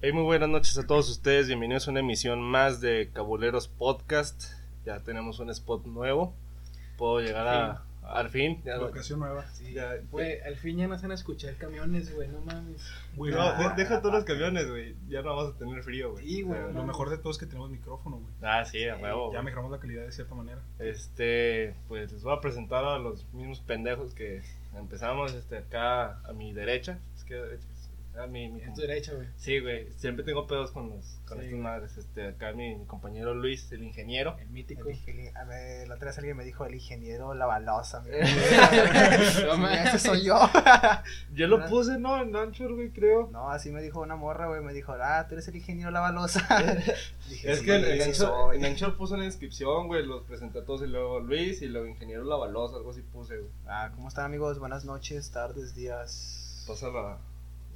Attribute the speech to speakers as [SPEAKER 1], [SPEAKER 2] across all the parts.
[SPEAKER 1] Hey, muy buenas noches a todos ustedes. Bienvenidos a una emisión más de Cabuleros Podcast. Ya tenemos un spot nuevo. Puedo llegar a. Al fin, ya lo- Eh,
[SPEAKER 2] Locación nueva.
[SPEAKER 1] sí, ya-
[SPEAKER 3] Güey, al fin ya nos van a escuchar camiones, güey, no mames.
[SPEAKER 1] Güey, no, de- deja todos los camiones, güey. Ya no vamos a tener frío, güey.
[SPEAKER 3] Sí, güey,
[SPEAKER 2] Lo mejor de todo es que tenemos micrófono, güey.
[SPEAKER 1] Ah, sí, a huevo.
[SPEAKER 2] Ya
[SPEAKER 1] güey.
[SPEAKER 2] mejoramos la calidad de cierta manera.
[SPEAKER 1] Este, pues les voy a presentar a los mismos pendejos que empezamos este, acá a mi derecha. Es que derecha, a mi, mi-
[SPEAKER 3] A tu derecha, güey.
[SPEAKER 1] Sí, güey, siempre tengo pedos con, los, con
[SPEAKER 3] Sí.
[SPEAKER 1] estas madres. Este, acá mi, mi compañero Luis, el ingeniero.
[SPEAKER 3] El mítico.
[SPEAKER 4] El ingeniero- a ver, la otra vez alguien me dijo el ingeniero la balosa. mi-
[SPEAKER 3] Eh, No
[SPEAKER 4] Ese
[SPEAKER 3] mames.
[SPEAKER 4] soy yo.
[SPEAKER 1] Yo
[SPEAKER 4] Ah.
[SPEAKER 1] lo puse, ¿no? En Anchor, güey, creo.
[SPEAKER 4] No, así me dijo una morra, güey. Me dijo, ah, tú eres el ingeniero la balosa. Dije,
[SPEAKER 1] Es
[SPEAKER 4] "Sí,
[SPEAKER 1] que en, en
[SPEAKER 4] sí
[SPEAKER 1] Anchor,
[SPEAKER 4] soy".
[SPEAKER 1] en Anchor puse una inscripción, güey, los presenté a todos y luego Luis y luego ingeniero Lavalosa, algo así puse, güey.
[SPEAKER 4] Ah, ¿cómo están, amigos? Buenas noches, tardes, días.
[SPEAKER 1] Pasa la bola,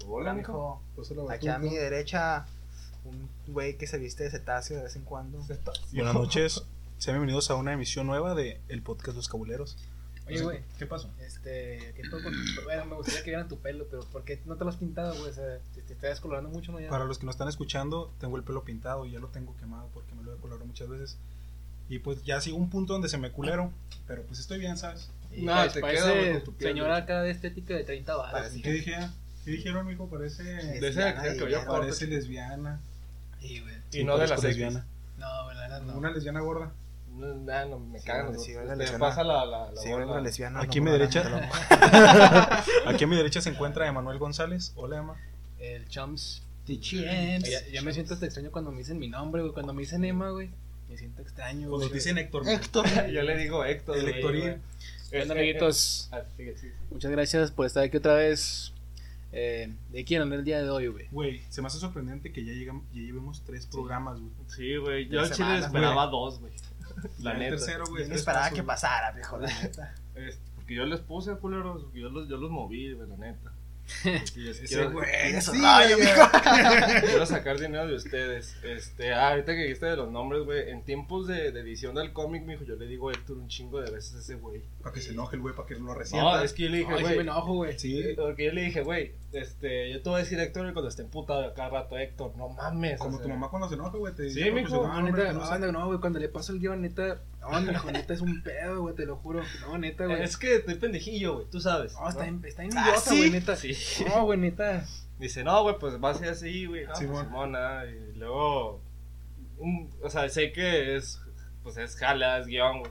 [SPEAKER 4] Hola,
[SPEAKER 1] Pues, mijo.
[SPEAKER 4] mijo.
[SPEAKER 2] Entonces, la
[SPEAKER 4] Aquí
[SPEAKER 2] batuta.
[SPEAKER 4] a mi derecha, un güey que se viste de cetáceo de vez en cuando.
[SPEAKER 2] Buenas noches. Sean bienvenidos a una emisión nueva de el podcast Los Cabuleros.
[SPEAKER 3] Oye, güey,
[SPEAKER 2] ¿Qué pasó?
[SPEAKER 3] este, ¿qué todo con tu Bueno, me gustaría que vieran tu pelo, pero ¿por qué no te lo has pintado, güey? O sea, te, te está descolorando mucho, ¿no? Ya.
[SPEAKER 2] Para los que nos están escuchando, tengo el pelo pintado y ya lo tengo quemado porque me lo he colorado muchas veces. Y pues ya sigo un punto donde se me culero, pero pues estoy bien, ¿sabes?
[SPEAKER 3] Y
[SPEAKER 1] No,
[SPEAKER 3] pa-
[SPEAKER 1] te
[SPEAKER 3] parece
[SPEAKER 1] queda, güey, con tu piel,
[SPEAKER 3] señora
[SPEAKER 1] güey.
[SPEAKER 3] acá de estética de 30
[SPEAKER 1] Ah,
[SPEAKER 3] balas.
[SPEAKER 4] Parece-
[SPEAKER 2] ¿Qué dije? ¿Qué dijeron, amigo? Parece,
[SPEAKER 1] De esa
[SPEAKER 4] Lesbiana
[SPEAKER 1] que
[SPEAKER 4] y
[SPEAKER 1] había
[SPEAKER 4] lesbiana.
[SPEAKER 2] parece lesbiana.
[SPEAKER 3] Sí, güey.
[SPEAKER 1] Y no de las lesbianas.
[SPEAKER 2] lesbiana.
[SPEAKER 3] No, güey, la verdad no.
[SPEAKER 2] Una lesbiana gorda.
[SPEAKER 1] No, nah, no, me
[SPEAKER 4] Sí,
[SPEAKER 1] cagan.
[SPEAKER 4] güey,
[SPEAKER 1] los
[SPEAKER 4] sí,
[SPEAKER 1] dos.
[SPEAKER 4] la
[SPEAKER 1] Te
[SPEAKER 4] lesbiana.
[SPEAKER 1] pasa la, la, la
[SPEAKER 4] Sí,
[SPEAKER 1] bola.
[SPEAKER 4] algo lesbiana.
[SPEAKER 2] Aquí
[SPEAKER 4] no,
[SPEAKER 2] mi
[SPEAKER 4] no,
[SPEAKER 2] derecha.
[SPEAKER 4] no, no.
[SPEAKER 2] Aquí a mi derecha se encuentra Emanuel González. Hola, Pues Emma.
[SPEAKER 3] El Chums. Ya, ya me siento hasta extraño cuando me dicen mi nombre, güey. Cuando me dicen Emma, güey, me siento extraño,
[SPEAKER 2] Cuando
[SPEAKER 3] güey.
[SPEAKER 2] te dicen Héctor.
[SPEAKER 4] Héctor.
[SPEAKER 1] Yo le digo Héctor,
[SPEAKER 2] El
[SPEAKER 1] güey,
[SPEAKER 2] Héctorín.
[SPEAKER 1] güey.
[SPEAKER 3] ¿Qué onda,
[SPEAKER 1] Es-
[SPEAKER 3] amiguitos?
[SPEAKER 1] Ah, sigue, sigue.
[SPEAKER 3] Muchas gracias por estar aquí otra vez. Eh, ¿De quién hablar el día de hoy, güey?
[SPEAKER 2] Güey, se me hace sorprendente que ya, llegam- ya llevemos tres programas, güey.
[SPEAKER 1] Sí, güey. Yo
[SPEAKER 4] Tres
[SPEAKER 1] al chile
[SPEAKER 4] semanas,
[SPEAKER 1] esperaba dos, güey.
[SPEAKER 2] Ya
[SPEAKER 1] La
[SPEAKER 2] el
[SPEAKER 1] neta.
[SPEAKER 2] tercero, güey.
[SPEAKER 4] Yo no
[SPEAKER 2] es
[SPEAKER 4] esperaba
[SPEAKER 2] paso,
[SPEAKER 4] que
[SPEAKER 2] güey.
[SPEAKER 4] pasara, mijo, la neta.
[SPEAKER 1] Es- porque yo les puse, culeros. porque Yo los, yo los moví, güey, la neta. Porque yo
[SPEAKER 2] Ese
[SPEAKER 1] quiero-
[SPEAKER 2] güey.
[SPEAKER 4] Eso,
[SPEAKER 2] sí,
[SPEAKER 4] no, yo, mijo.
[SPEAKER 1] Quiero sacar dinero de ustedes. Este, ah, ahorita que dijiste de los nombres, güey. En tiempos de, de edición del cómic, mijo, yo le digo Héctor un chingo de veces a ese güey.
[SPEAKER 2] Para que se enoje el güey, para que lo resienta.
[SPEAKER 1] No, es que yo le dije,
[SPEAKER 3] Ay, sí
[SPEAKER 1] güey. eh,
[SPEAKER 3] me enojo, güey.
[SPEAKER 2] Sí,
[SPEAKER 1] porque yo le dije, güey, este, yo te voy a decir Héctor y cuando esté emputado de cada rato, Héctor, no mames.
[SPEAKER 2] como
[SPEAKER 1] o
[SPEAKER 2] tu
[SPEAKER 1] sea,
[SPEAKER 2] mamá cuando se enoja, güey. Te
[SPEAKER 1] Sí,
[SPEAKER 2] dice, "No,
[SPEAKER 1] mijo,
[SPEAKER 2] pues,
[SPEAKER 3] No,
[SPEAKER 2] el nombre
[SPEAKER 3] neta,
[SPEAKER 2] que no
[SPEAKER 3] no,
[SPEAKER 2] sé".
[SPEAKER 3] no, güey, cuando le paso el guión, neta, no, mi hijo, neta es un pedo, güey, te lo juro. No, neta, güey.
[SPEAKER 1] Es que estoy pendejillo, güey, tú sabes.
[SPEAKER 3] No, está en, está en
[SPEAKER 4] Ah,
[SPEAKER 3] idiota,
[SPEAKER 4] ¿sí?
[SPEAKER 3] güey, neta. No, güey, neta.
[SPEAKER 1] Dice, no, güey, pues va a ser así, güey. No,
[SPEAKER 2] Simón.
[SPEAKER 1] pues, Simón, ah, y luego, un- o sea, sé que es, pues es jala, es guión, güey.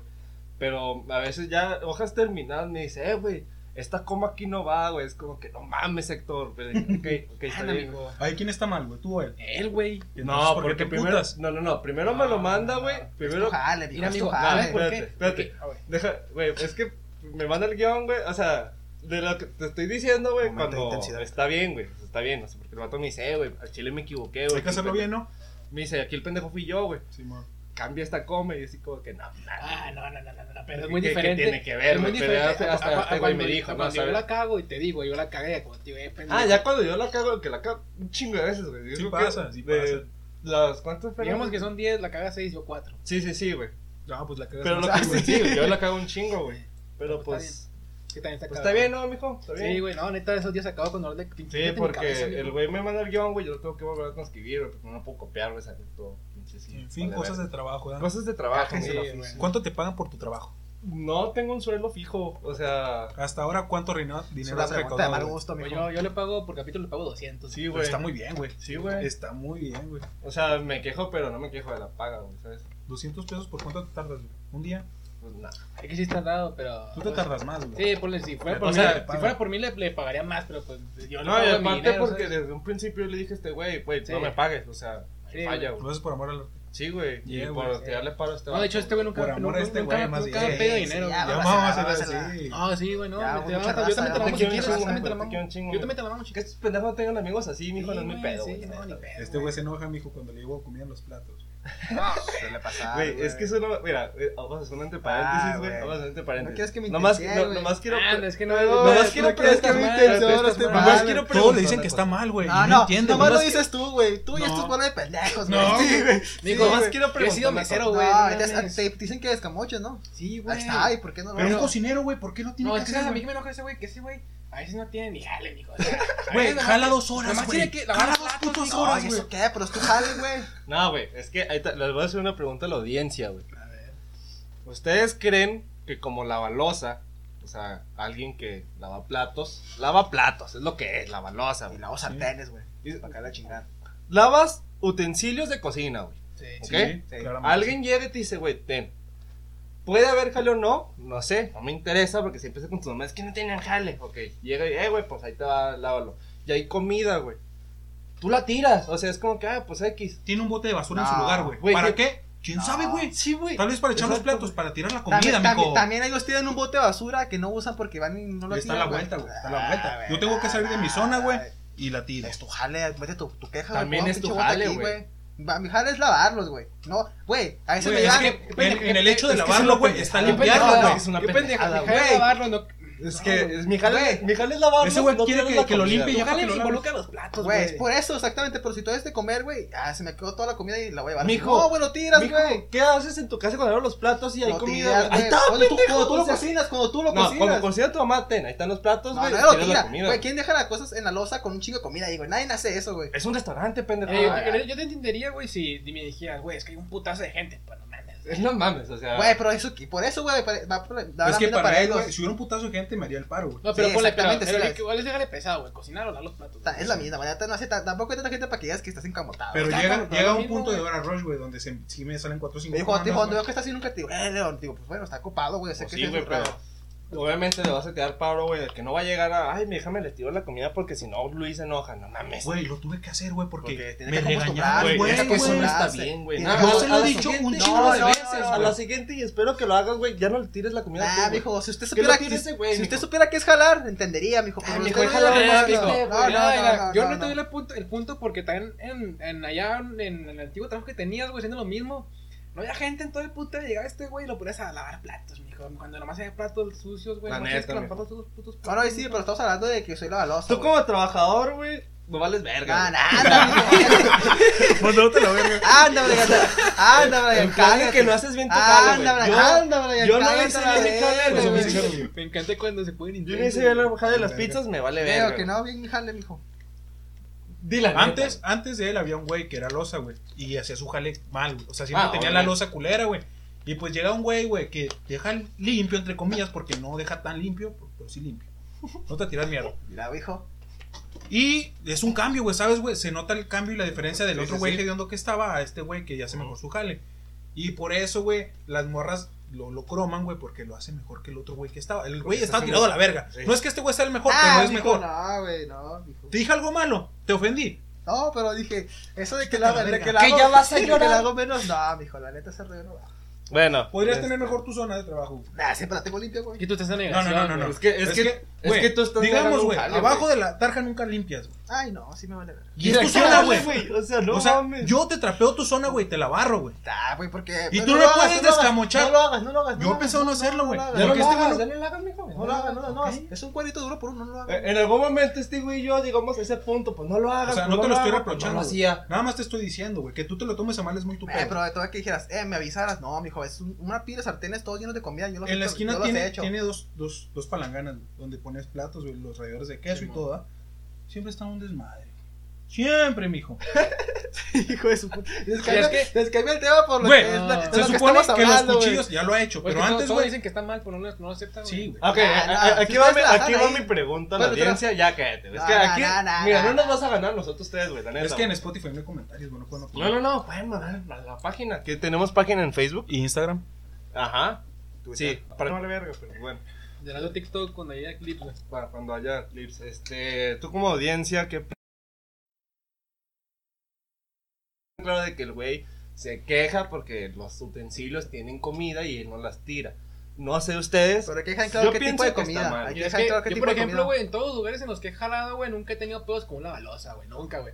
[SPEAKER 1] Pero a veces ya, hojas terminadas, me dice, eh, güey, esta coma aquí no va, güey. Es como que, no mames, Héctor. Pero dije, ok, ok, está
[SPEAKER 3] Ana,
[SPEAKER 1] bien.
[SPEAKER 3] amigo.
[SPEAKER 2] Ay, ¿quién está mal, güey? Tú, o él.
[SPEAKER 3] Él, güey.
[SPEAKER 2] Ah, Y entonces,
[SPEAKER 1] No,
[SPEAKER 2] ¿por qué
[SPEAKER 1] porque
[SPEAKER 2] te
[SPEAKER 1] primero,
[SPEAKER 2] emputas? Ah,
[SPEAKER 1] no, no, no, primero me lo manda, güey. Primero,
[SPEAKER 4] Es tu jale, mijo,
[SPEAKER 3] Mira,
[SPEAKER 4] es tu
[SPEAKER 3] amigo,
[SPEAKER 4] jale.
[SPEAKER 3] ¿sabes por qué?
[SPEAKER 1] espérate, espérate.
[SPEAKER 3] Porque- ah, güey.
[SPEAKER 1] Deja, güey, es que me manda el guión, güey. O sea, de lo que te estoy diciendo, güey,
[SPEAKER 4] Momento de
[SPEAKER 1] cuando
[SPEAKER 4] intensidad.
[SPEAKER 1] está bien, güey. Está bien, o sea, porque el vato me dice, eh, güey, al chile me equivoqué, güey.
[SPEAKER 2] Hay que hacerlo bien, ¿no?
[SPEAKER 1] Me dice, aquí el pendejo fui yo, güey.
[SPEAKER 2] Sí, ma.
[SPEAKER 1] Cambia esta coma y yo así como que no, nada.
[SPEAKER 3] Ah, no, no, no, no, no, pero es
[SPEAKER 1] ¿Qué-
[SPEAKER 3] muy
[SPEAKER 1] qué
[SPEAKER 3] diferente.
[SPEAKER 1] tiene que ver,
[SPEAKER 3] es muy
[SPEAKER 1] güey? Pero
[SPEAKER 3] diferente.
[SPEAKER 1] hasta- hasta
[SPEAKER 3] a- a-
[SPEAKER 1] este
[SPEAKER 3] a
[SPEAKER 1] güey me
[SPEAKER 3] cuando-
[SPEAKER 1] dijo,
[SPEAKER 3] a
[SPEAKER 1] ¿no?
[SPEAKER 3] cuando Yo
[SPEAKER 1] ¿Sabes?
[SPEAKER 3] la cago y te digo, yo la cagué, como tío, eh, pendejo.
[SPEAKER 1] Ah, ya cuando yo la cago, que la cago un chingo de veces, güey. Yo
[SPEAKER 2] Sí
[SPEAKER 1] creo
[SPEAKER 2] pasa,
[SPEAKER 1] que
[SPEAKER 2] sí
[SPEAKER 1] de
[SPEAKER 2] pasa.
[SPEAKER 1] Las cuántas
[SPEAKER 3] Digamos
[SPEAKER 1] fueron?
[SPEAKER 3] que son 10, la caga 6 o 4.
[SPEAKER 1] Sí, sí, sí, güey.
[SPEAKER 2] Ah, pues la cagas
[SPEAKER 1] Pero lo
[SPEAKER 2] más,
[SPEAKER 1] que
[SPEAKER 2] güey.
[SPEAKER 1] sí, güey, yo la cago un chingo, güey. Pero
[SPEAKER 3] Está
[SPEAKER 1] pues,
[SPEAKER 3] Que también está
[SPEAKER 1] pues
[SPEAKER 3] cagado.
[SPEAKER 1] está bien, ¿no, mijo? Está bien.
[SPEAKER 3] Sí, güey, no, neta, esos días acabo con dolor de pinche
[SPEAKER 1] Sí,
[SPEAKER 3] de mi cabeza,
[SPEAKER 1] porque
[SPEAKER 3] mijo.
[SPEAKER 1] el güey me manda el guión, güey, yo lo tengo que volver a transcribir, güey, porque no puedo copiarlo, esa todo. pinche, sí,
[SPEAKER 2] En fin,
[SPEAKER 1] vale,
[SPEAKER 2] cosas de
[SPEAKER 1] verga.
[SPEAKER 2] trabajo, ¿eh?
[SPEAKER 1] Cosas de trabajo,
[SPEAKER 3] Sí,
[SPEAKER 1] güey.
[SPEAKER 3] güey.
[SPEAKER 2] ¿Cuánto te pagan por tu trabajo?
[SPEAKER 1] No tengo un sueldo fijo, o sea,
[SPEAKER 2] Hasta ahora, ¿cuánto reino-
[SPEAKER 4] Es
[SPEAKER 2] dinero
[SPEAKER 4] una
[SPEAKER 2] has
[SPEAKER 4] pregunta de mal
[SPEAKER 2] recaudado? güey?
[SPEAKER 4] gusto,
[SPEAKER 3] Pues
[SPEAKER 4] mijo.
[SPEAKER 3] yo, yo le pago por capítulo, le pago 200.
[SPEAKER 1] sí,
[SPEAKER 2] Pero
[SPEAKER 1] güey.
[SPEAKER 2] Está muy bien, güey.
[SPEAKER 1] Sí, güey.
[SPEAKER 2] Está muy bien, güey.
[SPEAKER 1] O sea, me quejo, pero no me quejo de la paga, güey, ¿sabes?
[SPEAKER 2] 200 pesos, ¿por cuánto te tardas, güey? ¿Un día?
[SPEAKER 1] Pues nada.
[SPEAKER 3] Es que sí está dado, pero.
[SPEAKER 2] Tú te tardas más, güey.
[SPEAKER 3] Sí, ponle, si fuera por
[SPEAKER 2] O
[SPEAKER 3] mí,
[SPEAKER 2] sea,
[SPEAKER 3] le-
[SPEAKER 2] te
[SPEAKER 3] si
[SPEAKER 2] pago.
[SPEAKER 3] fuera por mí le, le pagaría más, pero pues yo le
[SPEAKER 1] No, y
[SPEAKER 3] pago de mi
[SPEAKER 1] aparte
[SPEAKER 3] dinero,
[SPEAKER 1] porque
[SPEAKER 3] ¿sabes?
[SPEAKER 1] desde un principio yo le dije a este güey, güey, no
[SPEAKER 3] Sí.
[SPEAKER 1] me pagues, o sea,
[SPEAKER 3] Sí,
[SPEAKER 1] falla,
[SPEAKER 2] Lo
[SPEAKER 1] güey.
[SPEAKER 2] haces por amor al arte.
[SPEAKER 1] Sí, güey. Y
[SPEAKER 2] Yeah,
[SPEAKER 1] por
[SPEAKER 2] güey.
[SPEAKER 1] tirarle paro a este
[SPEAKER 3] No, de hecho, este güey nunca,
[SPEAKER 2] Por amor
[SPEAKER 3] nunca,
[SPEAKER 2] a este
[SPEAKER 3] nunca-
[SPEAKER 2] güey, más
[SPEAKER 3] nunca
[SPEAKER 2] bien.
[SPEAKER 3] me pedido
[SPEAKER 4] Sí,
[SPEAKER 3] dinero. güey.
[SPEAKER 4] sí, ya,
[SPEAKER 2] Ya
[SPEAKER 4] Bábasela,
[SPEAKER 2] vamos a
[SPEAKER 4] bábasela.
[SPEAKER 2] hacer así.
[SPEAKER 3] Ah, sí, güey, no.
[SPEAKER 4] Ya,
[SPEAKER 3] güey, te vamos
[SPEAKER 4] muchas
[SPEAKER 3] a- yo también te la
[SPEAKER 4] gracias,
[SPEAKER 3] mamo.
[SPEAKER 4] te
[SPEAKER 3] Yo
[SPEAKER 4] quiero
[SPEAKER 3] también te
[SPEAKER 4] un
[SPEAKER 3] la
[SPEAKER 1] chingo,
[SPEAKER 3] mamo.
[SPEAKER 1] te quiero un chingo,
[SPEAKER 3] Yo también te la mamo,
[SPEAKER 1] Que
[SPEAKER 3] chicas.
[SPEAKER 1] estos pendejos no tengan amigos así, mijo, no es mi
[SPEAKER 3] Sí,
[SPEAKER 1] pedo,
[SPEAKER 3] sí,
[SPEAKER 1] güey. la
[SPEAKER 3] no,
[SPEAKER 1] neta,
[SPEAKER 3] ni
[SPEAKER 1] güey.
[SPEAKER 3] pedo,
[SPEAKER 2] Este güey se enoja, mijo, cuando le llevo comida en los platos.
[SPEAKER 4] Suele pasar,
[SPEAKER 1] Güey, es que eso no. Mira, eh, vamos a hacer un entre paréntesis,
[SPEAKER 4] Ah,
[SPEAKER 1] güey.
[SPEAKER 4] güey.
[SPEAKER 1] Vamos a hacer un entre paréntesis.
[SPEAKER 4] No quieres que me
[SPEAKER 1] nomás,
[SPEAKER 4] intensifique,
[SPEAKER 1] no,
[SPEAKER 4] güey.
[SPEAKER 1] nomás quiero.
[SPEAKER 3] Ah, no, es que no.
[SPEAKER 1] nomás quiero
[SPEAKER 4] quieres que
[SPEAKER 1] prestar
[SPEAKER 4] me
[SPEAKER 1] más,
[SPEAKER 4] intensione
[SPEAKER 1] prestas
[SPEAKER 4] este
[SPEAKER 1] más.
[SPEAKER 4] mal.
[SPEAKER 1] Nomás quiero
[SPEAKER 2] Todos
[SPEAKER 1] preguntar
[SPEAKER 2] le dicen que
[SPEAKER 1] una
[SPEAKER 2] está
[SPEAKER 1] cosa.
[SPEAKER 2] mal, güey.
[SPEAKER 4] Ah,
[SPEAKER 2] no
[SPEAKER 4] no,
[SPEAKER 2] entiendo.
[SPEAKER 4] nomás lo
[SPEAKER 2] nomás-
[SPEAKER 4] dices tú, güey. Tú y
[SPEAKER 2] No.
[SPEAKER 4] estos bolas de pendejos,
[SPEAKER 2] No,
[SPEAKER 4] güey. Sí, güey.
[SPEAKER 3] Digo,
[SPEAKER 1] Nomás
[SPEAKER 3] güey,
[SPEAKER 1] quiero
[SPEAKER 3] yo he sido
[SPEAKER 1] preguntar una
[SPEAKER 3] mesero,
[SPEAKER 1] cosa.
[SPEAKER 3] güey.
[SPEAKER 4] No,
[SPEAKER 3] no
[SPEAKER 4] te-
[SPEAKER 3] mames.
[SPEAKER 4] te dicen que descamoches, ¿no?
[SPEAKER 3] Sí, güey.
[SPEAKER 4] Ahí está, ¿y por qué no lo
[SPEAKER 2] Pero es
[SPEAKER 4] haces?
[SPEAKER 2] cocinero, güey. ¿Por qué no tiene
[SPEAKER 3] No,
[SPEAKER 2] que
[SPEAKER 3] es que
[SPEAKER 2] hacer,
[SPEAKER 3] ¿sabes? a mí
[SPEAKER 2] güey?
[SPEAKER 3] que me enoja ese güey, que ese güey, a A veces no tienen ni jale, mijo. o sea, a
[SPEAKER 2] Güey,
[SPEAKER 3] veces nomás
[SPEAKER 2] jala
[SPEAKER 3] tiene-
[SPEAKER 2] dos horas,
[SPEAKER 3] nomás
[SPEAKER 2] güey.
[SPEAKER 3] tiene que lavar
[SPEAKER 2] Jala
[SPEAKER 3] los
[SPEAKER 2] dos
[SPEAKER 3] platos,
[SPEAKER 2] putas
[SPEAKER 3] mijo.
[SPEAKER 2] horas,
[SPEAKER 4] Ay,
[SPEAKER 2] güey.
[SPEAKER 4] ¿eso qué? Pero es tu jale, güey.
[SPEAKER 1] No, güey, es que ahí te- les voy a hacer una pregunta a la audiencia, güey.
[SPEAKER 3] A ver.
[SPEAKER 1] ¿Ustedes creen que como lavalosa, o sea, alguien que lava platos, lava platos, es lo que es, lavalosa,
[SPEAKER 4] Y
[SPEAKER 1] güey.
[SPEAKER 4] lavo sartenes, güey.
[SPEAKER 1] Y-
[SPEAKER 4] Para acá la chingada.
[SPEAKER 1] Lavas utensilios de cocina, güey.
[SPEAKER 3] Sí.
[SPEAKER 1] ¿Ok?
[SPEAKER 4] Sí.
[SPEAKER 2] claramente.
[SPEAKER 1] Alguien llega y te dice, güey, ten. Puede haber jale o no, no sé, no me interesa porque si empieza con tu mamá, es que no tenían jale. Ok, llega y, eh, güey, pues ahí te va, lávalo. Y hay comida, güey. Tú la tiras, o sea, es como que, ah, pues X.
[SPEAKER 2] Tiene un bote de basura en
[SPEAKER 4] No,
[SPEAKER 2] su lugar, güey.
[SPEAKER 1] güey, que-
[SPEAKER 2] ¿Para qué? ¿Quién
[SPEAKER 4] No.
[SPEAKER 2] sabe, güey?
[SPEAKER 1] Sí, güey.
[SPEAKER 2] Tal vez para echar los
[SPEAKER 1] Exacto,
[SPEAKER 2] platos, para tirar la
[SPEAKER 4] También,
[SPEAKER 2] comida,
[SPEAKER 4] también-
[SPEAKER 2] mijo.
[SPEAKER 4] también ellos tienen un bote de basura que no usan porque van y no lo
[SPEAKER 2] Está a la vuelta, güey. Está a la vuelta.
[SPEAKER 4] Ah,
[SPEAKER 2] Yo tengo que salir de mi
[SPEAKER 4] ah,
[SPEAKER 2] zona, güey,
[SPEAKER 4] ah,
[SPEAKER 2] y la tiro.
[SPEAKER 4] Es tu jale, mete tu, tu queja, güey.
[SPEAKER 1] También
[SPEAKER 4] Pon
[SPEAKER 1] es tu
[SPEAKER 4] pinche bota
[SPEAKER 1] jale,
[SPEAKER 4] aquí,
[SPEAKER 1] güey.
[SPEAKER 4] Va, Mi jale es lavarlos, güey. No, güey, a veces
[SPEAKER 2] Güey,
[SPEAKER 4] me
[SPEAKER 2] es
[SPEAKER 4] llevan.
[SPEAKER 2] que en, en el hecho de
[SPEAKER 3] es que es
[SPEAKER 2] lavarlo,
[SPEAKER 3] una
[SPEAKER 2] güey, está
[SPEAKER 1] pendejada.
[SPEAKER 2] limpiarlo,
[SPEAKER 1] pendejada,
[SPEAKER 2] güey.
[SPEAKER 1] es una
[SPEAKER 3] Qué pendeja,
[SPEAKER 1] pendejada,
[SPEAKER 3] mi jale
[SPEAKER 1] güey.
[SPEAKER 3] lavarlo, no.
[SPEAKER 1] Es
[SPEAKER 3] No,
[SPEAKER 1] que
[SPEAKER 3] güey.
[SPEAKER 1] es mi jale, mi jale es lavarlo.
[SPEAKER 2] Ese güey quiere que- que lo limpie
[SPEAKER 3] Tu
[SPEAKER 2] ya para
[SPEAKER 3] jale
[SPEAKER 2] que lo laves.
[SPEAKER 3] involucra los platos,
[SPEAKER 4] Güey,
[SPEAKER 3] güey.
[SPEAKER 4] es por eso, exactamente. Pero si tú eres de comer, güey, ah, se me quedó toda la comida y la voy a llevar.
[SPEAKER 1] Mijo,
[SPEAKER 4] no, güey, lo tiras,
[SPEAKER 1] Mijo,
[SPEAKER 4] güey.
[SPEAKER 1] ¿Qué haces en tu casa cuando abres los platos y hay
[SPEAKER 4] Lo
[SPEAKER 1] comida?
[SPEAKER 4] tiras,
[SPEAKER 1] güey? ahí
[SPEAKER 4] güey.
[SPEAKER 1] está,
[SPEAKER 4] Cuando tú-
[SPEAKER 1] pendejo.
[SPEAKER 4] Cuando tú
[SPEAKER 1] o
[SPEAKER 4] lo
[SPEAKER 1] sea,
[SPEAKER 4] cocinas, cuando tú lo
[SPEAKER 1] no, cuando
[SPEAKER 4] cocinas.
[SPEAKER 1] cocina tu mamá, ten, ahí están los platos,
[SPEAKER 4] No,
[SPEAKER 1] güey.
[SPEAKER 4] nadie lo
[SPEAKER 1] tiras la
[SPEAKER 4] tira.
[SPEAKER 1] comida.
[SPEAKER 4] Güey, ¿quién deja las cosas en la losa con un chingo de comida ahí, güey? Nadie hace eso, güey.
[SPEAKER 1] Es un restaurante, pendejo.
[SPEAKER 3] Eh,
[SPEAKER 1] Ah,
[SPEAKER 3] yo, yo- yo te entendería, güey, si me dijeras, güey, es que hay un putazo de gente. Pues no mames.
[SPEAKER 1] No mames, o sea.
[SPEAKER 4] Güey, pero eso, que- por eso, güey, pare- va por da
[SPEAKER 2] Es
[SPEAKER 4] la
[SPEAKER 2] que
[SPEAKER 4] mina
[SPEAKER 2] para él,
[SPEAKER 4] ellos.
[SPEAKER 2] güey, si hubiera un putazo de gente, me haría el paro, güey.
[SPEAKER 3] No, pero
[SPEAKER 4] Sí,
[SPEAKER 3] ponle, pero,
[SPEAKER 4] exactamente,
[SPEAKER 3] pero
[SPEAKER 4] sí,
[SPEAKER 3] le-
[SPEAKER 4] es-
[SPEAKER 3] igual es dejarle pesado, güey, cocinar o lavar los platos.
[SPEAKER 4] Ta-
[SPEAKER 3] güey.
[SPEAKER 4] Es la misma, güey. ta- No hace ta- tampoco hay tanta gente para que digas que estás encamotado.
[SPEAKER 2] Pero
[SPEAKER 3] Está
[SPEAKER 2] llega,
[SPEAKER 3] cabrón,
[SPEAKER 2] llega
[SPEAKER 3] lo
[SPEAKER 2] un
[SPEAKER 3] mismo,
[SPEAKER 2] punto de
[SPEAKER 3] güey.
[SPEAKER 2] hora rush, güey, donde se, si me salen 4 o 5
[SPEAKER 4] me dijo, cuando dijo, cuando veo que estás así nunca te digo, eh, León, digo, pues bueno, está ocupado, güey, sé
[SPEAKER 1] Pues
[SPEAKER 4] que
[SPEAKER 1] sí,
[SPEAKER 4] es
[SPEAKER 1] güey, pero obviamente le vas a quedar paro, güey, de que no va a llegar a, ay, mi hija me le tiró la comida porque si no, Luis se enoja, no mames.
[SPEAKER 2] Güey, lo tuve que hacer, güey, porque,
[SPEAKER 4] Porque tiene
[SPEAKER 2] me
[SPEAKER 4] que
[SPEAKER 2] regañaron,
[SPEAKER 4] acostumbrar,
[SPEAKER 1] Güey,
[SPEAKER 2] güey.
[SPEAKER 1] es que eso no
[SPEAKER 2] güey.
[SPEAKER 1] está
[SPEAKER 4] güey.
[SPEAKER 1] bien, güey.
[SPEAKER 4] Tiene-
[SPEAKER 1] Nada,
[SPEAKER 2] Yo
[SPEAKER 1] a-
[SPEAKER 2] se
[SPEAKER 1] a
[SPEAKER 2] lo he
[SPEAKER 1] la
[SPEAKER 2] dicho un
[SPEAKER 1] siguiente-
[SPEAKER 2] chingo
[SPEAKER 1] no,
[SPEAKER 2] de
[SPEAKER 1] no,
[SPEAKER 2] veces,
[SPEAKER 1] no, A
[SPEAKER 2] güey.
[SPEAKER 1] la siguiente y espero que lo hagas, güey, ya no le tires la comida.
[SPEAKER 4] Ah,
[SPEAKER 1] tú, güey.
[SPEAKER 4] mijo, si usted
[SPEAKER 1] ¿Qué lo
[SPEAKER 4] supiera que,
[SPEAKER 1] tiene ese güey,
[SPEAKER 4] si usted
[SPEAKER 1] mijo?
[SPEAKER 4] supiera que es jalar, entendería, mijo. pero
[SPEAKER 1] Ah,
[SPEAKER 4] usted
[SPEAKER 1] mijo,
[SPEAKER 4] no
[SPEAKER 1] es
[SPEAKER 4] sabe
[SPEAKER 1] jalar,
[SPEAKER 4] nada,
[SPEAKER 1] mijo.
[SPEAKER 4] no,
[SPEAKER 3] Este,
[SPEAKER 4] no,
[SPEAKER 3] güey,
[SPEAKER 4] no,
[SPEAKER 3] no,
[SPEAKER 4] no,
[SPEAKER 3] mira,
[SPEAKER 4] no,
[SPEAKER 3] Yo
[SPEAKER 4] no,
[SPEAKER 3] no te doy
[SPEAKER 4] no.
[SPEAKER 3] el punto, el punto porque también en, en allá, en, en el antiguo trabajo que tenías, güey, haciendo lo mismo, no había gente en todo el punto de llegar este güey y lo ponías a lavar platos, mijo. Cuando nomás había platos sucios, güey,
[SPEAKER 1] La
[SPEAKER 3] no tienes
[SPEAKER 1] neta,
[SPEAKER 3] que lavar
[SPEAKER 1] mijo.
[SPEAKER 3] los putos putos
[SPEAKER 4] No,
[SPEAKER 3] platos.
[SPEAKER 4] no, y sí, pero estamos hablando de que soy la balosa.
[SPEAKER 1] Tú como trabajador, güey, no vales verga.
[SPEAKER 4] Ah,
[SPEAKER 1] güey.
[SPEAKER 4] anda, mijo.
[SPEAKER 2] Mandándote Pues la verga.
[SPEAKER 4] Anda, Brian. Anda, Brian.
[SPEAKER 1] En plan de
[SPEAKER 4] cállate.
[SPEAKER 1] que no haces
[SPEAKER 4] Ah,
[SPEAKER 1] bien tu jale,
[SPEAKER 4] Anda,
[SPEAKER 1] güey.
[SPEAKER 4] Brian.
[SPEAKER 1] Yo-
[SPEAKER 4] Anda, Brian.
[SPEAKER 1] yo no
[SPEAKER 4] cállate
[SPEAKER 1] hice
[SPEAKER 4] la
[SPEAKER 1] bien mi
[SPEAKER 4] verga,
[SPEAKER 1] jale,
[SPEAKER 4] güey.
[SPEAKER 2] Pues,
[SPEAKER 1] güey.
[SPEAKER 2] me dijeron, güey.
[SPEAKER 3] Me encanta cuando se pueden
[SPEAKER 1] Yo
[SPEAKER 3] intentar.
[SPEAKER 1] me hice bien la bajada de las pizzas, me vale verga.
[SPEAKER 4] Veo que no, bien mi jale, mijo.
[SPEAKER 1] Dile
[SPEAKER 2] Antes, antes de él había un güey que era losa, güey. Y hacía su jale mal, güey. O sea, siempre
[SPEAKER 1] Ah,
[SPEAKER 2] tenía la
[SPEAKER 1] obviamente.
[SPEAKER 2] losa culera, güey. Y pues llega un güey, güey, que deja limpio, entre comillas, porque no deja tan limpio, pues, pero sí limpio. No te tiras mierda.
[SPEAKER 4] Mira, mijo.
[SPEAKER 2] Y es un cambio, güey, ¿sabes, güey? Se nota el cambio y la diferencia del
[SPEAKER 1] Sí,
[SPEAKER 2] otro
[SPEAKER 1] sí,
[SPEAKER 2] güey
[SPEAKER 1] sí.
[SPEAKER 2] hediondo que estaba a este güey que ya hace mejor su jale. Y por eso, güey, las morras lo, lo croman, güey, porque lo hace mejor que el otro güey que estaba. El güey
[SPEAKER 1] Porque
[SPEAKER 2] estaba
[SPEAKER 1] está
[SPEAKER 2] tirado a
[SPEAKER 1] haciendo-
[SPEAKER 2] la verga.
[SPEAKER 1] Sí.
[SPEAKER 2] No es que este güey sea el mejor,
[SPEAKER 4] Ah,
[SPEAKER 2] pero es
[SPEAKER 4] mijo,
[SPEAKER 2] mejor.
[SPEAKER 4] No, güey, no, mijo.
[SPEAKER 2] Te dije algo malo, te ofendí.
[SPEAKER 4] No, pero dije, eso de que la,
[SPEAKER 2] la
[SPEAKER 4] de
[SPEAKER 2] verga.
[SPEAKER 4] que la
[SPEAKER 1] Que
[SPEAKER 4] hago,
[SPEAKER 1] ya vas a
[SPEAKER 4] de que
[SPEAKER 1] llorar.
[SPEAKER 4] la hago menos. No, mijo, la neta se ríe no va.
[SPEAKER 1] Bueno. este,
[SPEAKER 2] Podrías
[SPEAKER 1] es-
[SPEAKER 2] tener mejor tu zona de trabajo. güey.
[SPEAKER 4] Nah, siempre la tengo limpia, güey.
[SPEAKER 3] Y tú te estás
[SPEAKER 2] No, no, no,
[SPEAKER 3] negando.
[SPEAKER 2] no. no.
[SPEAKER 1] Es que- es que- es
[SPEAKER 2] güey,
[SPEAKER 1] que tú estás negando
[SPEAKER 2] Digamos,
[SPEAKER 1] un
[SPEAKER 2] güey,
[SPEAKER 1] jale,
[SPEAKER 2] abajo
[SPEAKER 1] güey.
[SPEAKER 2] de la tarja nunca limpias, güey.
[SPEAKER 4] Ay, no, sí me vale ver.
[SPEAKER 2] Y es tu
[SPEAKER 1] Mira,
[SPEAKER 2] zona,
[SPEAKER 1] jale,
[SPEAKER 2] güey.
[SPEAKER 1] O sea, no
[SPEAKER 2] o sea,
[SPEAKER 1] mames.
[SPEAKER 2] yo te trapeo tu zona, güey, te la barro, güey.
[SPEAKER 4] Ah, güey, porque.
[SPEAKER 2] Y
[SPEAKER 4] no
[SPEAKER 2] tú
[SPEAKER 4] lo
[SPEAKER 2] no
[SPEAKER 4] hagas,
[SPEAKER 2] puedes
[SPEAKER 4] no lo hagas,
[SPEAKER 2] descamochar.
[SPEAKER 4] No lo hagas, no lo hagas.
[SPEAKER 2] Yo he pensado no hacerlo, güey.
[SPEAKER 4] No,
[SPEAKER 1] Ya
[SPEAKER 4] lo
[SPEAKER 1] no
[SPEAKER 2] Porque
[SPEAKER 1] lo
[SPEAKER 2] este
[SPEAKER 1] hagas,
[SPEAKER 2] güey
[SPEAKER 1] ya
[SPEAKER 2] no-
[SPEAKER 1] no lo hagas, mijo.
[SPEAKER 4] no lo hagas, no lo hagas, no lo hagas.
[SPEAKER 2] Ok.
[SPEAKER 4] Es un cuadrito duro por uno, no lo hagas.
[SPEAKER 1] Eh, En algún momento este güey y yo digamos ese punto, pues no lo hagas.
[SPEAKER 2] O sea,
[SPEAKER 1] pues,
[SPEAKER 2] no te lo estoy
[SPEAKER 1] hagas, pues,
[SPEAKER 2] reprochando.
[SPEAKER 1] No lo
[SPEAKER 2] güey.
[SPEAKER 1] hacía.
[SPEAKER 2] Nada más te estoy diciendo, güey, que tú te lo tomes a mal es muy tu
[SPEAKER 4] Eh,
[SPEAKER 2] pedo.
[SPEAKER 4] pero de todo que dijeras, eh, me avisaras. No, mijo, es un- una pila de sartenes todos llenos de comida. Yo los
[SPEAKER 2] En la
[SPEAKER 4] he- yo
[SPEAKER 2] esquina
[SPEAKER 4] los he
[SPEAKER 2] tiene,
[SPEAKER 4] hecho.
[SPEAKER 2] tiene dos, dos, dos palanganas güey, donde pones platos, güey, los ralladores de queso y
[SPEAKER 3] Simón.
[SPEAKER 2] todo. ¿ah? Siempre está un desmadre. Siempre, mijo.
[SPEAKER 4] Hijo de su puta. Les
[SPEAKER 3] Y es
[SPEAKER 4] cambia-
[SPEAKER 3] que-
[SPEAKER 4] les cambia el tema por lo
[SPEAKER 2] Güey,
[SPEAKER 4] que es la- de
[SPEAKER 2] Se
[SPEAKER 4] lo que
[SPEAKER 2] supone
[SPEAKER 4] estamos
[SPEAKER 2] que los
[SPEAKER 4] hablando, güey.
[SPEAKER 2] cuchillos ya lo ha hecho, pero antes, güey.
[SPEAKER 3] dicen Pues que está mal, pero no, no lo aceptan.
[SPEAKER 2] Sí, güey.
[SPEAKER 1] Ok,
[SPEAKER 4] Ah,
[SPEAKER 1] a- a-
[SPEAKER 4] no,
[SPEAKER 1] aquí,
[SPEAKER 4] si
[SPEAKER 1] va, mi,
[SPEAKER 4] ustedes la
[SPEAKER 1] aquí
[SPEAKER 4] dejan
[SPEAKER 1] va
[SPEAKER 4] ahí.
[SPEAKER 1] mi pregunta a la
[SPEAKER 4] Bueno, te la-
[SPEAKER 1] audiencia, ya cállate. Es
[SPEAKER 4] No,
[SPEAKER 1] que
[SPEAKER 4] no,
[SPEAKER 1] aquí,
[SPEAKER 4] no, no,
[SPEAKER 1] mira,
[SPEAKER 4] no,
[SPEAKER 1] no nos
[SPEAKER 4] no.
[SPEAKER 1] vas a ganar nosotros ustedes, güey, la neta.
[SPEAKER 2] Es que en
[SPEAKER 1] güey.
[SPEAKER 2] Spotify no hay comentarios, güey, Ah, no puedo
[SPEAKER 1] No, no, no, pueden mandar a la página. Que tenemos página en Facebook.
[SPEAKER 2] ¿Y Instagram?
[SPEAKER 1] Ajá.
[SPEAKER 4] Twitter.
[SPEAKER 1] Sí, para no vale verga, pero bueno.
[SPEAKER 3] De lado TikTok cuando llega clips, güey.
[SPEAKER 1] Para cuando haya clips. Este, tú como audiencia, ¿qué p- claro de que el güey se queja porque los utensilios tienen comida y él no las tira. No sé ustedes.
[SPEAKER 4] Pero hay que dejar en claro
[SPEAKER 1] Yo
[SPEAKER 4] qué tipo
[SPEAKER 1] pienso
[SPEAKER 4] de
[SPEAKER 1] que está
[SPEAKER 4] comida.
[SPEAKER 1] mal.
[SPEAKER 4] Hay que
[SPEAKER 3] Y es
[SPEAKER 4] dejar en
[SPEAKER 3] que,
[SPEAKER 4] claro qué
[SPEAKER 3] yo,
[SPEAKER 4] tipo
[SPEAKER 3] por
[SPEAKER 4] de comida.
[SPEAKER 3] ejemplo, güey, en todos los lugares en los que he jalado, güey, nunca he tenido pedos con una balosa, güey. Nunca, güey.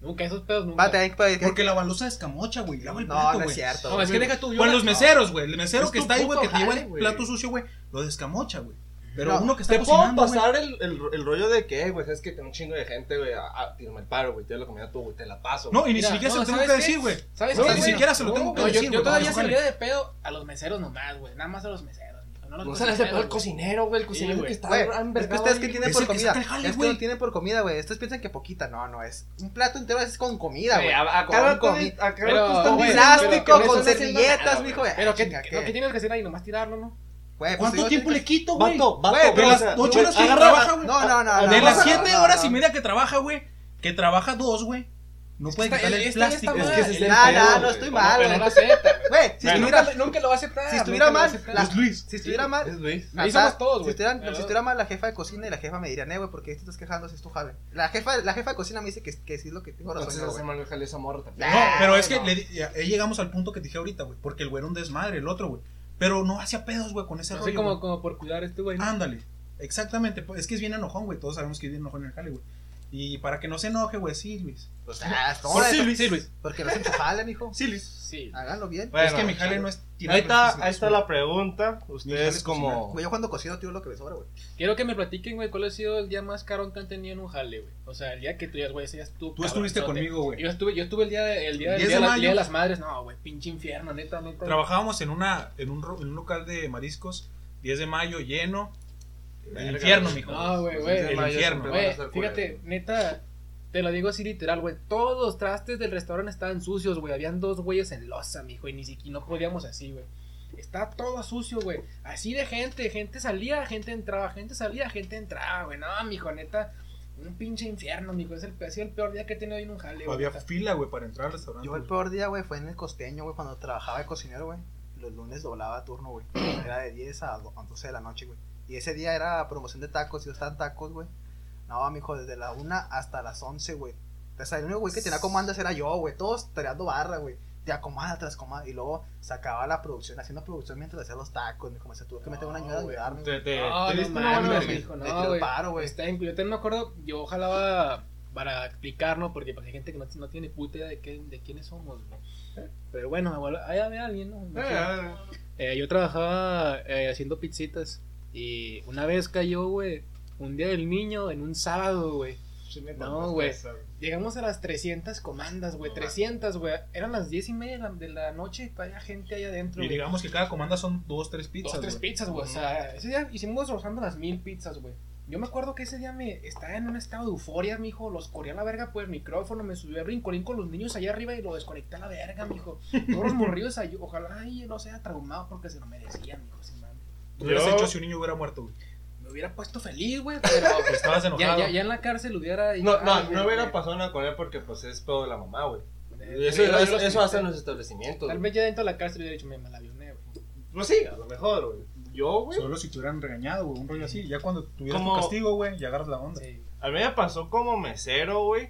[SPEAKER 3] Nunca, esos pedos nunca.
[SPEAKER 4] Mate, hay que-
[SPEAKER 2] Porque la balosa escamocha, güey. Lava el
[SPEAKER 4] No,
[SPEAKER 2] plato,
[SPEAKER 4] no es
[SPEAKER 2] güey.
[SPEAKER 4] cierto.
[SPEAKER 3] No, es que deja tú. yo
[SPEAKER 2] O en
[SPEAKER 3] la-
[SPEAKER 2] los meseros, güey. El mesero
[SPEAKER 1] Es
[SPEAKER 2] que
[SPEAKER 1] tu
[SPEAKER 2] está ahí, güey, que
[SPEAKER 1] puto
[SPEAKER 2] te lleva el
[SPEAKER 1] jale, güey.
[SPEAKER 2] plato sucio, güey, lo descamocha, güey. Pero
[SPEAKER 4] No,
[SPEAKER 2] uno que está
[SPEAKER 1] Te puedo
[SPEAKER 2] cocinando, güey.
[SPEAKER 1] pasar el, el, el rollo de que, güey, es que tengo un chingo de gente, güey, a, a, tírame el paro, güey, te la comida tú, güey, te la paso.
[SPEAKER 2] No, y ni
[SPEAKER 3] Mira,
[SPEAKER 2] siquiera se
[SPEAKER 3] no,
[SPEAKER 2] lo tengo que
[SPEAKER 3] ¿sabes qué?
[SPEAKER 2] decir, güey.
[SPEAKER 3] ¿Sabes
[SPEAKER 2] No,
[SPEAKER 3] qué,
[SPEAKER 2] ni
[SPEAKER 3] güey?
[SPEAKER 2] siquiera se lo tengo que
[SPEAKER 3] No, yo,
[SPEAKER 2] decir,
[SPEAKER 3] yo
[SPEAKER 2] güey.
[SPEAKER 3] todavía
[SPEAKER 2] Vale.
[SPEAKER 3] saldría de pedo a los meseros nomás, güey. Nada más a los meseros. mijo. no los
[SPEAKER 1] No se le hace pedo al cocinero,
[SPEAKER 3] cocineros, güey.
[SPEAKER 1] güey. El cocinero
[SPEAKER 3] güey.
[SPEAKER 1] que está
[SPEAKER 4] Güey, es que
[SPEAKER 1] envergado
[SPEAKER 4] ustedes que
[SPEAKER 1] ahí.
[SPEAKER 4] tienen
[SPEAKER 1] Es
[SPEAKER 4] por
[SPEAKER 1] el que
[SPEAKER 4] comida.
[SPEAKER 1] saca el jale,
[SPEAKER 4] es que
[SPEAKER 1] güey.
[SPEAKER 4] no tienen por comida, güey. Ustedes piensan que poquita. No, no, es un plato entero es con comida,
[SPEAKER 1] Güey,
[SPEAKER 4] güey.
[SPEAKER 1] a- acá
[SPEAKER 4] Con
[SPEAKER 1] ahora tú-
[SPEAKER 4] comi-
[SPEAKER 1] acá ahora tú
[SPEAKER 3] Pero,
[SPEAKER 1] estás
[SPEAKER 4] Con
[SPEAKER 1] diciendo-
[SPEAKER 3] güey, pero
[SPEAKER 4] plástico,
[SPEAKER 3] que no
[SPEAKER 4] con
[SPEAKER 3] estás haciendo
[SPEAKER 4] servilletas,
[SPEAKER 1] nada,
[SPEAKER 4] mijo. güey.
[SPEAKER 3] Pero ¿qué,
[SPEAKER 4] Chinga,
[SPEAKER 3] qué- lo que tienes que hacer ahí? Nomás tirarlo, ¿no?
[SPEAKER 4] Güey, pues,
[SPEAKER 2] ¿Cuánto
[SPEAKER 4] digo,
[SPEAKER 2] tiempo le quito, güey?
[SPEAKER 1] Vato, vato,
[SPEAKER 4] Güey,
[SPEAKER 1] güey,
[SPEAKER 2] de
[SPEAKER 1] o
[SPEAKER 2] las
[SPEAKER 1] sea,
[SPEAKER 2] ocho
[SPEAKER 1] güey,
[SPEAKER 2] horas que
[SPEAKER 1] agarra-
[SPEAKER 2] trabaja, güey.
[SPEAKER 4] No, no, no.
[SPEAKER 2] de
[SPEAKER 4] no,
[SPEAKER 2] las
[SPEAKER 4] no,
[SPEAKER 2] 7
[SPEAKER 4] no,
[SPEAKER 2] horas
[SPEAKER 4] no.
[SPEAKER 2] y media que trabaja, güey, que trabaja dos, güey, no puede
[SPEAKER 3] está-
[SPEAKER 2] quitarle el
[SPEAKER 3] esta- esta
[SPEAKER 2] plástico.
[SPEAKER 1] Es
[SPEAKER 3] madre-
[SPEAKER 1] que ese es el
[SPEAKER 4] Nah,
[SPEAKER 1] pedo,
[SPEAKER 4] nah, no
[SPEAKER 1] güey.
[SPEAKER 4] estoy
[SPEAKER 1] No,
[SPEAKER 4] mal,
[SPEAKER 1] pero
[SPEAKER 3] Pero
[SPEAKER 4] güey.
[SPEAKER 3] no acepta, güey.
[SPEAKER 4] Güey, si
[SPEAKER 1] Bueno,
[SPEAKER 4] estuviera,
[SPEAKER 3] nunca, nunca lo va a aceptar.
[SPEAKER 4] Si estuviera
[SPEAKER 3] nunca lo va a
[SPEAKER 4] mal,
[SPEAKER 3] aceptar.
[SPEAKER 4] la-
[SPEAKER 1] Es Luis.
[SPEAKER 4] si estuviera mal,
[SPEAKER 1] Es Luis.
[SPEAKER 4] la
[SPEAKER 3] Ahí somos
[SPEAKER 4] sal-
[SPEAKER 3] todos, güey.
[SPEAKER 4] si estuviera,
[SPEAKER 3] Pero-
[SPEAKER 4] si estuviera mal la jefa de cocina y la jefa me diría, "Nee, güey, porque te estás quejando si es tu jale." La jefa, la jefa de cocina me dice que, que sí es lo que tengo razón.
[SPEAKER 1] Entonces
[SPEAKER 4] yo,
[SPEAKER 1] hace
[SPEAKER 4] güey.
[SPEAKER 1] mal el jale esa morra también.
[SPEAKER 2] No, pero es que
[SPEAKER 4] No.
[SPEAKER 2] le di- ya- ahí llegamos al punto que te dije ahorita, güey, porque el güey era un desmadre, el otro, güey. Pero no hacía pedos, güey, con ese
[SPEAKER 3] Así
[SPEAKER 2] rollo.
[SPEAKER 3] como,
[SPEAKER 2] güey. Ah.
[SPEAKER 3] como por cuidar a este güey. ¿no?
[SPEAKER 2] Ándale, exactamente. pues, Es que es bien enojón, güey. Todos sabemos que es bien enojón en el jale, güey. Y para que no se enoje, güey, sí, Luis.
[SPEAKER 4] O sea, no,
[SPEAKER 1] Por
[SPEAKER 4] eh,
[SPEAKER 1] sí, Luis.
[SPEAKER 3] Sí, Luis.
[SPEAKER 4] porque no es en tu jale, mijo.
[SPEAKER 1] Sí, Luis.
[SPEAKER 3] Sí.
[SPEAKER 4] Háganlo bien.
[SPEAKER 1] Bueno,
[SPEAKER 2] es que mi jale no es tirar
[SPEAKER 1] Ahí
[SPEAKER 2] los
[SPEAKER 1] está,
[SPEAKER 2] pisos,
[SPEAKER 1] ahí está
[SPEAKER 2] güey.
[SPEAKER 1] la pregunta. Ustedes
[SPEAKER 2] jale
[SPEAKER 1] como...
[SPEAKER 4] Güey, yo cuando cocino tiro lo que me sobra, güey.
[SPEAKER 3] Quiero que me platiquen, güey, cuál ha sido el día más caro que han tenido en un jale, güey. O sea, el día que tú digas, güey, ese ya estuvo.
[SPEAKER 2] Tú estuviste
[SPEAKER 3] cabronzote.
[SPEAKER 2] conmigo, güey.
[SPEAKER 3] Yo estuve, yo estuve el día, de- el día, el
[SPEAKER 2] 10
[SPEAKER 3] día,
[SPEAKER 2] de
[SPEAKER 3] de la-
[SPEAKER 2] mayo.
[SPEAKER 3] día de las madres. No, güey, pinche infierno, neta, neta.
[SPEAKER 2] Trabajábamos en, una, en, un, ro- en un local de mariscos, 10 de mayo, lleno. El
[SPEAKER 1] Verga,
[SPEAKER 2] infierno,
[SPEAKER 1] güey.
[SPEAKER 2] mijo.
[SPEAKER 3] No, güey,
[SPEAKER 1] Los diez
[SPEAKER 3] güey.
[SPEAKER 1] de
[SPEAKER 2] Pues, El
[SPEAKER 1] mayo
[SPEAKER 2] infierno.
[SPEAKER 1] siempre van a
[SPEAKER 3] Güey,
[SPEAKER 1] estar
[SPEAKER 3] fíjate,
[SPEAKER 1] culeros.
[SPEAKER 3] neta, te lo digo así literal, güey. Todos los trastes del restaurante estaban sucios, güey. Habían dos güeyes en losa, mijo, y ni siquiera no podíamos así, güey. Está todo sucio, güey. Así de gente, gente salía, gente entraba, gente salía, gente entraba, güey. No, mijo, neta, un pinche infierno, mijo. Es el, ha sido el peor día que he tenido en un jale, güey.
[SPEAKER 2] Había
[SPEAKER 3] neta.
[SPEAKER 2] fila, güey, para entrar al restaurante.
[SPEAKER 4] Yo el
[SPEAKER 2] güey.
[SPEAKER 4] peor día, güey, fue en el costeño, güey, cuando trabajaba de cocinero, güey. Los lunes doblaba turno, güey. Era de 10 a do- a 12 de la noche, güey. Y ese día era promoción de tacos, y yo estaba en tacos, güey. No, mijo, desde la 1 hasta las 11, güey. O sea, el único güey que tenía comandas era yo, güey. Todos tirando barra, güey. De acomada tras comada. Y luego sacaba la producción, haciendo producción mientras hacía los tacos, mijo. Me se tuvo que meter una
[SPEAKER 3] No,
[SPEAKER 4] señora a
[SPEAKER 3] güey.
[SPEAKER 4] ayudarme.
[SPEAKER 1] Te- te-
[SPEAKER 3] No,
[SPEAKER 1] te
[SPEAKER 3] no
[SPEAKER 1] diste una
[SPEAKER 3] mames,
[SPEAKER 1] buena
[SPEAKER 3] güey.
[SPEAKER 1] verga.
[SPEAKER 3] hijo, no,
[SPEAKER 4] Me tiró
[SPEAKER 3] güey.
[SPEAKER 4] el paro, güey.
[SPEAKER 3] Está en- yo también me acuerdo, yo jalaba para explicar, ¿no? Porque pues, hay gente que no, no tiene puta idea de, qué- de quiénes somos, güey. Pero bueno, me vuelvo- ahí había alguien, ¿no?
[SPEAKER 1] Eh, eh, eh.
[SPEAKER 3] Eh, yo trabajaba eh, haciendo pizzitas y una vez cayó, güey, un día del niño en un sábado, güey.
[SPEAKER 1] Sí, neta,
[SPEAKER 3] No,
[SPEAKER 1] está
[SPEAKER 3] güey.
[SPEAKER 1] pesado.
[SPEAKER 3] Llegamos a las 300 comandas, güey,
[SPEAKER 1] No,
[SPEAKER 3] 300, güey. Eran las 10 y media de la, de la noche y había gente ahí adentro,
[SPEAKER 2] Y
[SPEAKER 3] güey.
[SPEAKER 2] digamos que cada comanda son dos, tres pizzas.
[SPEAKER 3] Dos, tres
[SPEAKER 2] güey.
[SPEAKER 3] pizzas, güey. O sea, ese día hicimos rozando las mil pizzas, güey. Yo me acuerdo que ese día me estaba en un estado de euforia, mijo. Los corrí a la verga por el micrófono, me subí a brincolín con los niños allá arriba y lo desconecté a la verga, mijo. Todos los morridos ahí, ojalá ay, no sea traumado porque se lo merecían, mijo, sin mami.
[SPEAKER 2] Tú hubieras
[SPEAKER 1] Yo-
[SPEAKER 2] hecho si un niño hubiera muerto, güey.
[SPEAKER 3] Me hubiera puesto feliz, güey, pero
[SPEAKER 2] Estabas
[SPEAKER 3] ya,
[SPEAKER 2] enojado.
[SPEAKER 3] ya, ya en la cárcel hubiera.
[SPEAKER 1] pues, No,
[SPEAKER 3] Ah,
[SPEAKER 1] no, no hubiera
[SPEAKER 3] güey.
[SPEAKER 1] pasado nada con él porque pues es pedo de la mamá, güey.
[SPEAKER 3] Eh,
[SPEAKER 1] Eso,
[SPEAKER 3] yo- yo
[SPEAKER 1] eso,
[SPEAKER 3] los-
[SPEAKER 1] eso hacen los establecimientos.
[SPEAKER 3] Tal
[SPEAKER 1] güey.
[SPEAKER 3] vez ya dentro de la cárcel hubiera dicho, me la avioné, güey.
[SPEAKER 1] Pues sí, a lo mejor, güey. Yo, güey.
[SPEAKER 2] Solo si te hubieran regañado, güey, un rollo así. Ya cuando tuvieras
[SPEAKER 1] Como-
[SPEAKER 2] tu castigo, güey, ya agarras la onda.
[SPEAKER 3] Sí.
[SPEAKER 1] A mí me pasó como mesero, güey.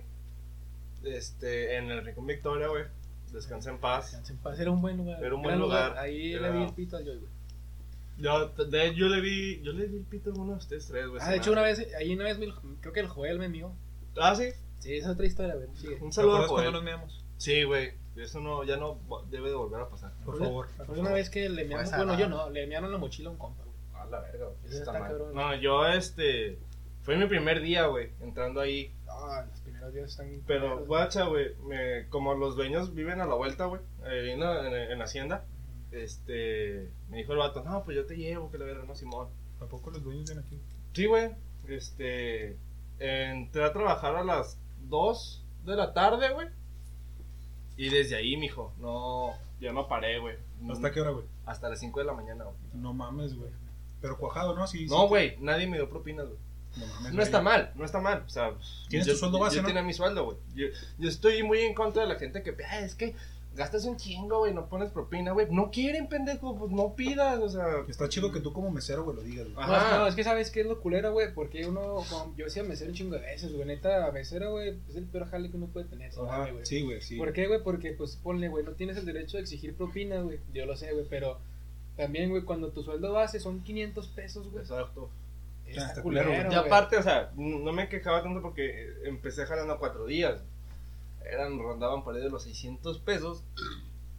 [SPEAKER 1] Este, en el Rincón Victoria, güey. Descansa en paz.
[SPEAKER 3] Descansa en paz, Era un buen lugar.
[SPEAKER 1] Era un buen
[SPEAKER 3] Gran
[SPEAKER 1] lugar.
[SPEAKER 3] Ahí
[SPEAKER 1] Era-
[SPEAKER 3] le vi el pito a Joy, güey.
[SPEAKER 1] Yo, de- yo le vi, yo le vi el pito a uno de ustedes tres, güey.
[SPEAKER 3] Ah,
[SPEAKER 1] se
[SPEAKER 3] de
[SPEAKER 1] me
[SPEAKER 3] hecho, una
[SPEAKER 1] hace.
[SPEAKER 3] vez, ahí una vez, me lo- creo que el Joel me mió.
[SPEAKER 1] Ah, sí.
[SPEAKER 3] Sí, es otra historia, güey. Sigue.
[SPEAKER 1] Un
[SPEAKER 2] ¿Te
[SPEAKER 1] saludo a
[SPEAKER 2] acuerdas cuando
[SPEAKER 1] Joel.
[SPEAKER 2] nos meamos?
[SPEAKER 1] Sí, güey. Eso no, ya no vo- debe de volver a pasar.
[SPEAKER 2] Por
[SPEAKER 3] Joel.
[SPEAKER 2] favor.
[SPEAKER 3] Fue una vez que le mearon,
[SPEAKER 4] esa
[SPEAKER 3] bueno,
[SPEAKER 4] no.
[SPEAKER 3] yo no, le mearon la mochila a un compa, güey.
[SPEAKER 1] A la verga, güey.
[SPEAKER 3] Eso
[SPEAKER 1] Está
[SPEAKER 3] está
[SPEAKER 1] mal.
[SPEAKER 3] cabrón.
[SPEAKER 1] No, yo, este. Fue mi primer día, güey. Entrando ahí.
[SPEAKER 3] Ah, los primeros días están...
[SPEAKER 1] Pero, guacha, güey, me- como los dueños viven a la vuelta, güey, ahí en, la- en- en la Hacienda, este, me dijo el vato, no, pues yo te llevo, que la verga, no, Simón.
[SPEAKER 2] Tampoco los dueños vienen aquí.
[SPEAKER 1] Sí, güey, este, entré a trabajar a las 2 de la tarde, güey, y desde ahí, mijo, no, ya no paré, güey.
[SPEAKER 2] ¿Hasta qué hora, güey?
[SPEAKER 1] Hasta las 5 de la mañana, güey.
[SPEAKER 2] No mames, güey. Pero cuajado, ¿no? Sí,
[SPEAKER 1] No,
[SPEAKER 2] sí.
[SPEAKER 1] güey, nadie me dio propinas, güey.
[SPEAKER 2] No mames,
[SPEAKER 1] No está
[SPEAKER 2] güey.
[SPEAKER 1] mal, no está mal. O sea,
[SPEAKER 2] Tienes
[SPEAKER 1] yo-
[SPEAKER 2] tu sueldo
[SPEAKER 1] yo-
[SPEAKER 2] base,
[SPEAKER 1] Yo
[SPEAKER 2] ¿no?
[SPEAKER 1] tenía mi sueldo, güey. Yo, yo estoy muy en contra de la gente que, "Ah, es que gastas un chingo, güey, no pones propina, güey. No quieren, pendejo, pues no pidas, o sea.
[SPEAKER 2] Está chido que tú como mesero, güey, lo digas, güey.
[SPEAKER 1] Ah.
[SPEAKER 3] No,
[SPEAKER 1] Ajá.
[SPEAKER 3] no, es que sabes qué es lo culero, güey, porque uno, como- yo hacía mesero un chingo de veces, güey, neta, mesero, güey, es el peor jale que uno puede tener, sin mame,
[SPEAKER 2] Ajá,
[SPEAKER 3] güey.
[SPEAKER 2] Sí, güey, sí.
[SPEAKER 3] ¿Por qué, güey? Porque, pues, ponle, güey, no tienes el derecho de exigir propina, güey, yo lo sé, güey, pero también, güey, cuando tu sueldo base son 500 pesos, güey,
[SPEAKER 1] Exacto.
[SPEAKER 3] está
[SPEAKER 2] está culero,
[SPEAKER 3] culero,
[SPEAKER 1] Y
[SPEAKER 2] güey.
[SPEAKER 3] güey.
[SPEAKER 1] aparte, o sea, no me quejaba tanto porque eh, empecé jalando cuatro días. Eran, rondaban por ahí de los 600 pesos.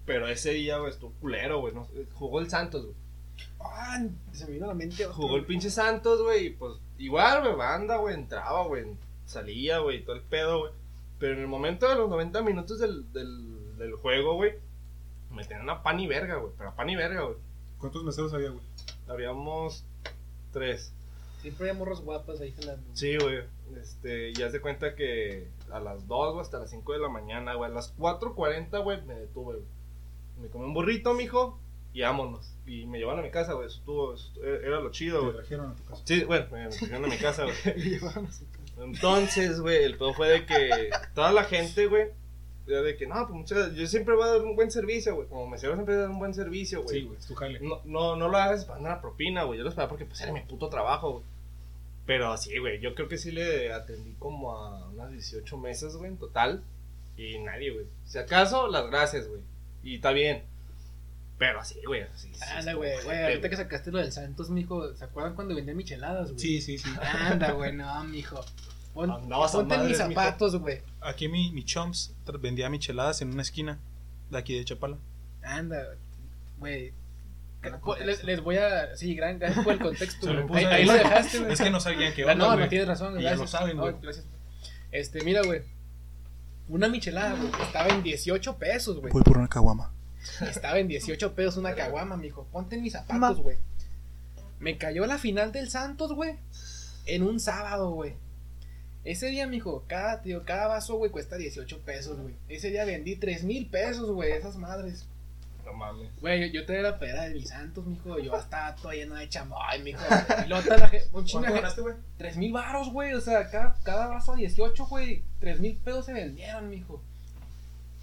[SPEAKER 1] Pero ese día, güey, estuvo culero, güey. no- jugó el Santos, güey.
[SPEAKER 3] Ah, se me vino a la mente. otro,
[SPEAKER 1] Jugó el
[SPEAKER 3] güey.
[SPEAKER 1] pinche Santos, güey. Y pues igual, güey, banda, güey, entraba, güey, salía, güey, todo el pedo, güey. Pero en el momento de los 90 minutos del, del, del juego, güey, me tenían a pan y verga, güey. Pero a pan y verga, güey.
[SPEAKER 2] ¿Cuántos meseros había, güey?
[SPEAKER 1] Habíamos tres.
[SPEAKER 3] Siempre hay morros guapas ahí jalando.
[SPEAKER 1] Sí, güey. Este, y haz de cuenta que a las 2, güey, hasta las 5 de la mañana, güey. A las 4.40, güey, me detuve, güey. Me comí un burrito, mijo, y vámonos. Y me llevaron a mi casa, güey. Eso estuvo, eso estuvo- e-, era lo
[SPEAKER 2] Te
[SPEAKER 1] chido, güey.
[SPEAKER 2] trajeron a tu casa.
[SPEAKER 1] Sí, bueno, me pusieron a mi casa, güey. Entonces, güey, el pedo fue de que toda la gente, güey, era de que, no, pues muchas, yo siempre voy a dar un buen servicio, güey. Como mesero siempre dar un buen servicio, güey.
[SPEAKER 2] Sí, güey, es tu jale.
[SPEAKER 1] No, no, no lo hagas para una propina, güey. Yo lo esperaba porque pues era mi puto trabajo, güey. Pero sí, güey, yo creo que sí le atendí como a unas 18 mesas, güey, en total. Y nadie, güey. Si acaso, las gracias, güey. Y está bien. Pero así, güey, así. sí,
[SPEAKER 3] Anda,
[SPEAKER 1] estuvo
[SPEAKER 3] güey, güey,
[SPEAKER 1] ojete,
[SPEAKER 3] ahorita que sacaste lo del Santos, mijo, ¿se acuerdan cuando vendía micheladas, güey?
[SPEAKER 2] Sí, sí, sí.
[SPEAKER 3] Anda, güey, no, mijo. Pon-
[SPEAKER 1] Andabas a
[SPEAKER 3] ponte en mis
[SPEAKER 1] madres, mijo.
[SPEAKER 3] zapatos, güey.
[SPEAKER 2] Aquí mi, mi chumps tra- vendía micheladas en una esquina de aquí de Chapala.
[SPEAKER 3] Anda, güey.
[SPEAKER 4] Gran
[SPEAKER 3] Co-
[SPEAKER 4] contexto.
[SPEAKER 3] Les, les voy a. Sí, gran, gracias por el contexto.
[SPEAKER 2] Se lo
[SPEAKER 3] güey.
[SPEAKER 2] puse
[SPEAKER 3] ahí
[SPEAKER 2] ahí.
[SPEAKER 3] ahí lo dejaste, güey.
[SPEAKER 2] Es que no sabían qué
[SPEAKER 3] Ah,
[SPEAKER 2] onda,
[SPEAKER 3] no, no
[SPEAKER 2] güey.
[SPEAKER 3] tienes razón,
[SPEAKER 2] Y
[SPEAKER 3] güey.
[SPEAKER 2] ya
[SPEAKER 3] gracias.
[SPEAKER 2] lo
[SPEAKER 1] Ah,
[SPEAKER 2] saben,
[SPEAKER 3] Oh,
[SPEAKER 2] güey.
[SPEAKER 3] gracias. Este, mira, güey. Una michelada, güey, estaba en 18 pesos, güey.
[SPEAKER 2] por una caguama.
[SPEAKER 3] Estaba en 18 pesos una caguama, mijo. Ponte en mis zapatos, güey. Me cayó la final del Santos, güey. En un sábado, güey. Ese día, mijo, cada, tío, cada vaso, güey, cuesta 18 pesos, güey. Ese día vendí 3 mil pesos, güey, esas madres.
[SPEAKER 1] No mames.
[SPEAKER 3] Güey, yo, yo traía la pedra de mis santos, mijo. Yo estaba todo lleno de chamoy, mijo. Y luego toda la gente, un chingo de gente-
[SPEAKER 2] güey?
[SPEAKER 3] 3 mil baros, güey. O sea, cada, cada vaso a 18, güey. 3 mil pedos se vendieron, mijo.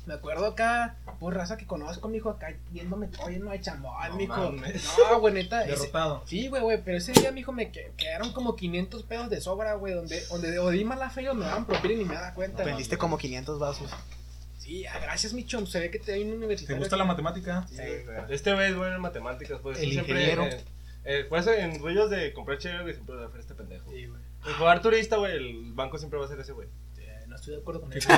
[SPEAKER 3] Me acuerdo acá, por raza que conozco, mijo, acá viéndome todo lleno de chamoy,
[SPEAKER 1] No
[SPEAKER 3] mijo.
[SPEAKER 1] mames.
[SPEAKER 3] No, güey, neta. ese-
[SPEAKER 2] Derrotado.
[SPEAKER 3] Sí, güey, güey, pero ese día, mijo, me que- quedaron como 500 pedos de sobra, güey, donde, donde o di mala fe o me daban propina y ni me daba cuenta.
[SPEAKER 1] No,
[SPEAKER 4] Vendiste como 500 vasos.
[SPEAKER 3] Sí, ah, gracias, mi chum, se ve que te hay un
[SPEAKER 2] ¿Te
[SPEAKER 3] universitario.
[SPEAKER 2] gusta la
[SPEAKER 3] aquí.
[SPEAKER 2] matemática?
[SPEAKER 3] Sí,
[SPEAKER 4] Sí, güey.
[SPEAKER 1] Este güey es bueno en matemáticas, pues.
[SPEAKER 4] El
[SPEAKER 1] siempre,
[SPEAKER 4] ingeniero.
[SPEAKER 1] eh, eh, por eso en rollos de comprar chévere, güey, siempre va a ser este pendejo.
[SPEAKER 3] Sí, güey.
[SPEAKER 1] El jugador turista, güey, el banco siempre va a ser ese, güey.
[SPEAKER 3] Eh, No estoy de acuerdo con eso.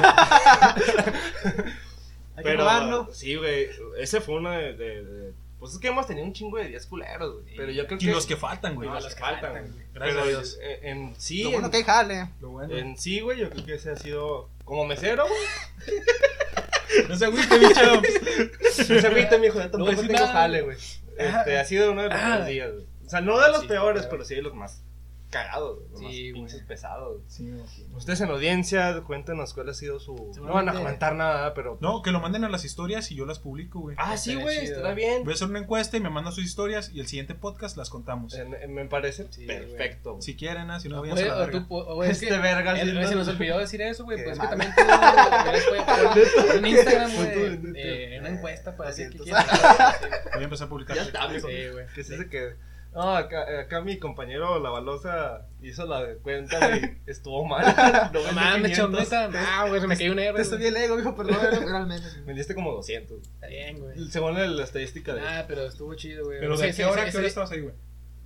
[SPEAKER 4] Hay que
[SPEAKER 1] Pero,
[SPEAKER 4] probarlo.
[SPEAKER 1] sí, güey, ese fue uno de, de- de- Pues es que hemos tenido un chingo de días culeros, güey. Pero yo creo que...
[SPEAKER 2] Y los que faltan, güey.
[SPEAKER 1] No, los que faltan, güey.
[SPEAKER 2] Gracias
[SPEAKER 1] Pero
[SPEAKER 2] a Dios.
[SPEAKER 1] eh, En sí,
[SPEAKER 4] Lo bueno
[SPEAKER 1] en,
[SPEAKER 4] que hay jale.
[SPEAKER 2] Lo bueno.
[SPEAKER 1] en sí, güey, yo creo que ese ha sido... Como mesero, güey.
[SPEAKER 2] No se agüite, mi chumps.
[SPEAKER 1] Ese güey, mi hijo, ya
[SPEAKER 3] No
[SPEAKER 1] tampoco
[SPEAKER 3] voy a decir
[SPEAKER 1] tengo
[SPEAKER 3] nada.
[SPEAKER 1] jale, güey. Este, ha sido uno de los
[SPEAKER 3] Ah.
[SPEAKER 1] peores días, güey. O sea, no de los
[SPEAKER 3] Sí,
[SPEAKER 1] peores,
[SPEAKER 3] claro.
[SPEAKER 1] pero sí de los más cagados, güey. Los
[SPEAKER 3] Sí,
[SPEAKER 1] más
[SPEAKER 3] güey.
[SPEAKER 1] pinches pesados, güey.
[SPEAKER 2] Sí, me imagino.
[SPEAKER 1] Ustedes en la audiencia, cuéntenos cuál ha sido su... No van a
[SPEAKER 3] Seguramente-
[SPEAKER 1] comentar nada, pero...
[SPEAKER 2] No, que lo manden a las historias y yo las publico, güey.
[SPEAKER 1] Ah, sí,
[SPEAKER 3] Estaría
[SPEAKER 1] güey,
[SPEAKER 3] chido.
[SPEAKER 1] estará bien.
[SPEAKER 2] Voy a hacer una encuesta y me mandan sus historias y el siguiente podcast las contamos.
[SPEAKER 1] En- en- me parece
[SPEAKER 3] Sí, güey.
[SPEAKER 1] perfecto. güey.
[SPEAKER 2] Si quieren, ah, si no, vayan a
[SPEAKER 3] Güey,
[SPEAKER 2] la
[SPEAKER 3] o tú
[SPEAKER 2] verga.
[SPEAKER 3] po- o es que-
[SPEAKER 1] este verga.
[SPEAKER 3] Eh,
[SPEAKER 1] sí,
[SPEAKER 3] se
[SPEAKER 1] no-
[SPEAKER 3] nos olvidó decir eso, güey.
[SPEAKER 4] Qué
[SPEAKER 3] Pero es que
[SPEAKER 4] mal.
[SPEAKER 3] también tú- yo les voy a poner en Instagram,
[SPEAKER 1] Fue tú,
[SPEAKER 3] güey.
[SPEAKER 1] neta.
[SPEAKER 3] eh, una encuesta para
[SPEAKER 4] Lo
[SPEAKER 3] decir que
[SPEAKER 4] siento.
[SPEAKER 3] quieres.
[SPEAKER 2] Voy a empezar a publicar.
[SPEAKER 1] Ya está, mijo.
[SPEAKER 3] Sí, güey.
[SPEAKER 1] Que se hace que. No, acá, acá mi compañero La Balosa hizo la de cuenta, güey. Estuvo mal.
[SPEAKER 3] No
[SPEAKER 1] vendí
[SPEAKER 3] mames,
[SPEAKER 1] 500.
[SPEAKER 3] chombreta. Ah, güey, se me cayó un
[SPEAKER 4] Te
[SPEAKER 3] héroe.
[SPEAKER 4] estoy bien ego, hijo, perdón, era- era el menos.
[SPEAKER 1] Vendiste como 200.
[SPEAKER 3] Está bien, güey.
[SPEAKER 1] Según el- la estadística de.
[SPEAKER 3] Ah, pero estuvo chido, güey.
[SPEAKER 2] Pero
[SPEAKER 3] Sí,
[SPEAKER 2] de
[SPEAKER 3] sí,
[SPEAKER 2] qué hora,
[SPEAKER 3] sí,
[SPEAKER 2] qué hora
[SPEAKER 3] sí.
[SPEAKER 2] estabas ahí, güey.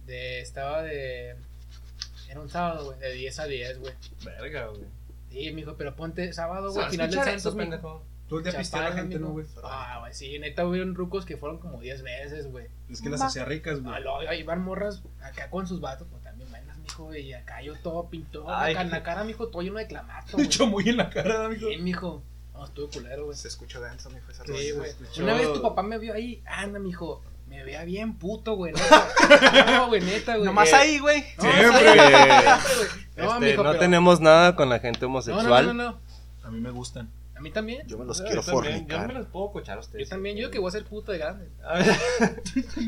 [SPEAKER 3] De- Estaba de. Era un sábado, güey. De 10 a 10, güey.
[SPEAKER 1] Verga, güey.
[SPEAKER 3] Sí, mijo, pero ponte sábado,
[SPEAKER 1] Se va
[SPEAKER 3] güey.
[SPEAKER 1] a
[SPEAKER 3] Final del
[SPEAKER 1] escuchar
[SPEAKER 3] Santos,
[SPEAKER 1] eso,
[SPEAKER 3] mijo.
[SPEAKER 1] Ah, pendejo.
[SPEAKER 2] Todo el día pistear la
[SPEAKER 3] Chapaca,
[SPEAKER 2] gente, ¿no,
[SPEAKER 3] amigo.
[SPEAKER 2] güey?
[SPEAKER 3] Ah, güey, sí, neta hubieron rucos que fueron como 10 veces, güey.
[SPEAKER 2] Es que las hacía ricas, güey.
[SPEAKER 3] Ah, luego Ahí van morras acá con sus vatos, pues también buenas, mijo, y acá yo todo pintó,
[SPEAKER 1] Ay.
[SPEAKER 3] acá en la cara, mijo, todo lleno de clamato, güey.
[SPEAKER 2] Mucho muy en la cara, amigo.
[SPEAKER 3] Bien, mijo. No, estuve culero, güey.
[SPEAKER 4] Se escuchó denso, mijo, esa
[SPEAKER 3] Sí,
[SPEAKER 4] rola.
[SPEAKER 3] güey.
[SPEAKER 1] escuchó.
[SPEAKER 3] Una vez tu papá me vio ahí, anda, mijo, me veía bien puto, güey, neta. No, güey, neta, güey.
[SPEAKER 4] Nomás
[SPEAKER 1] Bien.
[SPEAKER 4] ahí, güey.
[SPEAKER 3] No,
[SPEAKER 2] Siempre.
[SPEAKER 3] sí, güey. No,
[SPEAKER 1] Este,
[SPEAKER 3] mijo,
[SPEAKER 1] no
[SPEAKER 3] pero-
[SPEAKER 1] tenemos nada con la gente
[SPEAKER 3] No,
[SPEAKER 1] homosexual.
[SPEAKER 3] no, no, no.
[SPEAKER 2] A mí me gustan.
[SPEAKER 3] A mí también.
[SPEAKER 4] Yo me los
[SPEAKER 1] Yo
[SPEAKER 4] quiero
[SPEAKER 1] también, Yo me
[SPEAKER 4] fornicar.
[SPEAKER 1] los puedo cochar a ustedes.
[SPEAKER 3] Yo también, yo digo que voy a ser puto de grande.
[SPEAKER 1] A ver,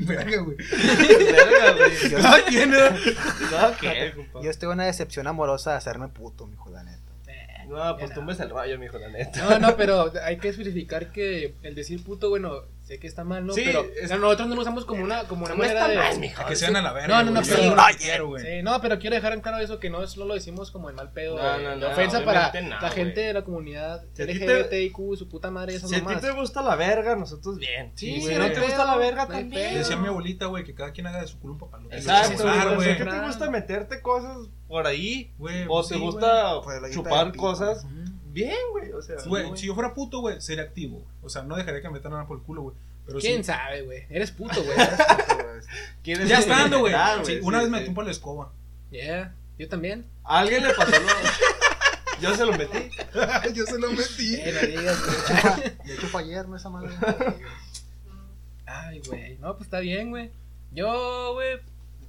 [SPEAKER 2] Verga, güey.
[SPEAKER 1] verga, güey.
[SPEAKER 4] Yo-
[SPEAKER 2] Cada quien, ¿eh?
[SPEAKER 1] No, ¿qué, compa?
[SPEAKER 4] Yo estoy en una decepción amorosa de hacerme puto, mijo, la neta.
[SPEAKER 3] Eh,
[SPEAKER 1] No, pues
[SPEAKER 3] Ya
[SPEAKER 1] tú
[SPEAKER 3] no.
[SPEAKER 1] me el rayo, mijo, la neta.
[SPEAKER 3] No, no, pero hay que especificar que el decir puto, bueno, sé que está mal, ¿no?
[SPEAKER 1] Sí,
[SPEAKER 3] pero
[SPEAKER 1] es-
[SPEAKER 3] no, nosotros no lo usamos como una, como una manera de.
[SPEAKER 2] A que sean a la verga.
[SPEAKER 3] No, no, no,
[SPEAKER 2] güey.
[SPEAKER 3] pero-
[SPEAKER 2] Yo
[SPEAKER 4] Oye.
[SPEAKER 2] quiero, güey.
[SPEAKER 3] Sí, no, pero quiero dejar en claro eso que no, es- no lo decimos como en mal pedo.
[SPEAKER 1] No,
[SPEAKER 3] eh,
[SPEAKER 1] no,
[SPEAKER 3] de
[SPEAKER 1] no,
[SPEAKER 3] ofensa para
[SPEAKER 1] obviamente no,
[SPEAKER 3] la
[SPEAKER 1] güey.
[SPEAKER 3] gente de la comunidad
[SPEAKER 1] Si a ti te-
[SPEAKER 3] LGBTIQ, su puta madre, esas
[SPEAKER 1] Si a ti
[SPEAKER 3] mamás.
[SPEAKER 1] te gusta la verga, nosotros bien.
[SPEAKER 3] Sí,
[SPEAKER 1] si
[SPEAKER 2] güey,
[SPEAKER 1] no
[SPEAKER 2] no
[SPEAKER 1] te
[SPEAKER 3] hay
[SPEAKER 1] gusta la
[SPEAKER 3] pedo,
[SPEAKER 1] verga,
[SPEAKER 3] no hay
[SPEAKER 1] también.
[SPEAKER 3] pedo.
[SPEAKER 2] Decía mi abuelita, güey, que cada quien haga de su culo un papalote.
[SPEAKER 1] Exacto,
[SPEAKER 3] Sí,
[SPEAKER 1] güey.
[SPEAKER 3] claro,
[SPEAKER 1] O sea,
[SPEAKER 2] güey.
[SPEAKER 1] ¿Qué te
[SPEAKER 3] Claro.
[SPEAKER 1] gusta meterte cosas por ahí?
[SPEAKER 2] Güey,
[SPEAKER 1] ¿O
[SPEAKER 2] pues
[SPEAKER 1] te
[SPEAKER 2] sí,
[SPEAKER 1] gusta
[SPEAKER 4] Por el hoyito
[SPEAKER 1] chupar
[SPEAKER 4] del pito.
[SPEAKER 1] cosas?
[SPEAKER 2] güey. Ujú.
[SPEAKER 1] Bien, güey. O sea,
[SPEAKER 2] Güey, si yo fuera puto, güey, sería activo. güey. O sea, no dejaría que me metieran nada por el culo, güey.
[SPEAKER 1] pues
[SPEAKER 2] Pero
[SPEAKER 3] ¿Quién
[SPEAKER 2] sí.
[SPEAKER 3] sabe, güey? Eres puto, güey.
[SPEAKER 1] ¿quieres
[SPEAKER 2] Ya estando, güey.
[SPEAKER 1] experimentar,
[SPEAKER 2] Sí,
[SPEAKER 1] güey?
[SPEAKER 2] una
[SPEAKER 1] Sí,
[SPEAKER 2] vez me
[SPEAKER 1] sí.
[SPEAKER 2] tumpa la escoba.
[SPEAKER 3] yeah, yo también.
[SPEAKER 1] ¿A alguien le pasó lo... Yo se lo metí.
[SPEAKER 2] Yo se lo metí.
[SPEAKER 3] Eh, no digas, güey.
[SPEAKER 4] De hecho, fue ayer, ¿no? Esa madre.
[SPEAKER 3] Ay, güey. No, pues está bien, güey. Yo, güey,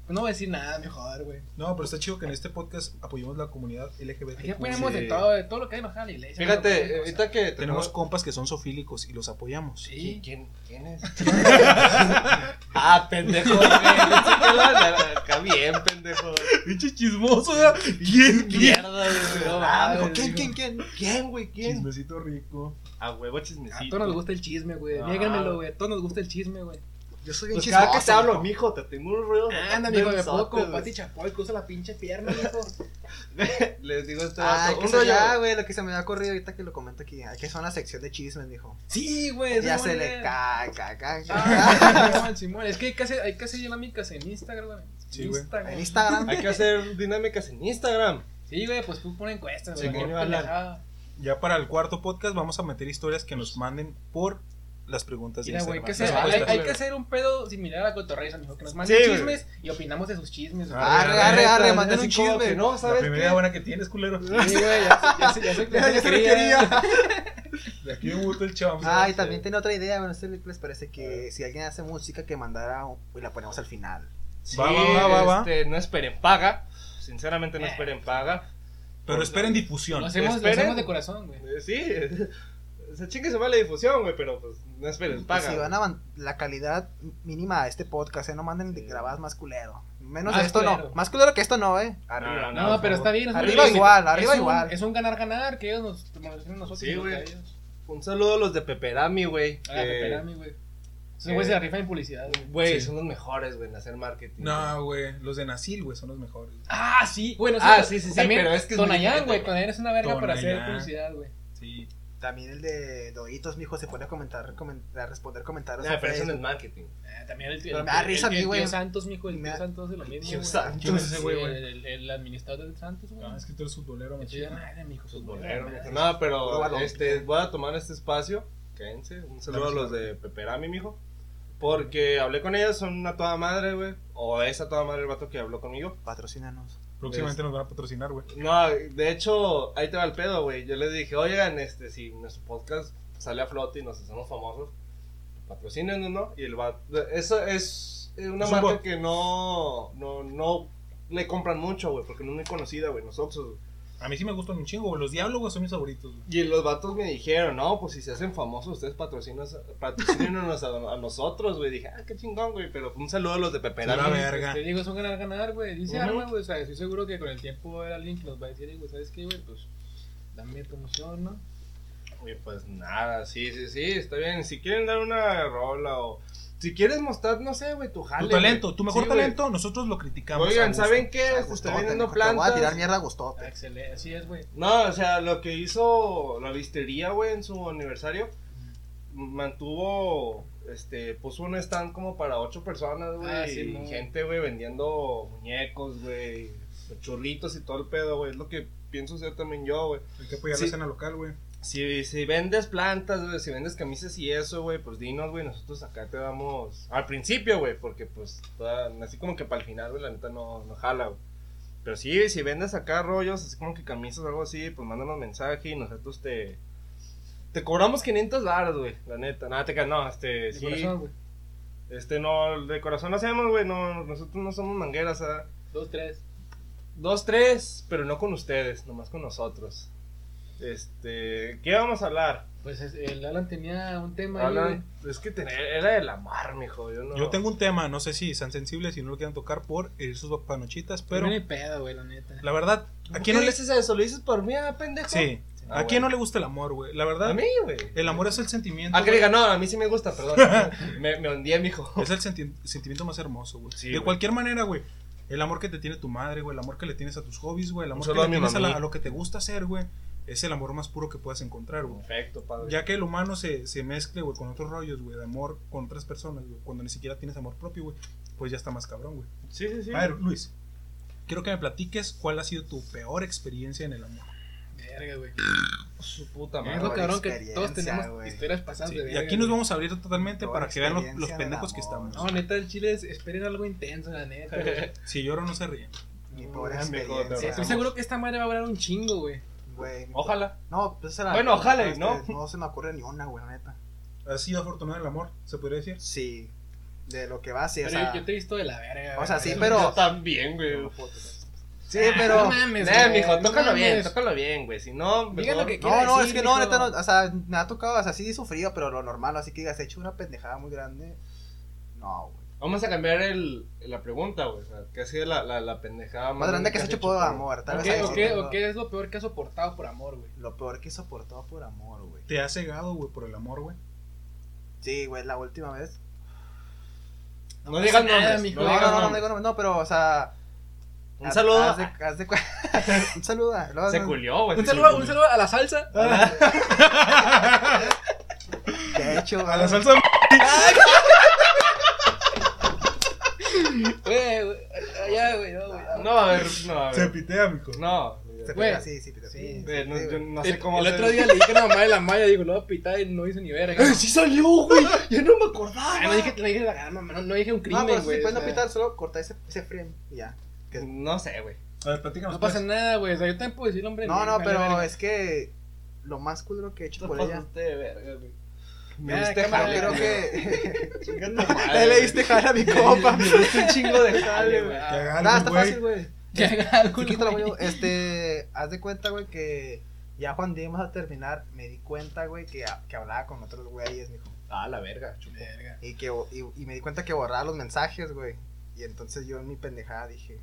[SPEAKER 3] no voy a decir nada mejor, güey.
[SPEAKER 2] No, pero está chido que en este podcast apoyemos la comunidad LGBT.
[SPEAKER 3] Aquí ponemos
[SPEAKER 1] Pues sí.
[SPEAKER 3] de todo, de todo lo que hay enojado a la iglesia. güey,
[SPEAKER 1] Fíjate,
[SPEAKER 3] cualquier cosa.
[SPEAKER 1] ahorita que
[SPEAKER 2] Tenemos compas que son sofílicos y los apoyamos.
[SPEAKER 1] ¿Qui-
[SPEAKER 3] Sí.
[SPEAKER 1] ¿Quién, quién es? ah, pendejo. güey. Pensé que la- Acá bien, pendejo.
[SPEAKER 2] Pinche chismoso, ¿verdad? ¿Quién?
[SPEAKER 1] Mierda, güey. No
[SPEAKER 4] Ah,
[SPEAKER 1] mames.
[SPEAKER 4] mijo, ¿quién, quién, quién?
[SPEAKER 1] ¿Quién, güey? ¿Quién?
[SPEAKER 2] Chismecito rico.
[SPEAKER 1] A huevo
[SPEAKER 3] A
[SPEAKER 1] chismecito.
[SPEAKER 3] todos nos gusta el chisme, güey.
[SPEAKER 1] Ah.
[SPEAKER 3] Niéguenmelo, güey. A todos nos gusta el chisme, güey.
[SPEAKER 4] Yo soy bien
[SPEAKER 1] Pues cada que te
[SPEAKER 4] chismoso,
[SPEAKER 1] hablo,
[SPEAKER 4] mijo.
[SPEAKER 1] mijo, te tengo unos ruidos.
[SPEAKER 3] Anda,
[SPEAKER 1] mijo,
[SPEAKER 3] amigo, de poco. Pati Chapoy, cruza la pinche pierna, mijo.
[SPEAKER 1] Les digo a este
[SPEAKER 4] Ah,
[SPEAKER 1] vato.
[SPEAKER 4] que
[SPEAKER 1] Un
[SPEAKER 4] eso
[SPEAKER 1] rollo.
[SPEAKER 4] ya, güey, lo que se me ha ocurrido ahorita que lo comento aquí. Hay que hacer una sección de chismes, mijo.
[SPEAKER 3] Sí, güey.
[SPEAKER 4] Ya
[SPEAKER 3] esa
[SPEAKER 4] se
[SPEAKER 3] buena
[SPEAKER 4] le
[SPEAKER 3] idea.
[SPEAKER 4] cae, cae, cae.
[SPEAKER 3] Ah, Simón, Simón. Es que hay que hacer, hay que hacer dinámicas en Instagram, güey.
[SPEAKER 2] Sí, güey.
[SPEAKER 3] Instagram.
[SPEAKER 4] En Instagram.
[SPEAKER 1] Hay que hacer dinámicas en Instagram.
[SPEAKER 3] Sí, güey, pues tú pones encuestas,
[SPEAKER 1] Sí,
[SPEAKER 3] güey.
[SPEAKER 1] ¿cómo
[SPEAKER 3] qué
[SPEAKER 1] iba a hablar?
[SPEAKER 3] pendejada.
[SPEAKER 2] Ya para el cuarto podcast vamos a meter historias que nos manden por las preguntas de
[SPEAKER 3] Mira, güey,
[SPEAKER 2] Instagram.
[SPEAKER 3] que
[SPEAKER 2] Las
[SPEAKER 3] hacer- hay,
[SPEAKER 2] respuestas.
[SPEAKER 3] hay que hacer un pedo similar a Cotorreza, mijo. Que nos manden
[SPEAKER 1] Sí, güey.
[SPEAKER 3] chismes y opinamos de sus chismes, güey.
[SPEAKER 2] Ah,
[SPEAKER 4] Arre, arre, arre,
[SPEAKER 1] Así
[SPEAKER 4] manden un
[SPEAKER 1] como que
[SPEAKER 4] chisme.
[SPEAKER 1] No,
[SPEAKER 2] La
[SPEAKER 1] ¿sabes
[SPEAKER 2] primera
[SPEAKER 1] qué?
[SPEAKER 2] buena que tienes, culero.
[SPEAKER 3] Sí, güey, ya, ya, sé- ya, sé que
[SPEAKER 4] Ya, ya
[SPEAKER 3] se
[SPEAKER 4] se
[SPEAKER 3] lo
[SPEAKER 4] le
[SPEAKER 3] quería.
[SPEAKER 4] quería.
[SPEAKER 2] De aquí me gusta el chavo.
[SPEAKER 4] Ah, y también tiene otra idea, bueno, a ustedes les parece que si alguien hace música que mandara, un- y la ponemos al final.
[SPEAKER 1] Sí,
[SPEAKER 2] Va, va, va, va, va.
[SPEAKER 1] este, no esperen paga. Sinceramente, no
[SPEAKER 4] Eh.
[SPEAKER 1] esperen paga.
[SPEAKER 2] Pero esperen difusión.
[SPEAKER 3] Lo hacemos, lo
[SPEAKER 1] Esperen.
[SPEAKER 3] hacemos de corazón, güey.
[SPEAKER 1] Eh, Sí, o sea, chingue se va la difusión, güey, pero pues no esperen
[SPEAKER 4] Y si
[SPEAKER 1] paga.
[SPEAKER 4] van a man- la calidad mínima a este podcast, eh, no manden de grabadas más culero. Menos
[SPEAKER 3] Más
[SPEAKER 4] esto
[SPEAKER 3] culero.
[SPEAKER 4] no. Más culero que esto no, eh.
[SPEAKER 1] No,
[SPEAKER 4] Arriba.
[SPEAKER 1] no,
[SPEAKER 3] No,
[SPEAKER 1] por
[SPEAKER 3] pero
[SPEAKER 1] favor.
[SPEAKER 3] está bien. es muy
[SPEAKER 4] Arriba
[SPEAKER 3] bien.
[SPEAKER 4] igual, arriba
[SPEAKER 3] Es un-
[SPEAKER 4] igual.
[SPEAKER 3] Es un ganar-ganar que ellos nos promocionen a nosotros.
[SPEAKER 1] Sí,
[SPEAKER 3] y
[SPEAKER 1] güey.
[SPEAKER 3] nosotros
[SPEAKER 1] Eh,
[SPEAKER 3] a ellos.
[SPEAKER 1] Un saludo a los de Peperami, güey.
[SPEAKER 3] Ah,
[SPEAKER 1] que-
[SPEAKER 3] Peperami, güey. Esos güeyes se la rifan en publicidad, güey.
[SPEAKER 1] Güey,
[SPEAKER 2] Sí.
[SPEAKER 1] son los mejores, güey, en hacer marketing.
[SPEAKER 2] No, güey. Los de Nasil, güey, son los mejores.
[SPEAKER 3] Ah, sí. Bueno,
[SPEAKER 1] Ah, sí, sí, sí, pero es que es muy
[SPEAKER 3] Tonayán,
[SPEAKER 1] diferente,
[SPEAKER 3] güey.
[SPEAKER 1] güey.
[SPEAKER 3] Tonayán es una verga para hacer
[SPEAKER 2] Tonayán.
[SPEAKER 3] publicidad, güey.
[SPEAKER 2] Sí.
[SPEAKER 4] También el de Doitos, mijo, se pone a comentar, comen- a responder comentarios.
[SPEAKER 1] No,
[SPEAKER 4] en
[SPEAKER 1] Ah, pero eso no es
[SPEAKER 4] Facebook.
[SPEAKER 1] marketing.
[SPEAKER 3] Ah, También el, el,
[SPEAKER 4] Pero me da
[SPEAKER 3] el-
[SPEAKER 4] risa a
[SPEAKER 3] el-
[SPEAKER 4] mí,
[SPEAKER 3] el
[SPEAKER 4] güey.
[SPEAKER 3] tío Santos, mijo. El
[SPEAKER 4] Me
[SPEAKER 3] tío
[SPEAKER 4] da-
[SPEAKER 3] Santos es lo mismo,
[SPEAKER 1] Tío
[SPEAKER 3] güey.
[SPEAKER 1] Santos.
[SPEAKER 2] ¿Quién es ese güey,
[SPEAKER 3] Sí,
[SPEAKER 2] güey?
[SPEAKER 3] el, el administrador del Santos, güey.
[SPEAKER 2] Ah, es que tú eres futbolero,
[SPEAKER 3] Estoy de
[SPEAKER 2] machina.
[SPEAKER 3] madre, mijo.
[SPEAKER 1] Futbolero.
[SPEAKER 3] Madre.
[SPEAKER 1] No,
[SPEAKER 4] Puro
[SPEAKER 1] pero
[SPEAKER 4] balón.
[SPEAKER 1] este, voy a tomar este espacio. Quédense. Un saludo a
[SPEAKER 2] Dame
[SPEAKER 1] los de Peperami, mijo. Porque hablé con ellas, son una toda madre, güey. O es a toda madre el vato que habló conmigo.
[SPEAKER 4] Patrocínanos.
[SPEAKER 2] Próximamente nos van a patrocinar, güey.
[SPEAKER 1] No, de hecho, ahí te va el pedo, güey. Yo les dije, oigan, este, si nuestro podcast sale a flote y nos hacemos famosos, patrocínenos, ¿no? Y el vato, eso es una
[SPEAKER 2] Es un
[SPEAKER 1] marca
[SPEAKER 2] bot.
[SPEAKER 1] que no, no, no le compran mucho, güey, porque no es muy conocida, güey, nosotros. güey.
[SPEAKER 2] A mí sí me gustan un chingo, güey. Los diablos, güey, son mis favoritos, güey.
[SPEAKER 1] Y los vatos me dijeron, no, pues si se hacen famosos, ustedes patrocinas- patrocínenos a, a nosotros, güey. Dije, ah, qué chingón, güey, pero un saludo a los de Pepe.
[SPEAKER 2] Una
[SPEAKER 1] Dami.
[SPEAKER 2] verga.
[SPEAKER 3] Pues Te digo, es un ganar-ganar, güey. Dice
[SPEAKER 1] Ujú.
[SPEAKER 3] algo, güey. O sea, estoy seguro que con el tiempo va a haber alguien que nos va a decir, güey, ¿sabes qué, güey? Pues dame promoción, ¿no?
[SPEAKER 1] Y pues nada, sí, sí, sí, está bien. Si quieren dar una rola o si quieres mostrar, no sé, güey, tu jale.
[SPEAKER 2] Tu talento,
[SPEAKER 1] güey.
[SPEAKER 2] tu mejor
[SPEAKER 1] Sí, güey.
[SPEAKER 2] talento, nosotros lo criticamos. a
[SPEAKER 1] Oigan,
[SPEAKER 2] gusto.
[SPEAKER 1] ¿saben qué?
[SPEAKER 4] A
[SPEAKER 1] Se
[SPEAKER 4] gustote,
[SPEAKER 1] está vendiendo
[SPEAKER 4] mijo, te voy a tirar
[SPEAKER 1] plantas.
[SPEAKER 4] mierda a gustote.
[SPEAKER 3] Ah, Excelente, así es, güey.
[SPEAKER 1] No, o sea, lo que hizo la listería, güey, en su aniversario, mantuvo, este, puso un stand como para ocho personas, güey,
[SPEAKER 3] Ah, sí,
[SPEAKER 1] y
[SPEAKER 3] no.
[SPEAKER 1] gente, güey, vendiendo muñecos, güey, churritos y todo el pedo, güey, es lo que pienso hacer también yo, güey.
[SPEAKER 2] Hay que apoyar
[SPEAKER 1] Sí.
[SPEAKER 2] la escena local, güey.
[SPEAKER 1] Si, si vendes plantas, güey, si vendes camisas y eso, güey, pues dinos, güey, nosotros acá te damos al principio, güey, porque pues toda- así como que para el final, güey, la neta no, no jala, güey. Pero sí, si vendes acá rollos, así como que camisas o algo así, pues mándanos mensaje y nosotros te te cobramos 500 baros, güey, la neta. Nada, te creas, no, este,
[SPEAKER 3] De
[SPEAKER 1] sí,
[SPEAKER 3] corazón, güey.
[SPEAKER 1] este, no, de corazón lo hacemos, güey, no, nosotros no somos mangueras, ¿ah?
[SPEAKER 3] Dos, tres.
[SPEAKER 1] Dos, tres, pero no con ustedes, nomás con nosotros. Este, ¿qué vamos a hablar?
[SPEAKER 3] Pues es- el Alan tenía un tema ahí, güey.
[SPEAKER 1] Hablan- es que tener, era de la mar, mijo. Yo, no,
[SPEAKER 2] Yo tengo un tema, no sé si sean sensibles, si no lo quieran tocar por herir sus panochitas,
[SPEAKER 1] Pues
[SPEAKER 2] pero
[SPEAKER 3] Pero no hay pedo, güey, la neta.
[SPEAKER 2] la verdad, ¿a
[SPEAKER 1] ¿Por qué
[SPEAKER 2] quién no
[SPEAKER 1] no
[SPEAKER 2] le...
[SPEAKER 1] le dices eso? ¿Lo dices por mí, ah, pendejo?
[SPEAKER 2] Sí,
[SPEAKER 1] Ah,
[SPEAKER 2] ¿a quién
[SPEAKER 1] bueno.
[SPEAKER 2] no le gusta el amor, güey? La verdad,
[SPEAKER 1] A mí, güey.
[SPEAKER 2] el amor es el sentimiento...
[SPEAKER 1] Ah, que
[SPEAKER 2] güey,
[SPEAKER 1] diga, no, a mí sí me gusta, perdón. me, me hundí, mijo.
[SPEAKER 2] Es el senti- sentimiento más hermoso, güey.
[SPEAKER 1] Sí,
[SPEAKER 2] de
[SPEAKER 1] güey.
[SPEAKER 2] cualquier manera, güey. El amor que te tiene tu madre, güey. El amor que le tienes a tus hobbies, güey. El amor que
[SPEAKER 1] saludo
[SPEAKER 2] le
[SPEAKER 1] a mi
[SPEAKER 2] tienes a, la-
[SPEAKER 1] mami.
[SPEAKER 2] a lo que te gusta hacer, güey. Es el amor más puro que puedas encontrar, güey.
[SPEAKER 1] Perfecto, padre.
[SPEAKER 2] Ya que el humano se, se mezcle, güey, con otros rollos, güey, de amor con otras personas, güey, cuando ni siquiera tienes amor propio, güey, pues ya está más cabrón, güey.
[SPEAKER 1] Sí, sí, sí.
[SPEAKER 2] A ver, Luis, quiero que me platiques cuál ha sido tu peor experiencia en el amor.
[SPEAKER 3] Verga, güey.
[SPEAKER 1] su puta
[SPEAKER 3] Es
[SPEAKER 1] madre.
[SPEAKER 3] lo
[SPEAKER 4] Mejor
[SPEAKER 3] cabrón que
[SPEAKER 4] experiencia,
[SPEAKER 3] todos tenemos
[SPEAKER 4] güey.
[SPEAKER 3] historias pasadas
[SPEAKER 2] Sí,
[SPEAKER 3] de
[SPEAKER 2] Y
[SPEAKER 3] verga.
[SPEAKER 2] aquí nos
[SPEAKER 3] güey.
[SPEAKER 2] vamos a abrir totalmente
[SPEAKER 4] Peor
[SPEAKER 2] para que vean lo-
[SPEAKER 4] experiencia
[SPEAKER 2] los
[SPEAKER 4] del
[SPEAKER 2] pendejos que
[SPEAKER 4] amor.
[SPEAKER 2] estamos.
[SPEAKER 3] No, neta, el chile es, esperen algo intenso, la neta. güey.
[SPEAKER 2] Si lloro, no se ríen.
[SPEAKER 4] Mi pobre
[SPEAKER 1] Ah, mijo, te
[SPEAKER 4] experiencia.
[SPEAKER 1] vamos.
[SPEAKER 3] Estoy seguro que esta madre va a durar un chingo, güey.
[SPEAKER 4] Güey, mi
[SPEAKER 1] Ojalá.
[SPEAKER 4] No, pues esa era-
[SPEAKER 1] Bueno, ojalá y
[SPEAKER 4] este,
[SPEAKER 1] no.
[SPEAKER 4] No se me ocurre ni una, güey, la neta.
[SPEAKER 2] ¿Has sido afortunado en el amor? ¿Se podría decir?
[SPEAKER 4] Sí. de lo que va así, o
[SPEAKER 3] Pero
[SPEAKER 4] sea.
[SPEAKER 3] yo, yo te he visto de la verga,
[SPEAKER 4] O sea,
[SPEAKER 3] güey.
[SPEAKER 4] sí, pero-
[SPEAKER 1] Yo también, güey.
[SPEAKER 4] no puedo tocar.
[SPEAKER 1] Sí,
[SPEAKER 3] Ah,
[SPEAKER 1] pero.
[SPEAKER 3] no mames,
[SPEAKER 1] Nah,
[SPEAKER 3] güey,
[SPEAKER 1] mijo,
[SPEAKER 3] no
[SPEAKER 1] tócalo bien,
[SPEAKER 3] mames.
[SPEAKER 1] tócalo bien, güey. Si no,
[SPEAKER 3] Diga lo
[SPEAKER 1] mejor-
[SPEAKER 3] que-
[SPEAKER 4] No, no,
[SPEAKER 3] decir,
[SPEAKER 4] es que no,
[SPEAKER 3] mijo?
[SPEAKER 4] neta, no, o sea, me ha tocado, o sea, sí he sufrido, pero lo normal, así que digas, he hecho una pendejada muy grande. No, güey.
[SPEAKER 1] Vamos a cambiar el, la pregunta, güey. O sea, que ha sido la, la, la pendejada
[SPEAKER 4] Más grande que has hecho por amor, tal
[SPEAKER 3] ¿O
[SPEAKER 4] vez.
[SPEAKER 3] qué,
[SPEAKER 4] ahí
[SPEAKER 3] o
[SPEAKER 4] sí
[SPEAKER 3] qué-
[SPEAKER 4] tengo-
[SPEAKER 3] o qué es lo peor que has soportado por amor, güey?
[SPEAKER 4] Lo peor que he soportado por amor, güey.
[SPEAKER 2] Te has cegado, güey, por el amor, güey.
[SPEAKER 4] Sí, güey, la última vez.
[SPEAKER 1] No, digas
[SPEAKER 3] pasa nada,
[SPEAKER 1] nombres,
[SPEAKER 3] mijo.
[SPEAKER 1] no
[SPEAKER 4] No, no,
[SPEAKER 1] digas
[SPEAKER 4] no, no,
[SPEAKER 1] nombres.
[SPEAKER 4] digo nombres, no, pero, o sea.
[SPEAKER 1] Un
[SPEAKER 4] haz-
[SPEAKER 1] saludo.
[SPEAKER 4] haz de- haz de cu- Un saludo. a- luego-
[SPEAKER 1] Se culió, güey.
[SPEAKER 3] Un
[SPEAKER 1] se
[SPEAKER 3] saludo,
[SPEAKER 1] culió.
[SPEAKER 3] un saludo a la salsa.
[SPEAKER 4] De hecho,
[SPEAKER 2] A la salsa de
[SPEAKER 3] Güey, güey, ya, güey, no, güey.
[SPEAKER 1] No va a haber, no va a
[SPEAKER 2] se
[SPEAKER 1] haber.
[SPEAKER 2] pitea, mijo.
[SPEAKER 1] No.
[SPEAKER 4] se
[SPEAKER 3] güey.
[SPEAKER 4] pega, sí, sí, pero-
[SPEAKER 3] Sí,
[SPEAKER 4] sí,
[SPEAKER 1] Eh, no,
[SPEAKER 4] sí,
[SPEAKER 1] yo
[SPEAKER 4] güey.
[SPEAKER 1] no sé
[SPEAKER 3] el,
[SPEAKER 1] cómo
[SPEAKER 3] el
[SPEAKER 1] hacer-
[SPEAKER 3] otro día le dije a la mamá de la Maya, digo, lo voy a pitar y no hizo ni verga.
[SPEAKER 1] ¡Eh, sí salió, güey! ¡Ya no me acordaba!
[SPEAKER 3] Ay, no dije, no dije la ah, mamá, no, no dije un
[SPEAKER 4] No,
[SPEAKER 3] crimen,
[SPEAKER 4] pero
[SPEAKER 3] güey.
[SPEAKER 4] si puedes no
[SPEAKER 3] o sea,
[SPEAKER 4] pitar, solo corta ese, ese frame y ya. que-
[SPEAKER 1] No sé, güey.
[SPEAKER 2] A ver, platícanos.
[SPEAKER 3] No pasa
[SPEAKER 2] pues.
[SPEAKER 3] nada, güey. O sea, yo también puedo decir hombre.
[SPEAKER 4] No,
[SPEAKER 3] me-
[SPEAKER 4] no,
[SPEAKER 3] me vale
[SPEAKER 4] pero
[SPEAKER 3] verga.
[SPEAKER 4] es que lo más culero que he hecho
[SPEAKER 1] Te
[SPEAKER 4] por ella.
[SPEAKER 1] pasaste de verga, güey. Me
[SPEAKER 3] Ya,
[SPEAKER 1] diste
[SPEAKER 3] cámara,
[SPEAKER 1] jale,
[SPEAKER 4] Yo creo
[SPEAKER 1] güey.
[SPEAKER 4] que.
[SPEAKER 1] Chinga tu madre,
[SPEAKER 4] Ahí le
[SPEAKER 1] güey.
[SPEAKER 4] diste jale a mi copa.
[SPEAKER 1] Me diste un chingo de jale, güey.
[SPEAKER 2] Que agarre,
[SPEAKER 4] Nada, está
[SPEAKER 2] güey.
[SPEAKER 4] fácil, güey.
[SPEAKER 3] Ya,
[SPEAKER 4] Sí,
[SPEAKER 3] güey.
[SPEAKER 4] quítalo, güey. Este, haz de cuenta, güey, que ya cuando íbamos a terminar, me di cuenta, güey, que, que hablaba con otros güeyes, mijo.
[SPEAKER 1] Ah, la verga, chupo.
[SPEAKER 3] Verga.
[SPEAKER 4] Y, que, y, y me di cuenta que borraba los mensajes, güey. Y entonces yo en mi pendejada dije,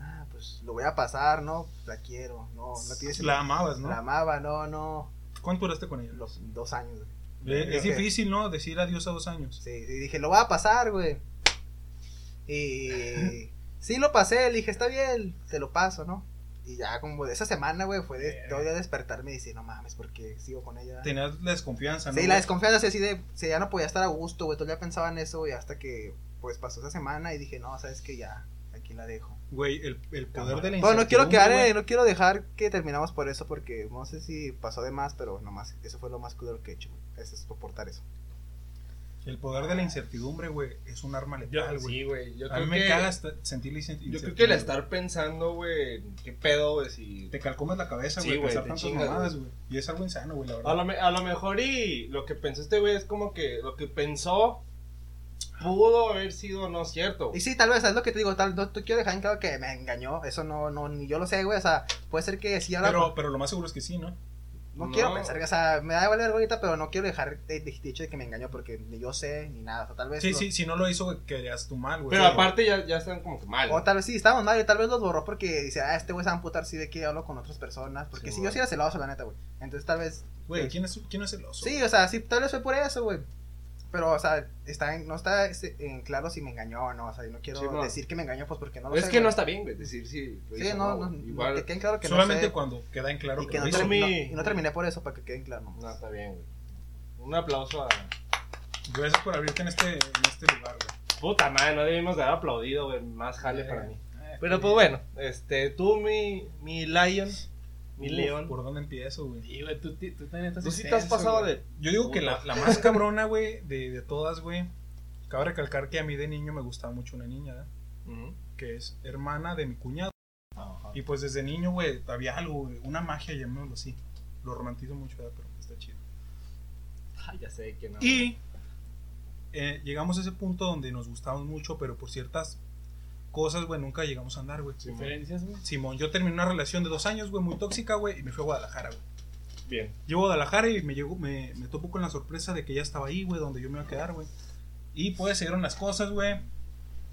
[SPEAKER 4] ah, pues lo voy a pasar, ¿no? La quiero, no, no tienes...
[SPEAKER 2] La amabas, ¿no?
[SPEAKER 4] La amaba, no, no.
[SPEAKER 2] ¿Cuánto duraste con ella?
[SPEAKER 4] Los dos años, güey.
[SPEAKER 2] Eh, Es
[SPEAKER 4] Ok.
[SPEAKER 2] difícil, ¿no? Decir adiós a dos años.
[SPEAKER 4] Sí, y dije, lo voy a pasar, güey. Y sí lo pasé, le dije, está bien, te lo paso, ¿no? Y ya como de esa semana, güey, fue de, yo de despertarme y decir, no mames, porque sigo con ella.
[SPEAKER 2] Tenías la desconfianza, ¿no?
[SPEAKER 4] Sí, la desconfianza sí, así de, sí, ya no podía estar a gusto, güey, todo el día pensaba en eso, güey, hasta que, pues, pasó esa semana y dije, no, sabes que ya, aquí la dejo.
[SPEAKER 2] Güey, el, el poder de la
[SPEAKER 4] Bueno, no quiero quedar,
[SPEAKER 2] incertidumbre,
[SPEAKER 4] eh, no quiero dejar que terminamos por eso, porque no sé si pasó de más, pero nomás, eso fue lo más culero que he hecho, güey, es soportar eso.
[SPEAKER 2] güey. El poder de la incertidumbre, güey, es un arma letal, güey.
[SPEAKER 1] Sí, güey. Yo
[SPEAKER 2] a mí
[SPEAKER 1] creo
[SPEAKER 2] me
[SPEAKER 1] que.
[SPEAKER 2] caga hasta sentir la incertidumbre.
[SPEAKER 1] Yo creo que el estar pensando, güey, qué pedo, güey, si...
[SPEAKER 2] Te calcomas la cabeza,
[SPEAKER 1] Sí,
[SPEAKER 2] güey,
[SPEAKER 1] güey,
[SPEAKER 2] pensar
[SPEAKER 1] te
[SPEAKER 2] tantas
[SPEAKER 1] chingas,
[SPEAKER 2] mamadas, güey. Y es algo insano, güey, la verdad.
[SPEAKER 1] A lo, me- a lo mejor y lo que pensó este güey es como que lo que pensó pudo haber sido no cierto.
[SPEAKER 4] Y sí, tal vez, es lo que te digo, tal, no te quiero dejar en claro que me engañó, eso no, no, ni yo lo sé, güey, o sea, puede ser que sí ahora,
[SPEAKER 1] pues.
[SPEAKER 2] pero, pero lo más seguro es que sí, ¿no?
[SPEAKER 4] no,
[SPEAKER 1] no.
[SPEAKER 4] quiero pensar, o sea, me da igual algo ahorita, pero no quiero dejar de, de- dicho de que me engañó porque ni yo sé, ni nada, o sea, tal vez,
[SPEAKER 2] Sí,
[SPEAKER 4] lo-
[SPEAKER 2] sí, si no lo hizo, güey, querías tú mal, güey.
[SPEAKER 1] Pero
[SPEAKER 2] Sí.
[SPEAKER 1] aparte ya, ya están como que mal.
[SPEAKER 4] o tal vez sí, estábamos mal, y tal vez los borró porque dice, ah, este güey se va a amputar si ve que hablo con otras personas, porque
[SPEAKER 1] Sí,
[SPEAKER 4] si
[SPEAKER 1] güey.
[SPEAKER 4] yo sí era celoso, la neta, güey, entonces tal vez,
[SPEAKER 2] Güey, ¿quién es, ¿quién es celoso?
[SPEAKER 4] sí, o sea, sí, tal vez fue por eso, güey. Pero, o sea, está en- no está este, en claro si me engañó o no. O sea, y no quiero
[SPEAKER 1] Sí, no.
[SPEAKER 4] decir que me engañó, pues porque no lo
[SPEAKER 1] es
[SPEAKER 4] sé,
[SPEAKER 1] que no
[SPEAKER 4] güey.
[SPEAKER 1] está bien, güey, decir si lo
[SPEAKER 4] Sí,
[SPEAKER 1] hizo o
[SPEAKER 4] no, no,
[SPEAKER 1] güey.
[SPEAKER 4] no,
[SPEAKER 1] Igual...
[SPEAKER 4] que queden claro que no
[SPEAKER 2] Solamente
[SPEAKER 4] sé.
[SPEAKER 2] cuando queda en claro
[SPEAKER 4] y
[SPEAKER 2] que,
[SPEAKER 4] que
[SPEAKER 2] lo
[SPEAKER 4] no,
[SPEAKER 2] hizo.
[SPEAKER 1] termine-
[SPEAKER 4] termi-
[SPEAKER 1] mi-
[SPEAKER 4] no- y no terminé por eso, para que queden claros.
[SPEAKER 1] No está bien, güey. Un aplauso a...
[SPEAKER 2] Gracias por abrirte en este, en este lugar, güey.
[SPEAKER 1] Puta madre, no debimos de haber aplaudido, güey, más jale para mí.
[SPEAKER 2] Eh,
[SPEAKER 1] Pero pues bueno, este, tú mi, mi lion, mi
[SPEAKER 2] uf,
[SPEAKER 1] león.
[SPEAKER 2] ¿Por dónde empiezo, güey?
[SPEAKER 3] Sí, güey, tú, ti- tú también estás
[SPEAKER 1] Tú sí te has
[SPEAKER 3] intenso,
[SPEAKER 1] pasado
[SPEAKER 3] güey.
[SPEAKER 1] de...
[SPEAKER 2] Yo digo que la, la más cabrona, güey, de, de todas, güey. Cabe recalcar que a mí de niño me gustaba mucho una niña, ¿verdad?
[SPEAKER 1] Ujú. Ah,
[SPEAKER 2] que es hermana de mi cuñado. Y pues desde niño, güey, había algo, güey, una magia, llamémoslo así. Lo romantizo mucho, ¿verdad? pero está chido.
[SPEAKER 1] Ay, ya sé que no.
[SPEAKER 2] Y eh, llegamos a ese punto donde nos gustamos mucho, pero por ciertas cosas, güey, nunca llegamos a andar, güey. Simón.
[SPEAKER 3] Diferencias, güey.
[SPEAKER 2] Simón, yo terminé una relación de dos años, güey, muy tóxica, güey, y me fui a Guadalajara, güey.
[SPEAKER 1] Bien.
[SPEAKER 2] Llego a Guadalajara y me, llegó, me, me topo con la sorpresa de que ya estaba ahí, güey, donde yo me iba a quedar, güey. Y pues se dieron las cosas, güey.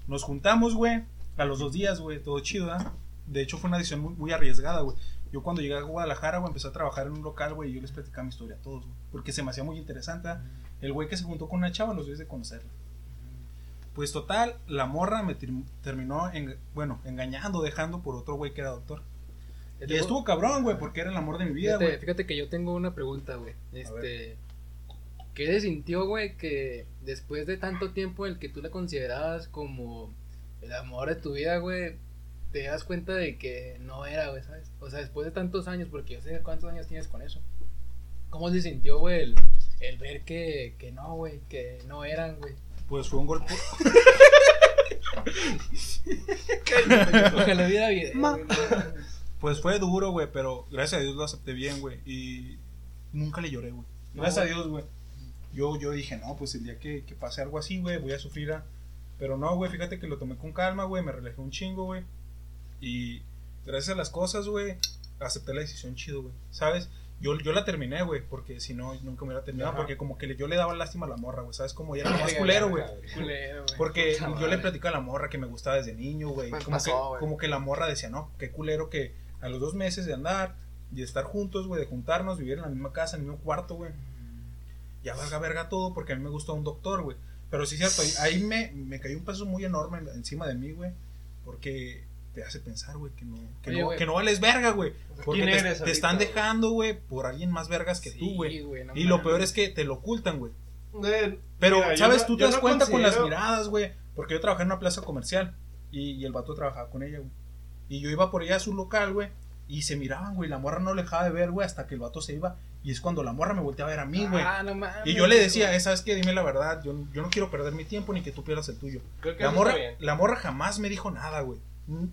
[SPEAKER 2] Nos juntamos, güey. A los dos días, güey, todo chido, ¿verdad? De hecho, fue una decisión muy, muy arriesgada, güey. Yo cuando llegué a Guadalajara, güey, empecé a trabajar en un local, güey, y yo les platicaba mi historia a todos, güey. Porque se me hacía muy interesante. ¿verdad? El güey que se juntó con una chava, los días de conocerla. Pues total, la morra me ter- terminó, en- bueno, engañando, dejando por otro güey que era doctor.
[SPEAKER 3] Yo
[SPEAKER 2] Y
[SPEAKER 3] tengo-
[SPEAKER 2] estuvo cabrón, güey, porque era el amor de mi vida,
[SPEAKER 3] Fíjate,
[SPEAKER 2] güey.
[SPEAKER 3] fíjate que yo tengo una pregunta, güey. Este. ¿Qué se sintió, güey, que después de tanto tiempo en el que tú la considerabas como el amor de tu vida, güey, te das cuenta de que no era, güey, ¿sabes? O sea, después de tantos años, porque yo sé cuántos años tienes con eso. ¿Cómo se sintió, güey, el, el ver que, que no, güey, que no eran, güey?
[SPEAKER 2] Pues fue un golpe.
[SPEAKER 3] Ojalá hubiera video.
[SPEAKER 4] Ma-
[SPEAKER 3] güey, no.
[SPEAKER 2] Pues fue duro, güey, pero gracias a Dios lo acepté bien, güey. Y nunca le lloré, güey. Gracias a Dios, güey. Yo, yo dije, no, pues el día que, que pase algo así, güey, voy a sufrir a... Pero no, güey, fíjate que lo tomé con calma, güey, me relajé un chingo, güey. Y gracias a las cosas, güey, acepté la decisión chido, güey. ¿Sabes? Yo, yo la terminé, güey, porque si no, nunca me hubiera terminado.
[SPEAKER 3] Ajá.
[SPEAKER 2] Porque como que le- yo le daba lástima a la morra, güey, ¿sabes? Como ya era lo más culero, güey.
[SPEAKER 3] Culero, güey.
[SPEAKER 2] Porque
[SPEAKER 4] Puta
[SPEAKER 2] yo le
[SPEAKER 4] madre.
[SPEAKER 2] platicaba a la morra que me gustaba desde niño, güey.
[SPEAKER 4] Pues
[SPEAKER 2] Como,
[SPEAKER 4] pasó,
[SPEAKER 2] que-
[SPEAKER 4] güey.
[SPEAKER 2] como que la morra decía, no, qué culero que a los dos meses de andar y de estar juntos, güey, de juntarnos, vivir en la misma casa, en el mismo cuarto, güey. Ya valga verga todo porque a mí me gusta un doctor, güey. Pero sí es cierto, ahí, ahí me, me cayó un peso muy enorme en- encima de mí, güey. Porque te hace pensar, güey, que no, que,
[SPEAKER 3] Oye,
[SPEAKER 2] no,
[SPEAKER 3] güey.
[SPEAKER 2] que no vales verga, güey.
[SPEAKER 1] sea,
[SPEAKER 2] Porque
[SPEAKER 1] ¿quién
[SPEAKER 2] te,
[SPEAKER 1] eres
[SPEAKER 2] te
[SPEAKER 1] ahorita,
[SPEAKER 2] están
[SPEAKER 1] güey?
[SPEAKER 2] dejando, güey, por alguien más vergas que tú,
[SPEAKER 3] Sí,
[SPEAKER 2] güey.
[SPEAKER 3] no
[SPEAKER 2] Y lo
[SPEAKER 3] mames.
[SPEAKER 2] peor es que te lo ocultan, güey.
[SPEAKER 1] Eh,
[SPEAKER 2] Pero,
[SPEAKER 1] mira, yo
[SPEAKER 2] ¿sabes?
[SPEAKER 1] no-
[SPEAKER 2] Tú te
[SPEAKER 1] yo
[SPEAKER 2] das
[SPEAKER 1] no
[SPEAKER 2] cuenta con las
[SPEAKER 1] considero-
[SPEAKER 2] miradas, güey. Porque yo trabajé en una plaza comercial y, y el vato trabajaba con ella, güey. Y yo iba por ella a su local, güey. Y se miraban, güey. La morra no le dejaba de ver, güey, hasta que el vato se iba. Y es cuando la morra me volteaba a ver a mí, güey.
[SPEAKER 3] Ah, no mames,
[SPEAKER 2] y yo le decía,
[SPEAKER 3] güey.
[SPEAKER 2] "Eh, ¿sabes qué? Dime la verdad. Yo, yo no quiero perder mi tiempo ni que tú pierdas el tuyo.
[SPEAKER 1] Creo que
[SPEAKER 2] La
[SPEAKER 1] eso
[SPEAKER 2] morra,
[SPEAKER 1] está bien.
[SPEAKER 2] la morra jamás me dijo nada, güey. N-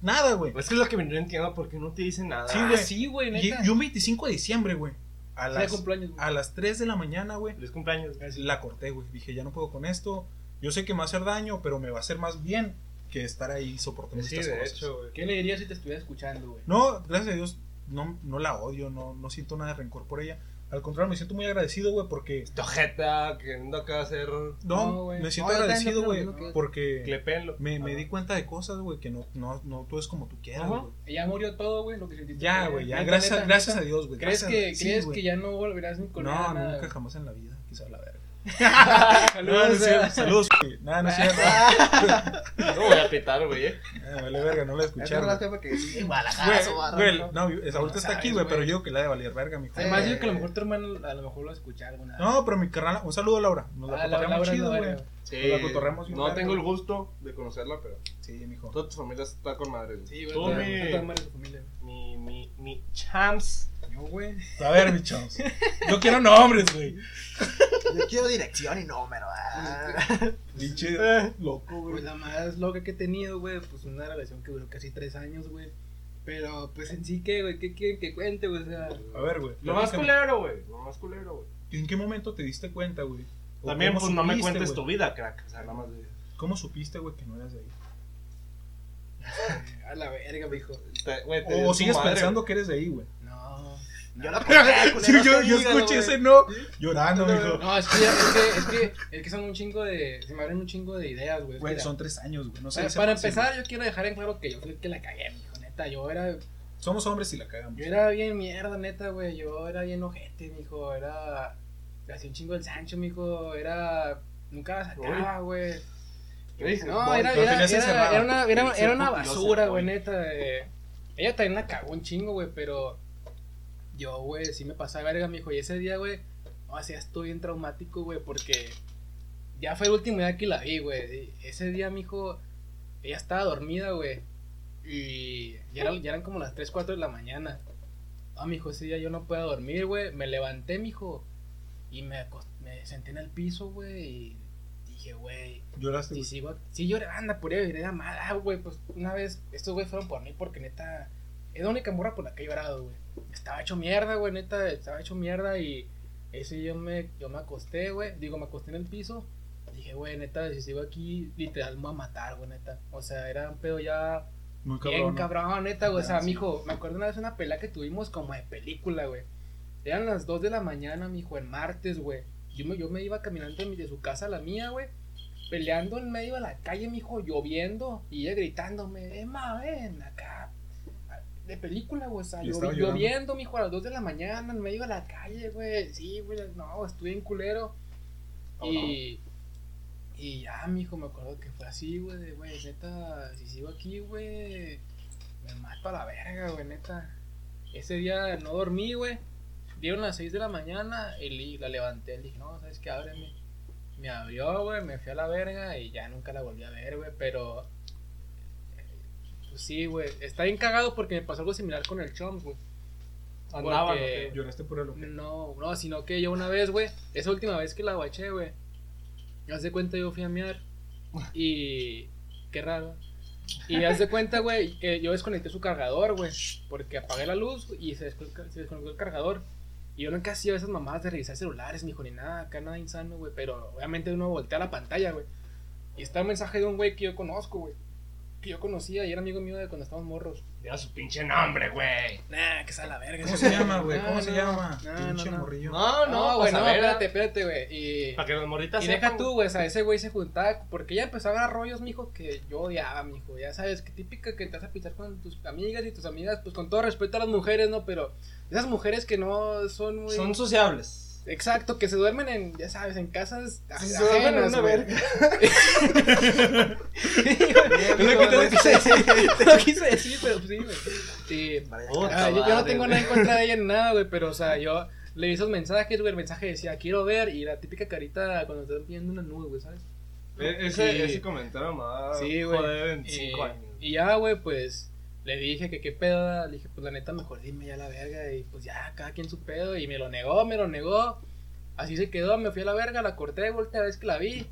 [SPEAKER 2] Nada, güey.
[SPEAKER 1] Es que es lo que no entiendo porque no te dicen nada.
[SPEAKER 2] Sí,
[SPEAKER 3] Ah,
[SPEAKER 2] güey.
[SPEAKER 3] Sí, güey,
[SPEAKER 2] Y,
[SPEAKER 3] neta.
[SPEAKER 2] y un 25 de diciembre, güey. A
[SPEAKER 3] Fue de
[SPEAKER 2] las,
[SPEAKER 3] cumpleaños, güey.
[SPEAKER 2] a las 3 de la mañana, güey.
[SPEAKER 1] Feliz cumpleaños. güey.
[SPEAKER 2] la corté, güey. Dije, ya no puedo con esto. Yo sé que me va a hacer daño, pero me va a hacer más bien que estar ahí soportando
[SPEAKER 1] Sí,
[SPEAKER 2] estas
[SPEAKER 1] de
[SPEAKER 2] cosas.
[SPEAKER 1] hecho, güey.
[SPEAKER 3] ¿Qué le dirías si te estuviera escuchando, güey?
[SPEAKER 2] No, gracias a Dios, no, no la odio, no, no siento nada de rencor por ella. Al contrario, me siento muy agradecido, güey, porque...
[SPEAKER 1] Tojeta, queriendo acá hacer
[SPEAKER 3] No,
[SPEAKER 2] No,
[SPEAKER 3] güey.
[SPEAKER 2] me siento
[SPEAKER 4] No, yo también
[SPEAKER 2] agradecido,
[SPEAKER 4] opino
[SPEAKER 2] güey,
[SPEAKER 4] lo mismo que-
[SPEAKER 2] porque
[SPEAKER 1] clepelo.
[SPEAKER 2] me, me
[SPEAKER 1] Ajá.
[SPEAKER 2] di cuenta de cosas, güey, que no, no, no todo es como tú quieras,
[SPEAKER 1] Ajá.
[SPEAKER 2] güey.
[SPEAKER 3] Ya murió todo, güey, lo que sentiste.
[SPEAKER 2] Ya, güey, ya, gracias, gracias a Dios, güey.
[SPEAKER 3] ¿Crees,
[SPEAKER 2] gracias-
[SPEAKER 3] que,
[SPEAKER 2] sí,
[SPEAKER 3] ¿crees
[SPEAKER 2] güey.
[SPEAKER 3] que ya no volverás ni con
[SPEAKER 2] No,
[SPEAKER 3] nada, nada,
[SPEAKER 2] nunca
[SPEAKER 3] güey?
[SPEAKER 2] jamás en la vida, quizá la verga. No, no es
[SPEAKER 3] Saludos.
[SPEAKER 2] cierto,
[SPEAKER 3] a-
[SPEAKER 2] Saludos, güey. Nada, no es cierto.
[SPEAKER 1] No voy a pitar, güey. eh.
[SPEAKER 2] Ah, Vale, verga, no la
[SPEAKER 4] Es
[SPEAKER 2] escucharon.
[SPEAKER 4] verdad porque sí, Guadalajara, Ah, su
[SPEAKER 2] Güey,
[SPEAKER 4] barra,
[SPEAKER 2] güey,
[SPEAKER 4] ¿no?
[SPEAKER 2] no, esa ahorita está
[SPEAKER 3] sabes,
[SPEAKER 2] aquí, güey,
[SPEAKER 3] güey.
[SPEAKER 2] pero yo creo que la de valer verga, mijo.
[SPEAKER 4] Sí.
[SPEAKER 3] Además, yo que a lo mejor tu hermano a lo mejor lo escucha alguna vez.
[SPEAKER 2] No, pero mi carnal, un saludo, Laura. Nos la
[SPEAKER 3] Ah, la-
[SPEAKER 2] cotorreamos
[SPEAKER 3] Laura
[SPEAKER 2] chido,
[SPEAKER 3] no,
[SPEAKER 2] güey.
[SPEAKER 3] güey.
[SPEAKER 1] Sí,
[SPEAKER 2] la cotorreamos bien
[SPEAKER 1] no
[SPEAKER 2] verga.
[SPEAKER 1] tengo el gusto de conocerla, pero
[SPEAKER 2] Sí, mijo.
[SPEAKER 1] toda tu familia está con madre. güey.
[SPEAKER 3] Sí,
[SPEAKER 1] Tú,
[SPEAKER 3] güey.
[SPEAKER 1] mi-
[SPEAKER 3] tú también eres de familia,
[SPEAKER 1] mi,
[SPEAKER 3] güey.
[SPEAKER 1] mi, mi champs.
[SPEAKER 2] Yo, güey. A ver, mi chavos. Yo quiero nombres, güey.
[SPEAKER 4] Yo quiero dirección y número. ah.
[SPEAKER 2] Pinche loco, güey.
[SPEAKER 3] Pues la más loca que he tenido, güey, pues una relación que duró casi tres años, güey. Pero, pues en sí, ¿qué, güey? ¿Qué quieren que cuente, güey? O sea,
[SPEAKER 2] A ver, güey.
[SPEAKER 1] Lo más
[SPEAKER 2] platícame.
[SPEAKER 1] culero, güey. Lo más culero, güey.
[SPEAKER 2] ¿En qué momento te diste cuenta, güey? ¿O
[SPEAKER 1] También,
[SPEAKER 2] cómo
[SPEAKER 1] pues no me
[SPEAKER 2] supiste,
[SPEAKER 1] cuentes tu
[SPEAKER 2] güey?
[SPEAKER 1] vida, crack. O sea, nada más de.
[SPEAKER 2] ¿Cómo supiste, güey, que no eras de ahí?
[SPEAKER 3] a la verga, me dijo.
[SPEAKER 1] Te- güey, te dio
[SPEAKER 2] O,
[SPEAKER 1] tu
[SPEAKER 2] sigues
[SPEAKER 1] madre,
[SPEAKER 2] pensando que eres de ahí, güey.
[SPEAKER 3] No.
[SPEAKER 4] Yo la compré,
[SPEAKER 2] Sí, yo,
[SPEAKER 4] culero, sí,
[SPEAKER 2] yo
[SPEAKER 4] dígalo,
[SPEAKER 2] escuché
[SPEAKER 4] güey.
[SPEAKER 2] ese no llorando, mijo.
[SPEAKER 3] No, es que, es que, es que, es que son un chingo de. Se me abren un chingo de ideas, güey.
[SPEAKER 2] Güey,
[SPEAKER 3] Mira,
[SPEAKER 2] son tres años, güey. No sé.
[SPEAKER 3] para,
[SPEAKER 2] si
[SPEAKER 3] para
[SPEAKER 2] se-
[SPEAKER 3] empezar, yo quiero dejar en claro que yo fui el que la cagué, mijo, neta. Yo era,
[SPEAKER 2] Somos hombres y la cagamos.
[SPEAKER 3] yo era bien mierda, neta, güey. Yo era bien ojete, mijo. Era. Hacía un chingo el Sancho, mijo. Era. Nunca la sacaba, güey.
[SPEAKER 1] ¿Qué dices?
[SPEAKER 3] No,
[SPEAKER 1] Voy,
[SPEAKER 3] era,
[SPEAKER 2] pero
[SPEAKER 3] era,
[SPEAKER 2] tenías
[SPEAKER 3] era,
[SPEAKER 2] encerrado.
[SPEAKER 3] era una, era,
[SPEAKER 1] Ese
[SPEAKER 3] era una
[SPEAKER 1] puto
[SPEAKER 3] basura,
[SPEAKER 1] closet, güey.
[SPEAKER 3] güey, neta. eh. Ella también la cagó un chingo, güey, pero yo, güey, sí me pasaba verga, mijo. Y ese día, güey, o sea, estuve bien traumático, güey, porque ya fue el último día que la vi, güey. y Ese día, mijo, ella estaba dormida, güey. Y ya eran, ya eran como las 3, 4 de la mañana. Ah, mijo, ese día yo no podía dormir, güey. Me levanté, mijo. Y me, acost- me senté en el piso, güey. Y dije, güey,
[SPEAKER 2] Lloraste,
[SPEAKER 3] Sí,
[SPEAKER 2] güey.
[SPEAKER 3] sí, güey. Sí, yo era anda, por ir era mala, güey. Pues una vez, estos güey fueron por mí porque neta. Es la única morra por la que he llorado, güey. Estaba hecho mierda, güey, neta. Estaba hecho mierda y. Ese yo me, yo me acosté, güey. Digo, me acosté en el piso. Dije, güey, neta, si sigo aquí, literal me voy a matar, güey, neta. O sea, era un pedo ya.
[SPEAKER 2] Muy
[SPEAKER 3] Bien
[SPEAKER 2] cabrón. ¿no?
[SPEAKER 3] cabrón, neta, güey. O sea,
[SPEAKER 2] Ya, sí.
[SPEAKER 3] mijo, me acuerdo una vez una pelea que tuvimos como de película, güey. Eran las 2 de la mañana, mijo, el martes, güey. Yo me, yo me iba caminando de mi- de su casa a la mía, güey. Peleando en medio de la calle, mijo, lloviendo. Y ella gritándome, Emma, ven acá. De película, güey. O sea,
[SPEAKER 2] Y
[SPEAKER 3] llovi-
[SPEAKER 2] estaba llorando.
[SPEAKER 3] lloviendo, mijo, a las 2 de la mañana, en medio de la calle, güey. Sí, güey, no, estuve en culero. Y. Y ya, mijo, me acuerdo que fue así, güey, de, güey, neta, si sigo aquí, güey, me mato a la verga, güey, neta. Ese día no dormí, güey. Dieron las 6 de la mañana y li- la levanté, le dije, no, ¿sabes qué? Ábreme. Me abrió, güey, me fui a la verga y ya nunca la volví a ver, güey, pero... Pues sí, güey, está bien cagado porque me pasó algo similar con el chomp, güey.
[SPEAKER 1] Andaban,
[SPEAKER 3] Porque-
[SPEAKER 1] ¿o qué?
[SPEAKER 2] Lloraste por el ojo.
[SPEAKER 3] No, no, sino que yo una vez, güey, esa última vez que la guaché, güey, haz de cuenta yo fui a miar y qué raro. Y haz de cuenta, güey, que yo desconecté su cargador, güey, porque apagué la luz y se descon- se desconectó el cargador. Y yo nunca hacía esas mamadas de revisar celulares, mijo, ni nada, acá nada insano, güey. Pero obviamente uno voltea la pantalla, güey. Y está un mensaje de un güey que yo conozco, güey. Que yo conocía y era amigo mío de cuando estábamos morros.
[SPEAKER 1] Diga su pinche nombre, güey.
[SPEAKER 3] Nah, que sea la verga.
[SPEAKER 2] ¿Cómo
[SPEAKER 3] ese
[SPEAKER 2] se
[SPEAKER 3] güey.
[SPEAKER 2] llama, güey?
[SPEAKER 3] No,
[SPEAKER 2] ¿Cómo se
[SPEAKER 3] no,
[SPEAKER 2] llama?
[SPEAKER 3] no,
[SPEAKER 2] Pinche
[SPEAKER 3] no, no.
[SPEAKER 2] morrillo.
[SPEAKER 1] No,
[SPEAKER 3] No, güey,
[SPEAKER 2] pues,
[SPEAKER 1] pa'
[SPEAKER 3] no,
[SPEAKER 1] saber,
[SPEAKER 3] espérate,
[SPEAKER 1] ¿ah?
[SPEAKER 3] espérate, güey. Y,
[SPEAKER 1] Para que las morritas
[SPEAKER 3] y deja
[SPEAKER 1] sepan,
[SPEAKER 3] tú,
[SPEAKER 1] güey.
[SPEAKER 3] güey, o sea, ese güey se juntaba, porque ya empezó a agarrar rollos, mijo, que yo odiaba, mijo. Ya sabes, que típica que te vas a pichar con tus amigas y tus amigas, pues con todo respeto a las mujeres, ¿no? Pero esas mujeres que no son muy...
[SPEAKER 1] Son sociables.
[SPEAKER 3] Exacto, que se duermen en, ya sabes, en casas
[SPEAKER 1] Se duermen en una
[SPEAKER 3] güey.
[SPEAKER 1] verga.
[SPEAKER 3] Es lo que te quise decir, te lo quise decir, pero pues, sí, güey. Sí. Ah, yo, yo no tengo nada en contra de ella en nada, güey, pero o sea, yo le vi esos mensajes, güey, el mensaje decía, quiero ver, y la típica carita cuando estás viendo una nube, güey, ¿sabes?
[SPEAKER 1] E- ese,
[SPEAKER 3] Sí.
[SPEAKER 1] ese comentario más.
[SPEAKER 3] Sí, güey.
[SPEAKER 1] Joder, en
[SPEAKER 3] Y-
[SPEAKER 1] 5 años.
[SPEAKER 3] Eh, Y ya, güey, pues le dije que qué pedo. Le dije, pues la neta, mejor dime ya la verga. Y pues ya, cada quien su pedo. Y me lo negó, me lo negó. Así se quedó, me fui a la verga, la corté de vuelta vez que la vi.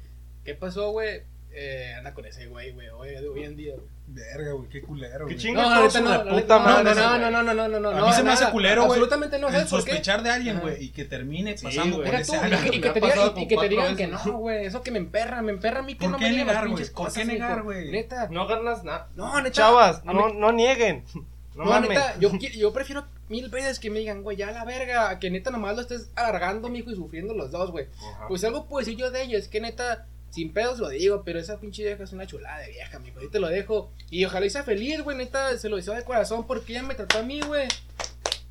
[SPEAKER 3] ¿Qué pasó, güey? Eh, anda con ese güey, güey, hoy, hoy en día, güey.
[SPEAKER 2] Verga, güey, qué culero,
[SPEAKER 1] Qué
[SPEAKER 2] güey.
[SPEAKER 1] chingo.
[SPEAKER 3] No, la neta,
[SPEAKER 1] Hijo de
[SPEAKER 3] no, la neta,
[SPEAKER 1] puta
[SPEAKER 3] no,
[SPEAKER 1] madre,
[SPEAKER 3] no,
[SPEAKER 1] güey.
[SPEAKER 3] no, no, no, no, no, no,
[SPEAKER 2] A
[SPEAKER 3] no,
[SPEAKER 2] mí se me
[SPEAKER 3] nada,
[SPEAKER 2] hace culero, güey.
[SPEAKER 3] Absolutamente no,
[SPEAKER 2] El
[SPEAKER 3] ¿sabes por qué?
[SPEAKER 2] sospechar de alguien,
[SPEAKER 3] Ajá.
[SPEAKER 2] güey, y que termine
[SPEAKER 1] Sí,
[SPEAKER 2] pasando
[SPEAKER 1] güey.
[SPEAKER 2] por
[SPEAKER 3] Deja
[SPEAKER 2] ese
[SPEAKER 3] tú, y
[SPEAKER 2] alguien.
[SPEAKER 3] que- y
[SPEAKER 1] Me
[SPEAKER 3] que
[SPEAKER 1] ha
[SPEAKER 3] te digan-
[SPEAKER 1] pasado
[SPEAKER 3] y
[SPEAKER 1] como
[SPEAKER 3] que te
[SPEAKER 1] cuatro
[SPEAKER 3] digan que
[SPEAKER 1] veces.
[SPEAKER 3] no, güey. Eso que me emperra, me emperra a mí que
[SPEAKER 2] ¿Por
[SPEAKER 3] no
[SPEAKER 2] qué
[SPEAKER 3] me digan las
[SPEAKER 2] negar, güey?
[SPEAKER 3] pinches
[SPEAKER 2] ¿Por qué
[SPEAKER 3] cosas, mijo.
[SPEAKER 2] negar, güey?
[SPEAKER 3] Neta.
[SPEAKER 1] No ganas nada.
[SPEAKER 3] No, neta.
[SPEAKER 1] Chavas,
[SPEAKER 3] a
[SPEAKER 1] no,
[SPEAKER 3] mí-
[SPEAKER 1] no nieguen. No,
[SPEAKER 3] No,
[SPEAKER 1] mames.
[SPEAKER 3] neta, yo, qui- yo prefiero mil veces que me digan, güey, ya la verga, que neta nomás lo estés alargando, mijo, y sufriendo los dos, güey.
[SPEAKER 1] Ajá.
[SPEAKER 3] Pues algo puedo decir yo de ella, es que neta, sin pedos lo digo, pero esa pinche vieja es una chulada de vieja, mijo, ahí te lo dejo. Y ojalá y sea feliz, güey, neta, se lo deseo de corazón porque ella me trató a mí, güey.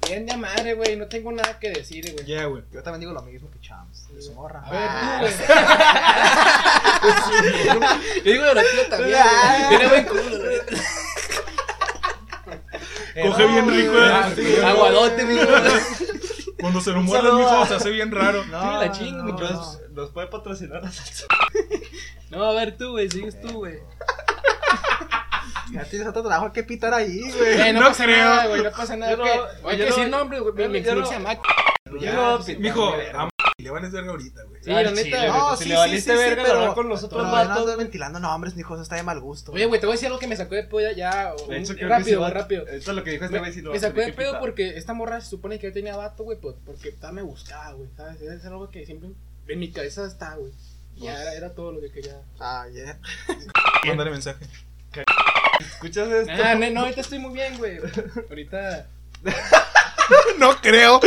[SPEAKER 3] Bien de madre, güey, no tengo nada que decir, güey.
[SPEAKER 2] Ya, güey.
[SPEAKER 4] Yo también digo lo mismo que Chams. Es morra.
[SPEAKER 3] A ver, tú, güey. Yo digo de la tía también,
[SPEAKER 4] Ah.
[SPEAKER 3] güey. Tiene buen culo, güey.
[SPEAKER 2] Coge bien rico,
[SPEAKER 3] Ah,
[SPEAKER 2] eh.
[SPEAKER 3] sí, Aguadote, mijo.
[SPEAKER 2] Cuando se lo
[SPEAKER 4] Un
[SPEAKER 2] muerde,
[SPEAKER 4] saludo.
[SPEAKER 2] mijo, se hace bien raro.
[SPEAKER 4] No,
[SPEAKER 3] Sí, la chingo,
[SPEAKER 4] no,
[SPEAKER 1] Nos-
[SPEAKER 4] no.
[SPEAKER 1] Nos puede patrocinar.
[SPEAKER 3] No, a ver tú, güey, sigues tú, güey.
[SPEAKER 4] Ah, Ya tienes otro trabajo que pitar ahí, güey.
[SPEAKER 3] Eh, no,
[SPEAKER 2] No
[SPEAKER 3] pasa
[SPEAKER 2] creo.
[SPEAKER 3] nada, güey, no pasa nada.
[SPEAKER 1] Yo
[SPEAKER 3] que-
[SPEAKER 1] no-
[SPEAKER 3] hay
[SPEAKER 1] yo
[SPEAKER 3] que
[SPEAKER 1] no-
[SPEAKER 3] decir nombres, güey.
[SPEAKER 1] yo
[SPEAKER 3] Mi
[SPEAKER 1] no-
[SPEAKER 3] ex se llama.
[SPEAKER 1] Yo
[SPEAKER 3] Ya,
[SPEAKER 1] no-
[SPEAKER 3] sí,
[SPEAKER 2] Mijo,
[SPEAKER 1] también,
[SPEAKER 2] a m- le vales verga ahorita, güey.
[SPEAKER 3] Sí, la
[SPEAKER 1] Al
[SPEAKER 3] neta,
[SPEAKER 1] chile,
[SPEAKER 3] güey.
[SPEAKER 1] güey,
[SPEAKER 4] No,
[SPEAKER 1] si
[SPEAKER 4] sí,
[SPEAKER 1] le
[SPEAKER 4] sí,
[SPEAKER 1] valiste
[SPEAKER 4] sí, sí,
[SPEAKER 1] verga,
[SPEAKER 4] pero-
[SPEAKER 1] hablar con los otros
[SPEAKER 4] No,
[SPEAKER 1] vatos,
[SPEAKER 4] no andas ventilando nombres, mijo. Eso está de mal gusto.
[SPEAKER 3] Oye, güey, te voy a decir algo que me sacó de pedo ya.
[SPEAKER 1] De
[SPEAKER 3] un-
[SPEAKER 1] hecho, creo que ese
[SPEAKER 3] rápido,
[SPEAKER 1] vato-
[SPEAKER 3] rápido.
[SPEAKER 1] Esto es lo que dijo este
[SPEAKER 3] Me-
[SPEAKER 1] güey. si lo
[SPEAKER 3] me
[SPEAKER 1] vas a
[SPEAKER 3] sacó de
[SPEAKER 1] tener que
[SPEAKER 3] pedo
[SPEAKER 1] quitar.
[SPEAKER 3] porque esta morra se supone que yo tenía vato, güey, por- porque estaba me buscaba, güey, ¿sabes? Es algo que siempre en mi cabeza está, güey. Ya era, era todo lo que quería.
[SPEAKER 4] Ah, yeah.
[SPEAKER 2] Mándale mensaje.
[SPEAKER 1] ¿Escuchas esto?
[SPEAKER 3] Ah, no, no, ahorita estoy muy bien, güey. Ahorita.
[SPEAKER 2] No creo.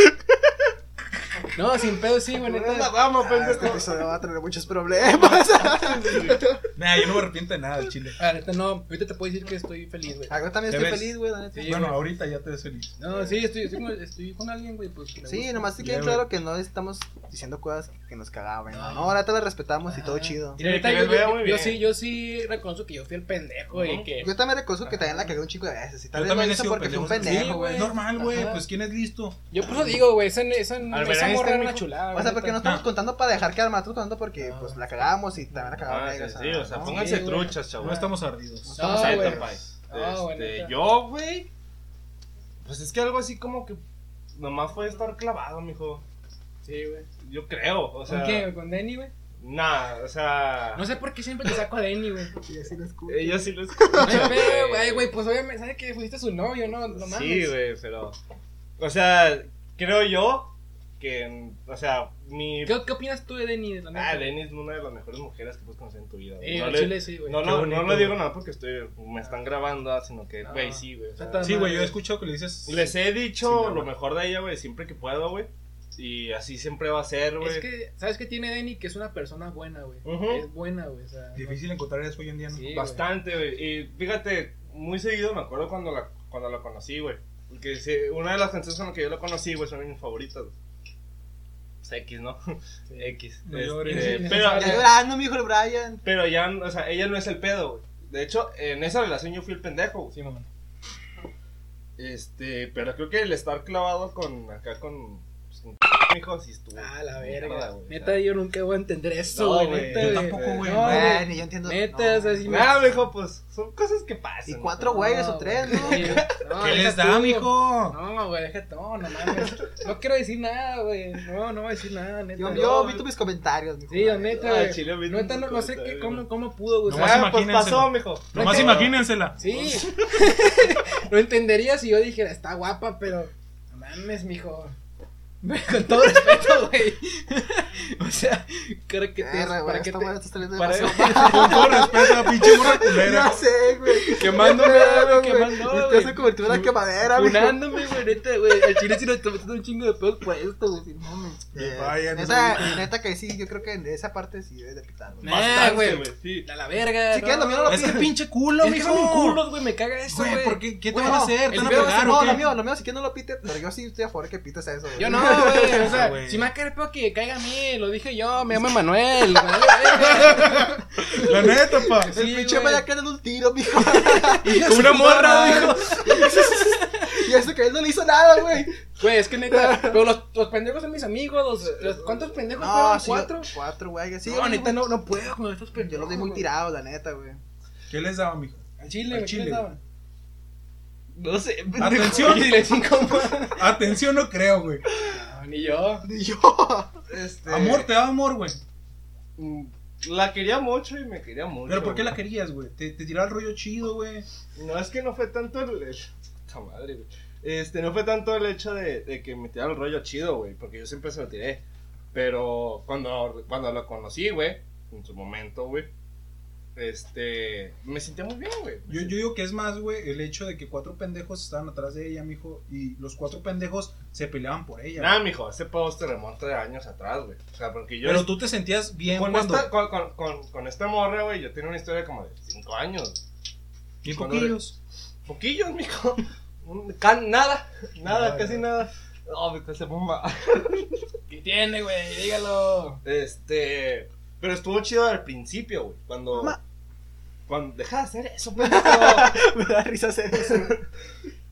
[SPEAKER 3] No, sin pedo sí, güey,
[SPEAKER 1] Bueno, la
[SPEAKER 3] neta.
[SPEAKER 1] vamos, pues,
[SPEAKER 4] Ah, este
[SPEAKER 1] pendejo.
[SPEAKER 4] episodio va a tener muchos problemas.
[SPEAKER 2] Nah, yo no me arrepiento de nada, al chile.
[SPEAKER 3] Ah, neta no, ahorita te puedo decir que estoy feliz, güey.
[SPEAKER 4] Ah, Yo también
[SPEAKER 2] ¿Ya
[SPEAKER 4] estoy
[SPEAKER 2] ves?
[SPEAKER 4] feliz, güey, la neta.
[SPEAKER 3] Sí,
[SPEAKER 2] Bueno,
[SPEAKER 3] güey.
[SPEAKER 2] ahorita ya te ves feliz.
[SPEAKER 3] No, sí, estoy, estoy, con, estoy con alguien, güey, pues. que me
[SPEAKER 4] Sí,
[SPEAKER 3] gusta.
[SPEAKER 4] nomás te quede
[SPEAKER 2] Ya,
[SPEAKER 4] claro que no estamos diciendo cosas que nos cagaban. No, no, ahora te las respetamos y todo
[SPEAKER 3] Ajá.
[SPEAKER 4] chido.
[SPEAKER 3] Y la neta,
[SPEAKER 1] Sí, que
[SPEAKER 3] yo,
[SPEAKER 1] les vaya
[SPEAKER 3] yo-
[SPEAKER 1] muy
[SPEAKER 3] yo
[SPEAKER 1] bien.
[SPEAKER 3] sí, yo sí reconozco que yo fui el pendejo y
[SPEAKER 1] Ujú.
[SPEAKER 3] que.
[SPEAKER 4] Yo también reconozco que también la cagué un chico de veces. Y tal
[SPEAKER 2] Yo
[SPEAKER 4] vez
[SPEAKER 2] también
[SPEAKER 4] lo
[SPEAKER 2] he
[SPEAKER 4] hizo
[SPEAKER 2] sido
[SPEAKER 4] porque fue un
[SPEAKER 2] pendejo.
[SPEAKER 4] pendejo,
[SPEAKER 3] Sí,
[SPEAKER 4] güey.
[SPEAKER 3] güey.
[SPEAKER 2] Normal, güey.
[SPEAKER 3] Ajá.
[SPEAKER 2] Pues quién es listo.
[SPEAKER 3] Yo por eso digo, güey, esa, esa,
[SPEAKER 1] Albert
[SPEAKER 3] esa morra
[SPEAKER 1] Einstein,
[SPEAKER 3] era una
[SPEAKER 1] mijo.
[SPEAKER 3] chulada.
[SPEAKER 4] O sea, porque no estamos
[SPEAKER 2] Ah.
[SPEAKER 4] contando para dejar que arma estamos contando porque
[SPEAKER 3] Ah.
[SPEAKER 4] pues la cagamos y también la cagaron
[SPEAKER 1] Ah, sí,
[SPEAKER 4] ellos.
[SPEAKER 1] sí, o sea,
[SPEAKER 4] ¿no?
[SPEAKER 1] pónganse
[SPEAKER 3] Sí, güey.
[SPEAKER 1] truchas, chavos.
[SPEAKER 2] No estamos ardidos.
[SPEAKER 3] No,
[SPEAKER 1] Vamos a
[SPEAKER 3] güey.
[SPEAKER 1] ver, Tampais.
[SPEAKER 3] No, güey,
[SPEAKER 1] Este,
[SPEAKER 3] neta.
[SPEAKER 1] yo, güey. Pues es que algo así como que nomás fue estar clavado, mijo.
[SPEAKER 3] Sí, güey.
[SPEAKER 1] Yo creo, o sea.
[SPEAKER 3] ¿Con qué? ¿Con Denny, güey?
[SPEAKER 1] Nah, o sea.
[SPEAKER 3] No sé por qué siempre te saco a Denny, güey.
[SPEAKER 4] Sí, así lo escucho.
[SPEAKER 1] Ella sí lo escucha.
[SPEAKER 3] No hay pedo, güey, güey, pues obviamente, ¿sabes que fuiste su novio, no? No mames.
[SPEAKER 1] Sí, güey, pero. O sea, creo yo que. O sea, mi.
[SPEAKER 3] ¿Qué, ¿Qué opinas tú de Denny? De la neta?
[SPEAKER 1] Ah, Lenny es una de las mejores mujeres que puedes conocer en tu vida. güey.
[SPEAKER 3] Eh,
[SPEAKER 1] no,
[SPEAKER 3] al
[SPEAKER 1] le-
[SPEAKER 3] chile sí, güey. Ah,
[SPEAKER 1] no,
[SPEAKER 2] Qué
[SPEAKER 1] lo- no
[SPEAKER 2] bonito,
[SPEAKER 1] lo digo
[SPEAKER 2] güey.
[SPEAKER 1] nada porque estoy, me están grabando, ah, sino que,
[SPEAKER 3] No.
[SPEAKER 1] güey, sí, güey. o sea,
[SPEAKER 3] Neta,
[SPEAKER 2] Sí, güey, yo
[SPEAKER 3] madre.
[SPEAKER 2] he escuchado que le dices.
[SPEAKER 1] les he dicho
[SPEAKER 2] Sí, no,
[SPEAKER 1] lo
[SPEAKER 2] no.
[SPEAKER 1] mejor de ella, güey, siempre que puedo, güey. Y así siempre va a ser, güey.
[SPEAKER 3] Es que, ¿sabes qué tiene Denny? Que es una persona buena, güey.
[SPEAKER 1] Ujú.
[SPEAKER 3] Es buena, güey. O sea, no-
[SPEAKER 2] Difícil encontrar eso hoy en día, ¿no?
[SPEAKER 3] Sí, güey.
[SPEAKER 1] Bastante, güey. Y fíjate, muy seguido me acuerdo cuando la, cuando la conocí, güey. Porque sí, una de las canciones con las que yo la conocí, güey, son mis favoritas. güey. Pues, X, ¿no? X.
[SPEAKER 2] No
[SPEAKER 1] Este,
[SPEAKER 2] llores.
[SPEAKER 1] pero,
[SPEAKER 4] Ya llorando, mi hijo el Brian.
[SPEAKER 1] pero ya, o sea, ella no es el pedo, güey. De hecho, en esa relación yo fui el pendejo, güey.
[SPEAKER 3] Sí, mamá.
[SPEAKER 1] Este, pero creo que el estar clavado con acá con, pues, con hijos y estuvo.
[SPEAKER 3] Ah, la verga.
[SPEAKER 1] Mierda, güey,
[SPEAKER 3] neta,
[SPEAKER 1] o sea.
[SPEAKER 3] yo nunca voy a entender eso,
[SPEAKER 1] No,
[SPEAKER 3] güey.
[SPEAKER 1] güey,
[SPEAKER 3] neta,
[SPEAKER 1] yo
[SPEAKER 3] güey.
[SPEAKER 2] tampoco, güey.
[SPEAKER 3] No,
[SPEAKER 4] Güey, ni yo entiendo.
[SPEAKER 3] Neta,
[SPEAKER 4] no.
[SPEAKER 3] o sea, sí me-
[SPEAKER 1] Nada, mijo, Ah, pues son cosas que pasan.
[SPEAKER 4] Y cuatro güeyes o tres, ¿no?
[SPEAKER 3] güey. No,
[SPEAKER 2] ¿Qué
[SPEAKER 3] deja
[SPEAKER 2] les da,
[SPEAKER 3] tú.
[SPEAKER 2] mijo?
[SPEAKER 3] No, güey, déjate, no, no mames. No quiero decir nada, güey. No, no voy a decir nada, neta.
[SPEAKER 4] Yo,
[SPEAKER 3] No,
[SPEAKER 4] yo vi tus comentarios, mijo.
[SPEAKER 3] Sí, la neta,
[SPEAKER 1] Ah,
[SPEAKER 3] güey.
[SPEAKER 1] chile, vi
[SPEAKER 3] neta, no,
[SPEAKER 1] tus
[SPEAKER 3] no sé qué,
[SPEAKER 1] comentarios.
[SPEAKER 3] cómo, cómo pudo, güey.
[SPEAKER 1] No,
[SPEAKER 3] O sea,
[SPEAKER 2] Nomás
[SPEAKER 1] ah, pues
[SPEAKER 2] imagínenselo.
[SPEAKER 1] pasó, mijo.
[SPEAKER 2] Nomás
[SPEAKER 1] Neta.
[SPEAKER 2] imagínensela.
[SPEAKER 3] Sí. Lo entendería si yo dijera, está guapa, pero. No mames, mijo. Con todo respeto, güey. o sea, creo que te.
[SPEAKER 4] Verga, güey,
[SPEAKER 3] Ah, para que
[SPEAKER 4] esta
[SPEAKER 3] te-
[SPEAKER 4] madre está saliendo
[SPEAKER 3] para-
[SPEAKER 4] demasiado
[SPEAKER 2] Con todo respeto a la pinche morra culera.
[SPEAKER 4] Ya sé, güey.
[SPEAKER 3] Quemándome,
[SPEAKER 4] Claro,
[SPEAKER 3] güey, quemándome,
[SPEAKER 4] Usted
[SPEAKER 3] güey.
[SPEAKER 4] hace cobertura de quemadera, mijo.
[SPEAKER 3] Funándome, güey, neta, güey. Al chile sí nos está metiendo un chingo de pedos por esto, güey. sí, No, mames.
[SPEAKER 4] Eh,
[SPEAKER 2] Vaya, no
[SPEAKER 4] neta, neta que sí, yo creo que en esa parte sí debe de pitar, Eh, güey.
[SPEAKER 3] Nah,
[SPEAKER 1] Bastante,
[SPEAKER 3] güey.
[SPEAKER 1] sí.
[SPEAKER 3] A la verga.
[SPEAKER 4] Si quieres, lo mío no lo
[SPEAKER 2] Es que pinche culo,
[SPEAKER 3] Es que son
[SPEAKER 2] mijo.
[SPEAKER 3] culos, güey, me caga eso,
[SPEAKER 2] Güey,
[SPEAKER 3] güey.
[SPEAKER 2] ¿por qué? ¿Qué te
[SPEAKER 3] Güey,
[SPEAKER 2] van a
[SPEAKER 3] no,
[SPEAKER 2] hacer? ¿Te
[SPEAKER 3] el
[SPEAKER 2] van a
[SPEAKER 3] pedo es-
[SPEAKER 2] pegar o
[SPEAKER 4] No,
[SPEAKER 2] qué?
[SPEAKER 4] lo mío, lo mío, si quieres no lo pite, pero yo sí estoy a favor que pites eso, güey.
[SPEAKER 3] Yo no, güey. O
[SPEAKER 2] Ah,
[SPEAKER 3] sea,
[SPEAKER 2] güey.
[SPEAKER 3] si me va a caer el pedo que caiga a mí, lo dije yo, me llamo Manuel. Manuel
[SPEAKER 2] La neta, pa.
[SPEAKER 4] El
[SPEAKER 3] Sí,
[SPEAKER 4] pinche
[SPEAKER 3] güey.
[SPEAKER 4] vaya quedando un tiro, mijo.
[SPEAKER 2] Como una morra, dijo.
[SPEAKER 4] y eso que él no le hizo nada, güey.
[SPEAKER 3] Güey, es que neta, pero los, los pendejos son mis amigos. Los, los- ¿Cuántos pendejos fueron?
[SPEAKER 4] sí,
[SPEAKER 3] ¿Cuatro?
[SPEAKER 4] Cuatro, güey. Sí,
[SPEAKER 3] no,
[SPEAKER 4] güey,
[SPEAKER 3] neta,
[SPEAKER 4] güey.
[SPEAKER 3] no, no puedo con estos pendejos.
[SPEAKER 4] Yo los vi muy
[SPEAKER 3] güey.
[SPEAKER 4] tirados, la neta, güey.
[SPEAKER 2] ¿Qué les daba, mijo?
[SPEAKER 3] Al chile,
[SPEAKER 2] Al
[SPEAKER 3] güey, ¿qué
[SPEAKER 2] chile.
[SPEAKER 3] les daban? No sé. pendejo.
[SPEAKER 2] Atención.
[SPEAKER 3] Chile, cinco más.
[SPEAKER 2] Atención, no creo, güey.
[SPEAKER 3] No, ni yo.
[SPEAKER 4] Ni yo. Este...
[SPEAKER 2] Amor, te daba amor, güey.
[SPEAKER 1] Mm, La quería mucho y me quería mucho.
[SPEAKER 2] Pero ¿por qué la
[SPEAKER 1] güey.
[SPEAKER 2] querías, güey? Te, te tiraba el rollo chido, güey.
[SPEAKER 1] No, es que no fue tanto el. el- Puta madre, güey. Este, no fue tanto el hecho de, de que me tirara el rollo chido, güey, porque yo siempre se lo tiré. Pero cuando, cuando lo conocí, güey, en su momento, güey, este, me sentía muy bien, güey.
[SPEAKER 2] Yo, yo digo que es más, güey, el hecho de que cuatro pendejos estaban atrás de ella, mijo, y los cuatro pendejos se peleaban por ella.
[SPEAKER 1] Nada,
[SPEAKER 2] güey.
[SPEAKER 1] mijo, ese pedo te remonta de años atrás, güey. O sea, porque yo.
[SPEAKER 2] Pero tú te sentías bien
[SPEAKER 1] con,
[SPEAKER 2] cuando...
[SPEAKER 1] esta, con, con, con- con esta morra, güey, yo tenía una historia como de 5 años.
[SPEAKER 2] Bien
[SPEAKER 1] cuando-
[SPEAKER 2] poquillos.
[SPEAKER 1] Poquillos, mijo. Un- can- nada, nada,
[SPEAKER 2] Nada,
[SPEAKER 1] casi nada. No, me se bomba.
[SPEAKER 3] ¿Qué tiene, güey? Dígalo.
[SPEAKER 1] Este. Pero estuvo chido al principio, güey. Cuando.
[SPEAKER 4] Ma-
[SPEAKER 1] Cuando. Deja de hacer eso, pendejo.
[SPEAKER 4] Me da risa hacer eso.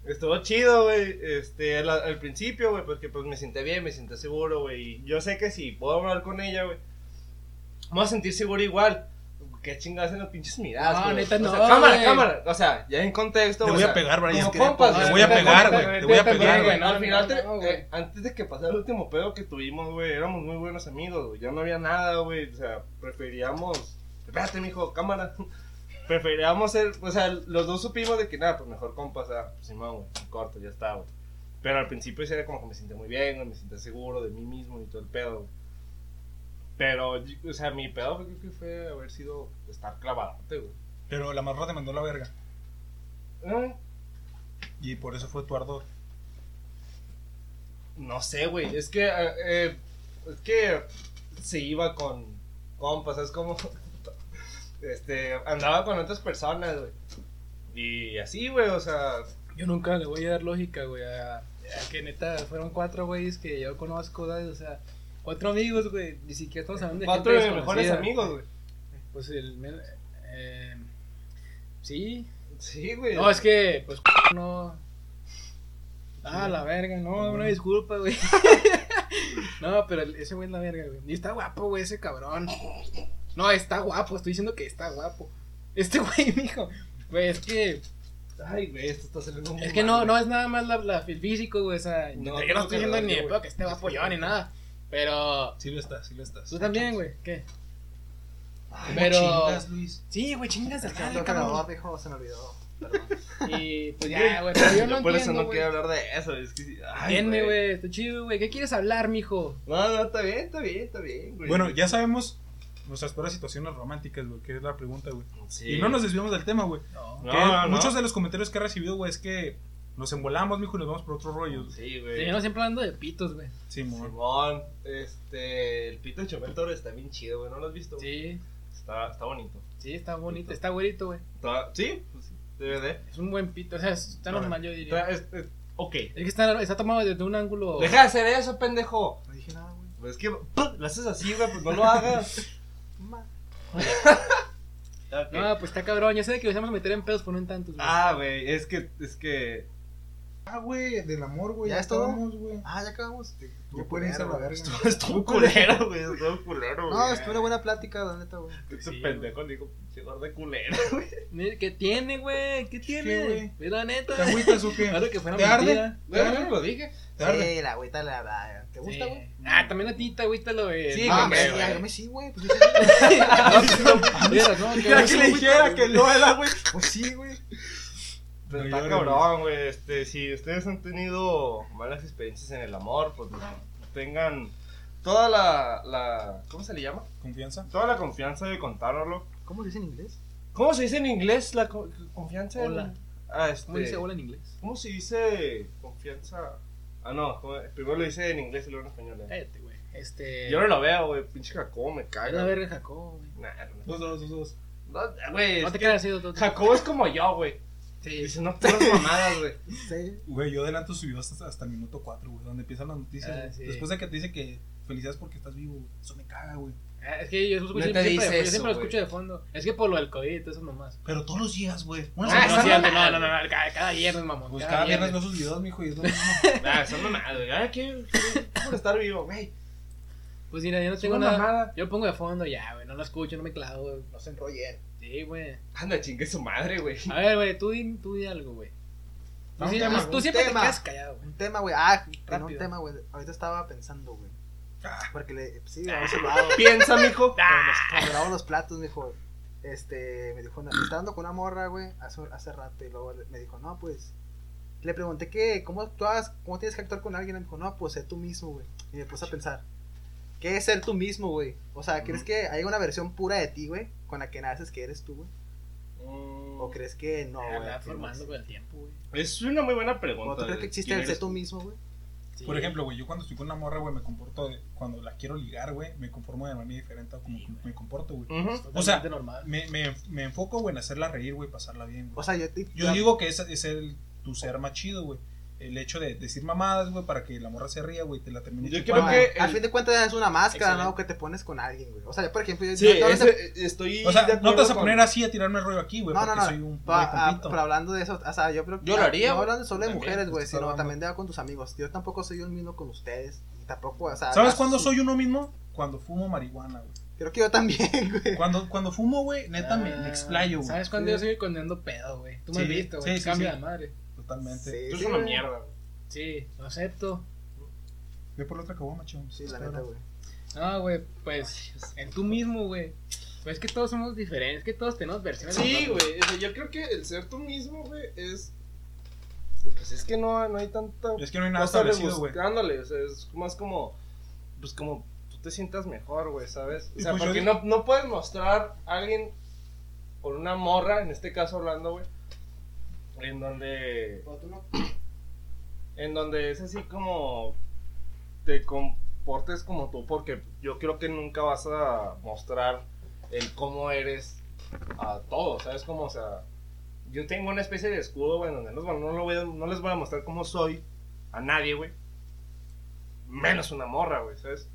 [SPEAKER 1] Estuvo chido, güey. Este, al, al principio, güey, porque pues me senté bien, me senté seguro, güey. Y yo sé que si puedo hablar con ella, güey, me voy a sentir seguro igual. Qué chingadas en las pinches miradas,
[SPEAKER 3] No,
[SPEAKER 1] güey.
[SPEAKER 3] neta,
[SPEAKER 1] O sea,
[SPEAKER 3] no,
[SPEAKER 1] cámara,
[SPEAKER 3] güey.
[SPEAKER 1] cámara. O sea, ya en contexto,
[SPEAKER 2] Te
[SPEAKER 1] güey,
[SPEAKER 2] voy
[SPEAKER 1] o
[SPEAKER 2] a
[SPEAKER 1] sea,
[SPEAKER 2] pegar, Brian.
[SPEAKER 1] como
[SPEAKER 4] que-
[SPEAKER 1] compas,
[SPEAKER 3] No,
[SPEAKER 1] güey,
[SPEAKER 2] Te voy a
[SPEAKER 1] neta,
[SPEAKER 2] pegar,
[SPEAKER 1] neta,
[SPEAKER 2] güey, te voy a
[SPEAKER 1] neta,
[SPEAKER 2] pegar,
[SPEAKER 1] güey.
[SPEAKER 3] güey.
[SPEAKER 1] Al final, te-
[SPEAKER 3] No, güey.
[SPEAKER 1] eh, antes de que pasara el último pedo que tuvimos, güey, éramos muy buenos amigos, güey. Ya no había nada, güey. O sea, preferíamos. Espérate, mijo, cámara. Preferíamos ser, o sea, los dos supimos de que nada, pues mejor compas, ah, pues Simón, güey, corto, ya está, güey. Pero al principio sí era como que me sentía muy bien, güey, me sentía seguro de mí mismo y todo el pedo, güey. Pero, yo- o sea, mi pedo fue- creo que fue haber sido estar clavadote, güey.
[SPEAKER 2] Pero la marra te mandó la verga.
[SPEAKER 1] Ah,
[SPEAKER 2] Y por eso fue tu ardor.
[SPEAKER 1] No sé, güey. Es que. eh, eh, es que. Se iba con compas, es como. Este. Andaba con otras personas, güey. Y así, güey, o sea.
[SPEAKER 3] Yo nunca le voy a dar lógica, güey. A, a que neta, fueron cuatro güeyes que yo conozco, ¿sabes? O sea, cuatro amigos, güey. Ni siquiera estamos hablando de
[SPEAKER 1] Cuatro de
[SPEAKER 3] gente
[SPEAKER 1] mis mejores
[SPEAKER 3] desconocida.
[SPEAKER 1] amigos, güey.
[SPEAKER 3] Pues el. men- Eh, sí.
[SPEAKER 1] Sí, güey.
[SPEAKER 3] No, es que, pues, no. Ah, la verga, no, una disculpa, güey. no, pero el- ese güey es la verga, güey. Y está guapo, güey, ese cabrón. No, está guapo, estoy diciendo que está guapo. Este güey, mijo. Güey, es que.
[SPEAKER 1] Ay, güey, esto está saliendo muy
[SPEAKER 3] Es que no, no es nada más la, la- el físico, güey. O sea,
[SPEAKER 1] No,
[SPEAKER 3] yo no
[SPEAKER 1] creo que
[SPEAKER 3] estoy diciendo
[SPEAKER 1] no,
[SPEAKER 3] ni de
[SPEAKER 1] güey.
[SPEAKER 3] pedo que esté guapo yo ni nada. Pero.
[SPEAKER 2] Sí lo estás, sí lo estás.
[SPEAKER 3] Tú también, güey. ¿Qué?
[SPEAKER 2] ¿Cómo
[SPEAKER 3] Pero-
[SPEAKER 2] chingas, Luis?
[SPEAKER 3] Sí, güey, chingas al
[SPEAKER 4] Ando
[SPEAKER 3] jale,
[SPEAKER 4] calor,
[SPEAKER 3] cabrón.
[SPEAKER 4] mijo, se me olvidó. Perdón.
[SPEAKER 3] Y pues ya, güey. Pero yo no
[SPEAKER 1] por eso
[SPEAKER 3] entiendo,
[SPEAKER 1] no
[SPEAKER 3] güey.
[SPEAKER 1] quiero hablar de eso, es que. sí, ay,
[SPEAKER 3] Entiende, güey. Está chido, güey. ¿Qué quieres hablar, mijo?
[SPEAKER 1] No, no, está bien, está bien, está bien, güey.
[SPEAKER 2] Bueno, ya sabemos nuestras peores situaciones románticas, güey, que es la pregunta, güey.
[SPEAKER 1] Sí.
[SPEAKER 2] Y no nos desviamos del tema, güey.
[SPEAKER 3] No.
[SPEAKER 1] No,
[SPEAKER 2] Que
[SPEAKER 1] no, no.
[SPEAKER 2] Muchos de los comentarios que he recibido, güey, es que nos embolamos, mijo, y nos vamos por otros rollos.
[SPEAKER 1] Sí, güey.
[SPEAKER 3] Terminamos siempre hablando de pitos, güey.
[SPEAKER 2] Simón.
[SPEAKER 1] Simón, este. El pito de Chomel Torres está bien chido, güey. ¿No lo has visto?
[SPEAKER 3] Sí,
[SPEAKER 1] Está, está bonito.
[SPEAKER 3] sí, está bonito. Está güerito, güey.
[SPEAKER 1] Está- Sí, pues sí, DVD.
[SPEAKER 3] Es un buen pito. O sea, es- está
[SPEAKER 1] No,
[SPEAKER 3] normal, yo diría.
[SPEAKER 1] Tra- es- es- ok.
[SPEAKER 3] Es que está, está tomado desde un ángulo.
[SPEAKER 1] eh, Deja de hacer eso, pendejo.
[SPEAKER 4] No dije nada, güey.
[SPEAKER 1] Pues es que ¡pum! lo haces así, güey, pues no lo hagas.
[SPEAKER 4] Ma-
[SPEAKER 1] Ok.
[SPEAKER 3] No, pues está cabrón. Ya sé que nos íbamos a meter en pedos por no en tantos, güey.
[SPEAKER 1] Ah, güey, es que, es que.
[SPEAKER 2] Ah, güey, del amor, güey.
[SPEAKER 4] ¿Ya es todo?
[SPEAKER 2] acabamos, güey.
[SPEAKER 4] Ah, ya acabamos.
[SPEAKER 2] Ya
[SPEAKER 4] Estuvo
[SPEAKER 2] pueden irse a la
[SPEAKER 4] culero,
[SPEAKER 2] verga.
[SPEAKER 4] güey.
[SPEAKER 1] Estuvo culero, güey, estuvo culero, güey.
[SPEAKER 4] No, estuvo una buena plática, la neta, güey.
[SPEAKER 1] Este
[SPEAKER 3] Sí,
[SPEAKER 1] pendejo le digo, pinche gorda culero.
[SPEAKER 3] Mira, ¿Qué tiene, güey? ¿Qué
[SPEAKER 2] ¿Qué, güey?
[SPEAKER 3] tiene? Es la neta.
[SPEAKER 2] ¿Te agüitas o qué?
[SPEAKER 3] Claro que fuera
[SPEAKER 2] ¿Te arde?
[SPEAKER 3] mentira.
[SPEAKER 2] ¿Te arde?
[SPEAKER 1] lo dije.
[SPEAKER 2] ¿Te arde?
[SPEAKER 4] Sí, la agüita la, la- ¿Te gusta,
[SPEAKER 3] Sí.
[SPEAKER 4] güey?
[SPEAKER 3] Ah, también a ti te agüita lo de. Ah,
[SPEAKER 1] Sí,
[SPEAKER 4] ah,
[SPEAKER 1] güey,
[SPEAKER 4] sí,
[SPEAKER 1] güey.
[SPEAKER 4] a mí sí, güey. Pues yo sí.
[SPEAKER 3] Mira
[SPEAKER 4] que le dijera que no era, güey. Pues sí, güey.
[SPEAKER 1] Pero
[SPEAKER 2] No
[SPEAKER 1] está
[SPEAKER 2] llores.
[SPEAKER 1] cabrón, güey. Este, si ustedes han tenido malas experiencias en el amor, pues tengan toda la, la- ¿Cómo se le llama?
[SPEAKER 2] ¿Confianza?
[SPEAKER 1] Toda la confianza de contárnoslo.
[SPEAKER 4] ¿Cómo se dice en inglés?
[SPEAKER 1] ¿Cómo se dice en inglés la co- confianza? en-
[SPEAKER 3] Hola.
[SPEAKER 1] Ah, este,
[SPEAKER 3] ¿Cómo dice hola en inglés?
[SPEAKER 1] ¿Cómo se dice confianza? Ah, no, ¿cómo- primero lo dice en inglés y luego en español. eh.
[SPEAKER 3] Cállate, güey.
[SPEAKER 2] Eh.
[SPEAKER 3] Este.
[SPEAKER 1] Yo no lo veo, güey, pinche Jacobo me
[SPEAKER 3] Ven
[SPEAKER 1] caga.
[SPEAKER 3] a ver el Jacobo, güey.
[SPEAKER 1] Nah, no,
[SPEAKER 2] Dos, dos, dos, dos.
[SPEAKER 1] no, güey,
[SPEAKER 3] No
[SPEAKER 1] es
[SPEAKER 3] te
[SPEAKER 1] que
[SPEAKER 3] quedas así, doctor.
[SPEAKER 1] Jacobo es como yo, güey.
[SPEAKER 3] Sí.
[SPEAKER 1] Dice, no puras mamadas, güey.
[SPEAKER 4] Sí.
[SPEAKER 2] Güey, yo adelanto subió hasta, hasta el minuto 4, güey, donde empiezan las noticias.
[SPEAKER 3] Ah,
[SPEAKER 2] güey.
[SPEAKER 3] sí.
[SPEAKER 2] Después de que te dice que felicidades porque estás vivo, güey. eso me caga, güey.
[SPEAKER 3] Ah, Es que yo, escucho
[SPEAKER 1] No te
[SPEAKER 3] siempre, de
[SPEAKER 1] dice
[SPEAKER 3] fondo, yo
[SPEAKER 1] eso,
[SPEAKER 3] siempre lo
[SPEAKER 1] güey.
[SPEAKER 3] escucho de fondo. Es que por lo del COVID y todo eso nomás.
[SPEAKER 2] Pero todos los días, güey. Una
[SPEAKER 3] No,
[SPEAKER 2] semana.
[SPEAKER 3] no,
[SPEAKER 1] son
[SPEAKER 3] Ah, sí, Ah, no,
[SPEAKER 1] mamadas,
[SPEAKER 3] no, no, no, cada, cada viernes, mamón.
[SPEAKER 2] Pues
[SPEAKER 3] cada
[SPEAKER 2] cada viernes veo
[SPEAKER 3] viernes.
[SPEAKER 2] sus videos, mijo, y es lo mismo.
[SPEAKER 1] Nah, son mamadas, güey. Ay, qué, qué- por estar vivo, güey.
[SPEAKER 3] Pues mira, yo no
[SPEAKER 1] Es
[SPEAKER 3] tengo
[SPEAKER 1] una
[SPEAKER 3] nada.
[SPEAKER 1] mamada.
[SPEAKER 3] Yo pongo de fondo, ya, güey. No lo escucho, no me clavo, güey.
[SPEAKER 4] No se enrollen.
[SPEAKER 3] Sí, güey.
[SPEAKER 1] Anda, Ah, chingue su madre, güey.
[SPEAKER 2] Ah,
[SPEAKER 3] A ver, güey, tú di, tú di algo, güey. Tú,
[SPEAKER 2] Un
[SPEAKER 3] sí-
[SPEAKER 2] tema,
[SPEAKER 3] tú
[SPEAKER 4] un
[SPEAKER 3] siempre
[SPEAKER 4] tema.
[SPEAKER 3] te quedas callado, güey.
[SPEAKER 4] Un tema, güey. Ah, tenía un
[SPEAKER 3] Rápido.
[SPEAKER 4] tema, güey. Ahorita estaba pensando, güey.
[SPEAKER 2] Ah,
[SPEAKER 4] Porque le. Sí, a ese lado.
[SPEAKER 1] Piensa, mijo.
[SPEAKER 4] Cuando los- cuando lavaba los platos, me dijo, este, me dijo, "No, estaba dando con una morra, güey, hace, hace rato, y luego le- me dijo, no, pues, le pregunté que, ¿cómo actúas? ¿Cómo tienes que actuar con alguien? Y me dijo, no, pues, sé tú mismo, güey, y me puse a pensar, ¿qué es ser tú mismo, güey? O sea, ¿crees
[SPEAKER 1] Ujú.
[SPEAKER 4] que hay una versión pura de ti, güey, con la que naces que eres tú, güey?
[SPEAKER 1] Mm,
[SPEAKER 4] ¿O crees que no,
[SPEAKER 3] Ah,
[SPEAKER 4] güey?
[SPEAKER 3] la
[SPEAKER 4] que
[SPEAKER 3] formando
[SPEAKER 4] no?
[SPEAKER 3] con el tiempo, güey.
[SPEAKER 1] Es una muy buena
[SPEAKER 4] ¿O
[SPEAKER 1] pregunta.
[SPEAKER 4] tú crees que
[SPEAKER 1] güey.
[SPEAKER 4] existe
[SPEAKER 1] ¿Quién
[SPEAKER 4] el
[SPEAKER 1] eres
[SPEAKER 4] ser tú
[SPEAKER 1] tú?
[SPEAKER 4] mismo, güey?
[SPEAKER 3] Sí.
[SPEAKER 2] Por ejemplo, güey, yo cuando estoy con una morra, güey, me comporto, de- cuando la quiero ligar, güey, me conformo de manera diferente a como me comporto, güey.
[SPEAKER 1] Ujú.
[SPEAKER 3] Totalmente
[SPEAKER 2] o sea,
[SPEAKER 3] normal.
[SPEAKER 2] Me, me, me enfoco, güey, en hacerla reír, güey, pasarla bien,
[SPEAKER 4] O
[SPEAKER 2] güey.
[SPEAKER 4] sea, yo, te-
[SPEAKER 2] Yo digo que es, es el, tu ser más chido, güey. El hecho de decir mamadas, güey, para que la morra se ría, güey, te la termine.
[SPEAKER 1] Yo
[SPEAKER 2] chupando.
[SPEAKER 1] creo que
[SPEAKER 4] al
[SPEAKER 1] el-
[SPEAKER 4] fin de cuentas es una máscara,
[SPEAKER 3] Excelente.
[SPEAKER 4] ¿no? Que te pones con alguien, güey. O sea, yo, por ejemplo, yo,
[SPEAKER 1] Sí,
[SPEAKER 4] yo ahorita-
[SPEAKER 1] ese- estoy.
[SPEAKER 2] O sea,
[SPEAKER 1] de
[SPEAKER 2] no te vas
[SPEAKER 1] acuerdo
[SPEAKER 2] a
[SPEAKER 1] con-
[SPEAKER 2] poner así a tirarme el rollo aquí, güey,
[SPEAKER 4] No, no,
[SPEAKER 2] porque
[SPEAKER 4] no.
[SPEAKER 2] soy un
[SPEAKER 4] Pa-
[SPEAKER 2] güey
[SPEAKER 4] ah,
[SPEAKER 2] compito.
[SPEAKER 4] pero hablando de eso, o sea, yo creo que.
[SPEAKER 1] Yo lo haría,
[SPEAKER 4] No
[SPEAKER 1] güey.
[SPEAKER 4] hablando solo de
[SPEAKER 1] También, pues,
[SPEAKER 4] mujeres, güey,
[SPEAKER 2] estás
[SPEAKER 4] sino
[SPEAKER 2] hablando.
[SPEAKER 4] también de con tus amigos. Yo tampoco soy un mino con ustedes. y Tampoco, o sea.
[SPEAKER 2] ¿Sabes
[SPEAKER 4] ah,
[SPEAKER 2] cuándo
[SPEAKER 4] sí.
[SPEAKER 2] soy uno mismo? Cuando fumo marihuana, güey.
[SPEAKER 4] Creo que yo también, güey.
[SPEAKER 2] Cuando, cuando fumo, güey, neta me,
[SPEAKER 4] Ah,
[SPEAKER 2] me explayo, güey.
[SPEAKER 3] Ah, ¿Sabes cuando
[SPEAKER 4] Sí.
[SPEAKER 3] yo soy condenando pedo, güey? Tú me
[SPEAKER 2] Sí,
[SPEAKER 3] has visto,
[SPEAKER 2] sí,
[SPEAKER 3] güey.
[SPEAKER 2] sí,
[SPEAKER 3] Cambia
[SPEAKER 2] sí.
[SPEAKER 3] de madre.
[SPEAKER 2] Totalmente.
[SPEAKER 4] Sí,
[SPEAKER 1] Tú eres
[SPEAKER 4] sí,
[SPEAKER 1] una
[SPEAKER 4] güey.
[SPEAKER 1] mierda, güey.
[SPEAKER 3] Sí, lo acepto.
[SPEAKER 2] Ve por la otra caguama, chum.
[SPEAKER 4] Sí, la neta, güey.
[SPEAKER 3] No, güey, pues en tú mismo, güey. Pues es que todos somos diferentes, que todos tenemos versiones.
[SPEAKER 1] Sí,
[SPEAKER 3] ¿no?
[SPEAKER 1] güey. o sea, yo creo que el ser tú mismo, güey, es. Pues es que no, no hay tanta.
[SPEAKER 2] Es que no hay nada
[SPEAKER 1] cosa
[SPEAKER 2] establecido, güey.
[SPEAKER 1] rebuscándole, O sea, es más como. Pues como tú te sientas mejor, güey, ¿sabes? O
[SPEAKER 2] Y
[SPEAKER 1] sea,
[SPEAKER 2] pues yo
[SPEAKER 1] porque
[SPEAKER 2] digo-
[SPEAKER 1] no, no puedes mostrar a alguien. Con una morra, en este caso hablando, güey. En donde. En donde es así como. Te comportes como tú, porque yo creo que nunca vas a mostrar el cómo eres a todos, ¿sabes? Como, o sea, yo tengo una especie de escudo, güey, donde no, los- no lo voy a- no les voy a mostrar cómo soy a nadie, güey. Menos una morra, güey, ¿sabes?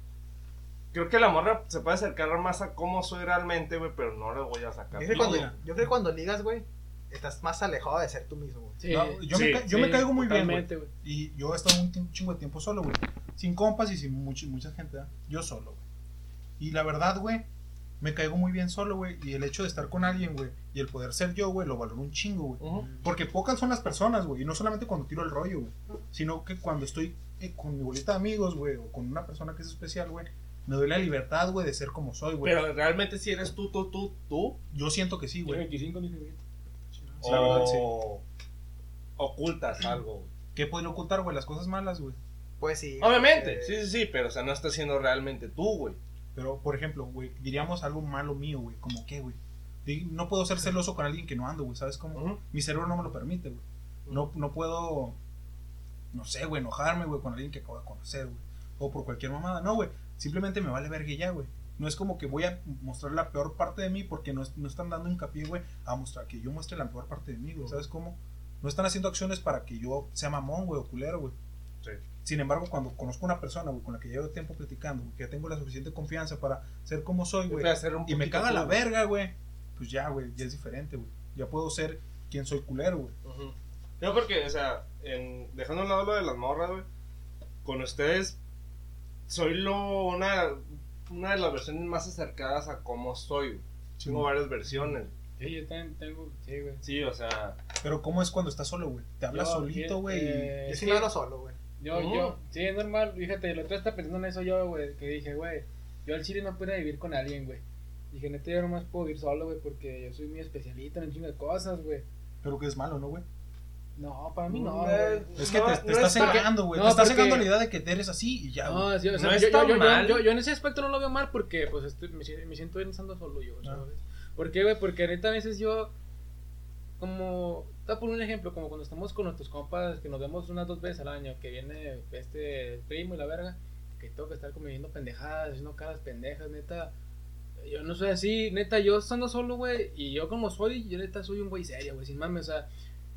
[SPEAKER 1] Creo que la morra se puede acercar más a cómo soy realmente, güey, pero no le voy a
[SPEAKER 4] Yo
[SPEAKER 1] sacar.
[SPEAKER 4] creo que
[SPEAKER 1] todo.
[SPEAKER 4] cuando,
[SPEAKER 2] mira.
[SPEAKER 4] yo creo que cuando ligas, güey, estás más alejado de ser tú mismo, güey.
[SPEAKER 3] Eh, Sí,
[SPEAKER 2] No, yo me,
[SPEAKER 1] Sí,
[SPEAKER 2] ca- yo me
[SPEAKER 3] sí,
[SPEAKER 2] caigo muy bien, güey.
[SPEAKER 3] totalmente, güey.
[SPEAKER 2] Y yo he estado un ti- chingo de tiempo solo, güey. Sin compas y sin mucho- mucha gente, ¿verdad? Yo solo, güey. Y la verdad, güey, me caigo muy bien solo, güey. Y el hecho de estar con alguien, güey, y el poder ser yo, güey, lo valoro un chingo, güey.
[SPEAKER 1] Ujú.
[SPEAKER 2] Porque pocas son las personas, güey. Y no solamente cuando tiro el rollo, güey. Sino que cuando estoy eh, con mi bolita de amigos, güey, o con una persona que es especial, güey, me doy la libertad, güey, de ser como soy, güey.
[SPEAKER 1] Pero realmente si eres tú, tú, tú, tú,
[SPEAKER 2] Yo siento que sí, güey.
[SPEAKER 3] 25 mi favorito.
[SPEAKER 2] Sí, la verdad, sí.
[SPEAKER 1] o ocultas algo, güey.
[SPEAKER 2] ¿Qué podría ocultar, güey? Las cosas malas, güey.
[SPEAKER 4] Pues sí.
[SPEAKER 1] Obviamente,
[SPEAKER 4] porque-
[SPEAKER 1] sí, sí, sí, pero o sea, no estás siendo realmente tú, güey.
[SPEAKER 2] Pero, por ejemplo, güey, diríamos algo malo mío, güey. Como qué, güey. Di- No puedo ser celoso con alguien que no ando, güey. ¿Sabes cómo?
[SPEAKER 1] Ujú.
[SPEAKER 2] Mi cerebro no me lo permite, güey. No, no puedo, no sé, güey, enojarme, güey, con alguien que acabo de conocer, güey. O por cualquier mamada. No, güey. Simplemente me vale verga y ya, güey. No es como que voy a mostrar la peor parte de mí porque no, es- no están dando hincapié, güey, a mostrar que yo muestre la peor parte de mí, güey. ¿Sabes cómo? No están haciendo acciones para que yo sea mamón, güey, o culero, güey.
[SPEAKER 1] Sí.
[SPEAKER 2] Sin embargo, cuando conozco una persona, güey, con la que llevo tiempo platicando, güey, que ya tengo la suficiente confianza para ser como soy, güey,
[SPEAKER 1] Voy a hacer un
[SPEAKER 2] y me
[SPEAKER 1] poquito
[SPEAKER 2] caga la
[SPEAKER 1] tú.
[SPEAKER 2] verga, güey, pues ya, güey, ya es diferente, güey. Ya puedo ser quien soy culero, güey.
[SPEAKER 1] Ujú. Yo porque, o sea, en- dejando a un lado lo de las morras, güey, con ustedes soy lo, una, una de las versiones más acercadas a cómo soy. güey. Tengo varias versiones.
[SPEAKER 3] Sí, yo también tengo. Sí, güey.
[SPEAKER 1] Sí, o sea,
[SPEAKER 2] Pero ¿cómo es cuando estás solo, güey? Te hablas
[SPEAKER 3] Yo,
[SPEAKER 2] solito,
[SPEAKER 3] eh,
[SPEAKER 2] güey. y-
[SPEAKER 3] eh,
[SPEAKER 4] Yo sí
[SPEAKER 3] sí.
[SPEAKER 4] me hablo solo, güey.
[SPEAKER 3] Yo,
[SPEAKER 1] ¿Cómo?
[SPEAKER 3] yo, sí, es normal, fíjate, el otro está pensando en eso yo, güey, que dije, güey, yo al chile no puedo vivir con alguien, güey. Dije, neta, yo nomás puedo vivir solo, güey, porque yo soy muy especialista en un chingo de cosas, güey.
[SPEAKER 2] Pero que es malo, ¿no, güey?
[SPEAKER 3] No, para mí no,
[SPEAKER 1] Eh,
[SPEAKER 3] güey.
[SPEAKER 2] Es que te, te
[SPEAKER 1] no
[SPEAKER 2] estás
[SPEAKER 1] está-
[SPEAKER 2] cegando, güey.
[SPEAKER 3] no,
[SPEAKER 2] te estás
[SPEAKER 3] porque-
[SPEAKER 2] cegando la idea de que eres así y ya, güey.
[SPEAKER 3] No, sí, o sea,
[SPEAKER 1] No
[SPEAKER 3] yo,
[SPEAKER 1] está
[SPEAKER 3] yo- yo-
[SPEAKER 1] mal.
[SPEAKER 3] yo- yo en ese aspecto no lo veo mal porque pues estoy- me, si- me siento pensando solo yo.
[SPEAKER 1] Ah.
[SPEAKER 3] ¿sabes? ¿Por qué, güey? Porque neta a veces yo, como, está por un ejemplo, como cuando estamos con nuestros compas, que nos vemos unas dos veces al año, que viene este primo y la verga, que tengo que estar conviviendo pendejadas, haciendo caras pendejas, neta. Yo no soy así, neta, yo estando solo, güey, y yo como soy, yo neta soy un güey serio, güey, sin mames, o sea,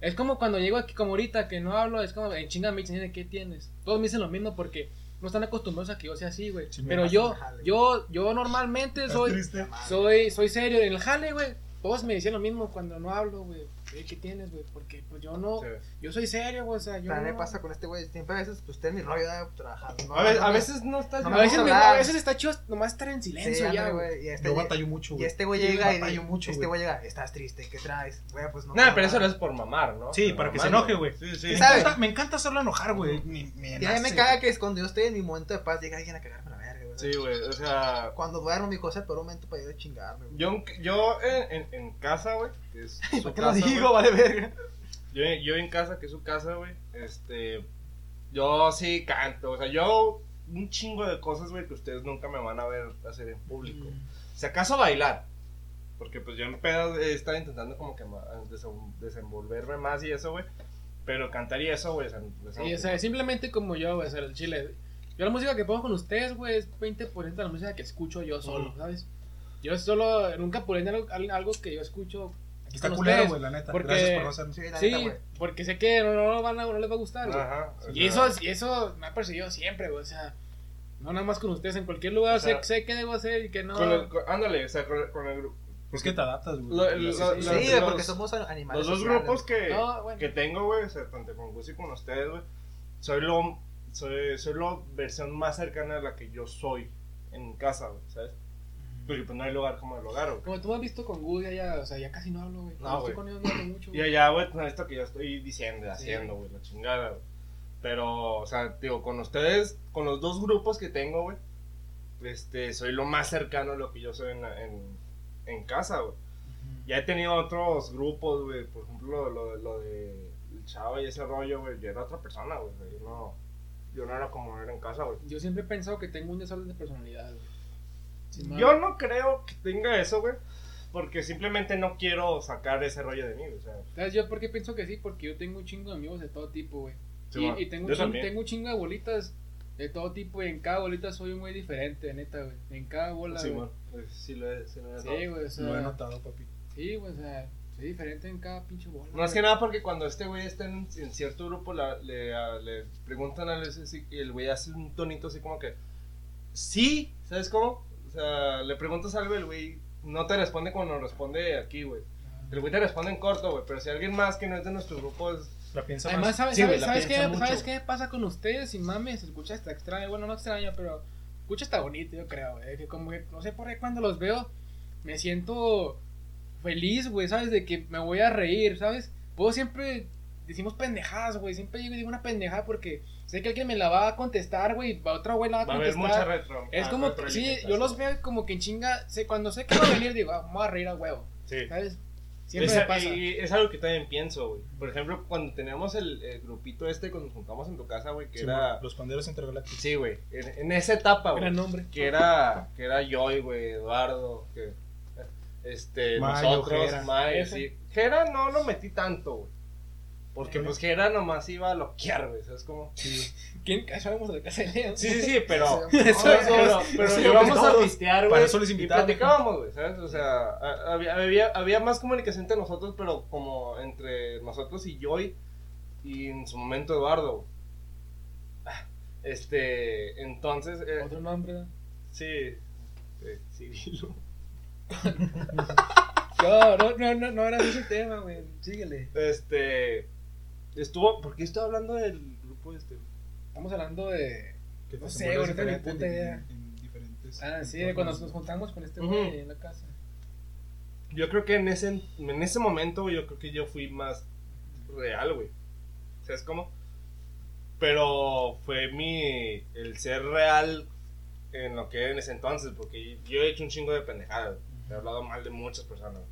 [SPEAKER 3] es como cuando llego aquí, como ahorita, que no hablo, es como, en chinga me dicen, ¿qué tienes? Todos me dicen lo mismo porque no están acostumbrados a que yo sea así, güey.
[SPEAKER 2] Sí, me
[SPEAKER 3] Pero
[SPEAKER 2] pasa
[SPEAKER 3] yo,
[SPEAKER 4] en jale.
[SPEAKER 3] yo, yo normalmente
[SPEAKER 2] Estás
[SPEAKER 3] soy,
[SPEAKER 2] triste.
[SPEAKER 3] soy, soy serio en el jale, güey. Todos me dicen lo mismo cuando no hablo, güey. "Ey, ¿Qué tienes, güey? Porque pues yo no, yo soy serio, güey, o sea, yo
[SPEAKER 4] Pero me
[SPEAKER 3] no-
[SPEAKER 4] pasa con este güey, siempre a veces, pues usted es mi rollo de trabajar. ¿no?
[SPEAKER 1] A, ve- a veces no estás.
[SPEAKER 4] No
[SPEAKER 3] A veces,
[SPEAKER 4] vamos a
[SPEAKER 3] me-
[SPEAKER 4] hablar.
[SPEAKER 3] a veces está chido nomás estar en
[SPEAKER 4] Sí,
[SPEAKER 3] silencio ya,
[SPEAKER 4] ándale,
[SPEAKER 3] güey.
[SPEAKER 4] güey, Y este,
[SPEAKER 2] Yo batallo mucho,
[SPEAKER 4] y
[SPEAKER 2] güey.
[SPEAKER 4] este güey
[SPEAKER 2] Yo
[SPEAKER 4] llega y
[SPEAKER 2] batallo mucho,
[SPEAKER 4] este
[SPEAKER 2] güey.
[SPEAKER 4] güey llega, estás triste, ¿qué traes? Güey, pues no.
[SPEAKER 1] Nada,
[SPEAKER 4] quiero
[SPEAKER 1] pero eso lo
[SPEAKER 4] nada".
[SPEAKER 1] es por mamar, ¿no?
[SPEAKER 2] Sí,
[SPEAKER 1] Por
[SPEAKER 2] para que
[SPEAKER 1] mamar,
[SPEAKER 2] se enoje, güey.
[SPEAKER 1] Sí,
[SPEAKER 2] Me
[SPEAKER 1] sí.
[SPEAKER 4] ¿Sabes?
[SPEAKER 2] encanta, me encanta hacerlo enojar, güey. Me, me
[SPEAKER 4] Y a mí me
[SPEAKER 2] nace,
[SPEAKER 4] caga que es cuando yo estoy en mi momento de paz, llega alguien a cagarme la verga, güey.
[SPEAKER 1] Sí, güey. O sea,
[SPEAKER 4] Cuando duermo, mi cosa, pero un momento para ir a chingarme, güey.
[SPEAKER 1] yo, yo en, en, en casa, güey, que es su
[SPEAKER 4] ¿Por qué lo
[SPEAKER 1] casa,
[SPEAKER 4] digo, vale verga?
[SPEAKER 1] Yo, yo en casa, que es su casa, güey, este, yo sí canto, o sea, yo un chingo de cosas, güey, que ustedes nunca me van a ver hacer en público.
[SPEAKER 3] Mm.
[SPEAKER 1] Si acaso bailar, porque pues yo en pedas eh, estaba intentando como que ma- desen- desenvolverme más y eso, güey, pero cantar y eso, güey, o sea, no-
[SPEAKER 3] Sí, o sea, simplemente como yo, güey, o sea, el chile. Yo la música que pongo con ustedes, güey, es 20% de la música que escucho yo solo,
[SPEAKER 2] Ujú.
[SPEAKER 3] ¿sabes? Yo solo, nunca publico algo, al- algo que yo escucho. aquí
[SPEAKER 2] Está
[SPEAKER 3] con
[SPEAKER 2] culero,
[SPEAKER 3] ustedes.
[SPEAKER 2] güey, la neta.
[SPEAKER 3] porque-
[SPEAKER 2] Gracias por no hacernos.
[SPEAKER 4] Sí, la
[SPEAKER 3] Sí,
[SPEAKER 4] neta, güey.
[SPEAKER 3] porque sé que no, no lo van a- no les va a gustar, güey.
[SPEAKER 1] Ajá, o
[SPEAKER 3] Y
[SPEAKER 1] sea,
[SPEAKER 3] eso, y eso me ha perseguido siempre, güey, o sea, no nada más con ustedes, en cualquier lugar
[SPEAKER 1] O sea,
[SPEAKER 3] sé, sé qué debo hacer y que no.
[SPEAKER 1] con el- con- ándale, o sea, con, el- con el grupo.
[SPEAKER 2] Es que te adaptas, güey.
[SPEAKER 1] Lo- lo-
[SPEAKER 2] Gracias.
[SPEAKER 1] lo-
[SPEAKER 4] Sí,
[SPEAKER 1] los-
[SPEAKER 4] güey, porque
[SPEAKER 1] los-
[SPEAKER 4] somos animales.
[SPEAKER 1] Los dos
[SPEAKER 4] sociales,
[SPEAKER 1] grupos que,
[SPEAKER 3] No, bueno.
[SPEAKER 1] que tengo, güey, o sea, tanto con Gus y con ustedes, güey, soy lo, soy, soy la versión más cercana a la que yo soy en casa, güey, ¿sabes? Porque pues no hay lugar como el hogar, güey.
[SPEAKER 3] Como tú me has visto con Woody, ya, o sea, ya casi no hablo, güey.
[SPEAKER 1] No,
[SPEAKER 3] Cuando
[SPEAKER 1] güey.
[SPEAKER 3] estoy con ellos no hablo mucho,
[SPEAKER 1] Y
[SPEAKER 3] güey.
[SPEAKER 1] allá, güey, con esto que yo estoy diciendo,
[SPEAKER 3] Sí.
[SPEAKER 1] haciendo, güey, la chingada, güey. Pero, o sea, digo, con ustedes, con los dos grupos que tengo, güey, este, soy lo más cercano a lo que yo soy en, la- en, en casa, güey. Ya he tenido otros grupos, güey. Por ejemplo, lo, lo de el chavo y ese rollo, güey. Yo era otra persona, güey. o sea, Yo no, yo no era como era en casa, güey.
[SPEAKER 3] Yo siempre he pensado que tengo un desorden de personalidad, güey. Sin
[SPEAKER 1] Yo
[SPEAKER 3] más.
[SPEAKER 1] no creo que tenga eso, güey. Porque simplemente no quiero sacar ese rollo de mí, güey, o sea.
[SPEAKER 3] ¿Sabes yo por qué pienso que sí? Porque yo tengo un chingo de amigos de todo tipo, güey.
[SPEAKER 1] sí,
[SPEAKER 3] y,
[SPEAKER 1] bueno,
[SPEAKER 3] y tengo,
[SPEAKER 1] yo
[SPEAKER 3] un chingo,
[SPEAKER 1] también.
[SPEAKER 3] tengo un chingo de bolitas de todo tipo y en cada bolita soy un güey diferente, neta, güey. En cada bola,
[SPEAKER 1] Sí,
[SPEAKER 3] güey.
[SPEAKER 1] bueno, pues, sí lo he- sí lo he
[SPEAKER 3] Sí,
[SPEAKER 1] notado.
[SPEAKER 3] güey, o sea,
[SPEAKER 2] Lo he notado, papi.
[SPEAKER 3] sí, güey, o sea, soy diferente en cada pinche bola.
[SPEAKER 1] Más
[SPEAKER 3] güey.
[SPEAKER 1] que nada porque cuando este güey está en, en cierto grupo, la- le, a- le preguntan a ese sí, y el güey hace un tonito así como que, sí, ¿sabes cómo? O sea, le preguntas algo y el güey no te responde cuando responde aquí, güey. El güey te responde en corto, güey, pero si alguien más que no es de nuestro grupo es...
[SPEAKER 2] La piensa
[SPEAKER 3] Además,
[SPEAKER 2] más.
[SPEAKER 3] ¿sabes,
[SPEAKER 2] Sí, güey,
[SPEAKER 3] sabes,
[SPEAKER 2] la
[SPEAKER 3] sabes qué,
[SPEAKER 2] piensa mucho,
[SPEAKER 3] ¿sabes
[SPEAKER 2] güey.
[SPEAKER 3] qué pasa con ustedes? Sin mames, se escucha hasta extraño. Bueno, no extraño, pero escucha hasta bonito, yo creo, güey. Que como que, no sé por qué cuando los veo, me siento feliz, güey, ¿sabes? De que me voy a reír, ¿sabes? Puedo siempre, decimos pendejadas, güey. Siempre digo, digo una pendejada porque sé que alguien me la va a contestar, güey. va- Otra güey la va a
[SPEAKER 1] Va a haber
[SPEAKER 3] contestar.
[SPEAKER 1] mucha retro. ah,
[SPEAKER 3] es como que, sí, yo los veo como que en chinga, sé, cuando sé que va a venir, digo, ah, me voy a reír a huevo,
[SPEAKER 1] Sí.
[SPEAKER 3] ¿sabes? Siempre
[SPEAKER 1] Es,
[SPEAKER 3] me pasa.
[SPEAKER 1] y- y es algo que también pienso, güey. Por ejemplo, cuando teníamos el, el grupito este, cuando nos juntamos en tu casa, güey, que
[SPEAKER 2] Sí,
[SPEAKER 1] era...
[SPEAKER 2] güey, Los panderos intergalácticos.
[SPEAKER 1] Sí, güey, en, en esa etapa, güey.
[SPEAKER 3] Gran nombre.
[SPEAKER 1] que era que era Joy, güey, Eduardo, que este
[SPEAKER 2] Mayo,
[SPEAKER 1] nosotros,
[SPEAKER 2] Jera.
[SPEAKER 1] Mayo,
[SPEAKER 3] Ese.
[SPEAKER 1] sí. Jera no lo metí tanto, güey. Porque
[SPEAKER 2] Ajá.
[SPEAKER 1] pues Jera nomás iba a loquear, güey, ¿sabes cómo? Sí,
[SPEAKER 3] ¿Quién? Ya sabemos de casa de Leo.
[SPEAKER 1] sí, sí, pero
[SPEAKER 3] Eso es-
[SPEAKER 1] pero, pero
[SPEAKER 2] eso es-
[SPEAKER 1] íbamos a
[SPEAKER 2] todos.
[SPEAKER 1] pistear,
[SPEAKER 2] Para
[SPEAKER 1] güey.
[SPEAKER 2] eso les
[SPEAKER 1] Y
[SPEAKER 2] invitaba.
[SPEAKER 1] platicábamos, güey, ¿sabes? O sea, a- había, había, había más comunicación entre nosotros, pero como entre nosotros y Joy y en su momento Eduardo. güey. Ah, Este, entonces eh,
[SPEAKER 3] Otro nombre, ¿no?
[SPEAKER 1] sí, eh, sí, dilo.
[SPEAKER 3] No, no, no, no, no era ese tema, güey. Síguele.
[SPEAKER 1] Este. Estuvo. ¿Por qué estoy hablando del grupo este?
[SPEAKER 3] Estamos hablando de.
[SPEAKER 2] Que
[SPEAKER 3] No
[SPEAKER 2] te
[SPEAKER 3] sé,
[SPEAKER 2] envuelves
[SPEAKER 3] güey, no tengo
[SPEAKER 2] diferente
[SPEAKER 3] ni puta
[SPEAKER 2] en-
[SPEAKER 3] idea.
[SPEAKER 2] en diferentes
[SPEAKER 3] Ah, sí, de
[SPEAKER 2] entornos,
[SPEAKER 3] cuando nos
[SPEAKER 2] güey.
[SPEAKER 3] juntamos con este
[SPEAKER 1] Ujú.
[SPEAKER 3] güey en la casa.
[SPEAKER 1] Yo creo que en ese, en ese momento, güey, yo creo que yo fui más real, güey. ¿Sabes cómo? Pero fue mi. El ser real en lo que era en ese entonces, porque yo he hecho un chingo de pendejadas. He hablado mal de muchas personas.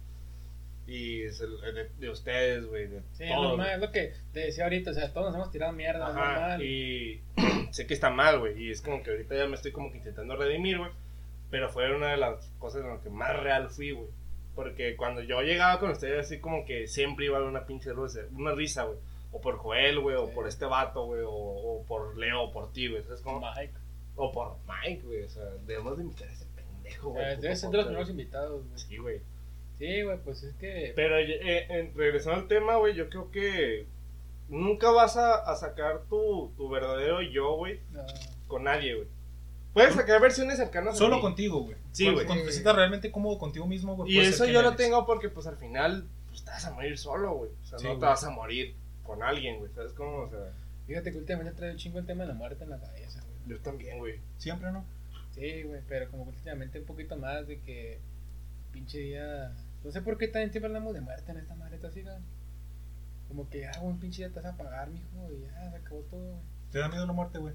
[SPEAKER 1] Y se- de, de ustedes, güey. De
[SPEAKER 3] Sí,
[SPEAKER 1] todos,
[SPEAKER 3] normal,
[SPEAKER 1] güey.
[SPEAKER 3] es lo que te decía ahorita, o sea, todos nos hemos tirado mierda,
[SPEAKER 1] Ajá,
[SPEAKER 3] normal.
[SPEAKER 1] y sé que está mal, güey. Y es como que ahorita ya me estoy como que intentando redimir, güey. Pero fue una de las cosas en las que más real fui, güey. Porque cuando yo llegaba con ustedes, así como que siempre iba a haber una pinche risa, una risa, güey. O por Joel, güey, o
[SPEAKER 3] Sí.
[SPEAKER 1] por este vato, güey, o, o por Leo, o por ti, güey. ¿sabes cómo?
[SPEAKER 3] Mike.
[SPEAKER 1] O por Mike, güey. O sea, debemos de invitar a ese pendejo, güey.
[SPEAKER 3] Eh, Debe ser de los primeros invitados, güey.
[SPEAKER 1] Sí, güey.
[SPEAKER 3] Sí, güey, pues es que.
[SPEAKER 1] Pero eh, en- regresando al tema, güey, yo creo que nunca vas a, a sacar tu, tu verdadero yo, güey,
[SPEAKER 3] no.
[SPEAKER 1] con nadie, güey. Puedes sacar versiones cercanas. a
[SPEAKER 2] Solo
[SPEAKER 1] mí.
[SPEAKER 2] contigo, güey.
[SPEAKER 1] Sí,
[SPEAKER 2] Cuando-
[SPEAKER 1] güey.
[SPEAKER 2] Cuando te sientas realmente cómodo contigo mismo, güey.
[SPEAKER 1] Y
[SPEAKER 2] puedes ser
[SPEAKER 1] eso
[SPEAKER 2] quien
[SPEAKER 1] yo lo
[SPEAKER 2] eres.
[SPEAKER 1] tengo porque, pues, al final, pues, te vas a morir solo, güey. O sea,
[SPEAKER 2] Sí,
[SPEAKER 1] no te
[SPEAKER 2] güey.
[SPEAKER 1] vas a morir con alguien, güey. ¿Sabes cómo? O sea,
[SPEAKER 3] Fíjate que últimamente traigo un chingo el tema de la muerte en la cabeza, güey.
[SPEAKER 1] yo también, güey.
[SPEAKER 2] Siempre, ¿no?
[SPEAKER 3] Sí, güey, pero como que últimamente un poquito más de que. Pinche día. No sé por qué también siempre hablamos de muerte en esta maleta, así, güey. Como que, ah, güey, un pinche día te vas a pagar, mijo, y ya, se acabó todo, güey.
[SPEAKER 2] Te da miedo la muerte, güey.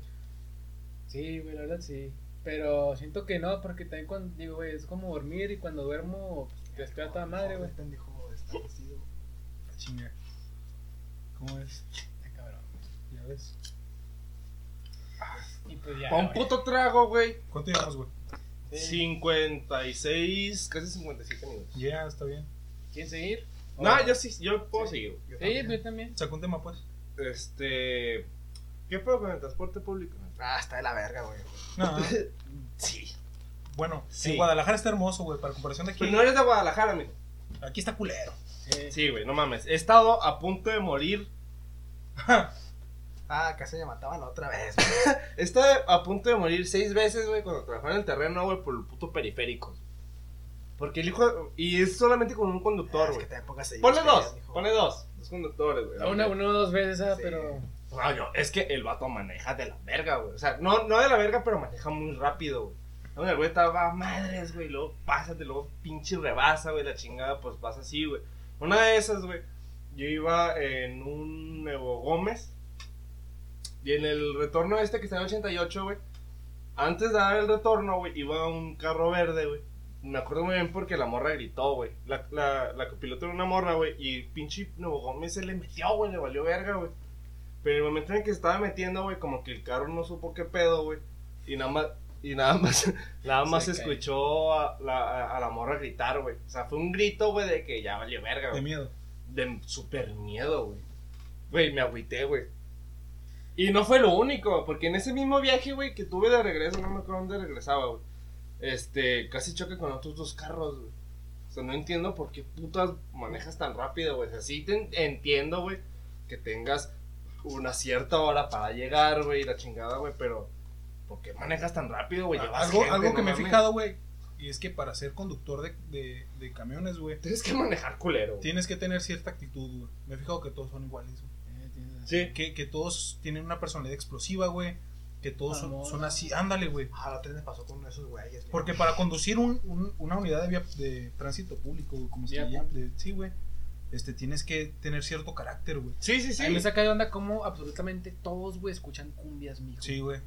[SPEAKER 3] Sí, güey, la verdad sí. Pero siento que no, porque también cuando digo, güey, es como dormir y cuando duermo pues, te despierta toda madre, güey.
[SPEAKER 4] pendejo establecido.
[SPEAKER 2] La chinga. ¿Cómo es?
[SPEAKER 3] Ay, cabrón.
[SPEAKER 2] Ya ves.
[SPEAKER 3] Y pues ya.
[SPEAKER 1] Pa' un
[SPEAKER 3] güey.
[SPEAKER 1] puto trago, güey.
[SPEAKER 2] ¿Cuánto llevamos, güey?
[SPEAKER 3] Sí.
[SPEAKER 1] 56, casi 57 minutos.
[SPEAKER 2] Ya, está bien.
[SPEAKER 3] ¿Quieren seguir?
[SPEAKER 1] No, yo sí, yo puedo
[SPEAKER 3] Oh, Sí.
[SPEAKER 1] seguir, güey.
[SPEAKER 4] Yo
[SPEAKER 3] Sí,
[SPEAKER 4] también.
[SPEAKER 3] pues, yo también.
[SPEAKER 2] Saca un tema, pues.
[SPEAKER 1] Este. ¿Qué pedo con el transporte público?
[SPEAKER 4] Ah, está de la verga, güey.
[SPEAKER 2] No,
[SPEAKER 1] Sí.
[SPEAKER 2] bueno,
[SPEAKER 1] Sí.
[SPEAKER 2] en Guadalajara está hermoso, güey. Para comparación de aquí,
[SPEAKER 1] Pero no eres de Guadalajara, amigo.
[SPEAKER 2] aquí está culero.
[SPEAKER 3] Sí.
[SPEAKER 1] Sí, güey, no mames. He estado a punto de morir.
[SPEAKER 4] Ah, casi me mataban otra vez, güey.
[SPEAKER 1] He estado a punto de morir seis veces, güey, cuando trabajaba en el terreno, güey, por el puto periférico. Porque el hijo. Y es solamente con un conductor,
[SPEAKER 4] Ah, Es que
[SPEAKER 1] güey.
[SPEAKER 4] también pongas ahí
[SPEAKER 1] Ponle
[SPEAKER 4] ustedes,
[SPEAKER 1] dos,
[SPEAKER 4] mijo.
[SPEAKER 1] ponle dos. Dos conductores, güey.
[SPEAKER 3] Una, una o dos veces, ah,
[SPEAKER 4] Sí.
[SPEAKER 3] pero.
[SPEAKER 1] No, yo- es que el vato maneja de la verga, güey. O sea, no, no de la verga, pero maneja muy rápido, güey. No, el güey estaba a madres, güey. Luego pásate, luego pinche rebasa, güey. La chingada, pues vas así, güey. Una de esas, güey. Yo iba en un Nuevo Gómez. Y en el retorno este que está en 88, güey. Antes de dar el retorno, güey, iba un carro verde, güey. Me acuerdo muy bien porque la morra gritó, güey. La, la, la copiloto era una morra, güey. Y pinche Nuevo Gómez se le metió, güey. Le valió verga, güey. Pero en el momento en el que se estaba metiendo, güey, como que el carro no supo qué pedo, güey. Y nada más, y nada más, nada
[SPEAKER 3] Se
[SPEAKER 1] más
[SPEAKER 3] cae.
[SPEAKER 1] escuchó a la, a- a la morra gritar, güey. O sea, fue un grito, güey, de que ya valió verga,
[SPEAKER 2] De
[SPEAKER 1] güey.
[SPEAKER 2] miedo.
[SPEAKER 1] De super miedo, güey. Güey, me agüité, güey. Y no fue lo único, porque en ese mismo viaje, güey, que tuve de regreso, no me acuerdo dónde regresaba, güey. Este, casi choque con otros dos carros, güey. O sea, no entiendo por qué putas manejas tan rápido, güey. O sea, sí te en- entiendo, güey, que tengas una cierta hora para llegar, güey, y la chingada, güey, pero ¿por qué manejas tan rápido, güey? Llevas
[SPEAKER 2] Ah, algo
[SPEAKER 1] gente,
[SPEAKER 2] algo que
[SPEAKER 1] no
[SPEAKER 2] me he
[SPEAKER 1] mames.
[SPEAKER 2] fijado, güey. Y es que para ser conductor de, de, de camiones, güey,
[SPEAKER 1] Tienes que manejar culero. güey.
[SPEAKER 2] tienes que tener cierta actitud, güey. Me he fijado que todos son iguales, güey.
[SPEAKER 3] Eh, tiene-
[SPEAKER 1] Sí.
[SPEAKER 2] Que, que todos tienen una personalidad explosiva, güey. Que todos son,
[SPEAKER 3] Amor.
[SPEAKER 2] son así. Ándale, güey.
[SPEAKER 4] Ah, la otra vez me pasó con uno de esos güeyes. güey.
[SPEAKER 2] Porque para conducir un- un- una unidad de, vía- de tránsito público, güey, como se
[SPEAKER 3] Vía
[SPEAKER 2] llama, de- sí, güey, este, tienes que tener cierto carácter, güey.
[SPEAKER 1] Sí, sí,
[SPEAKER 3] A
[SPEAKER 1] sí.
[SPEAKER 3] mí me saca de onda como absolutamente todos, güey, escuchan cumbias, mijo.
[SPEAKER 2] Sí, güey.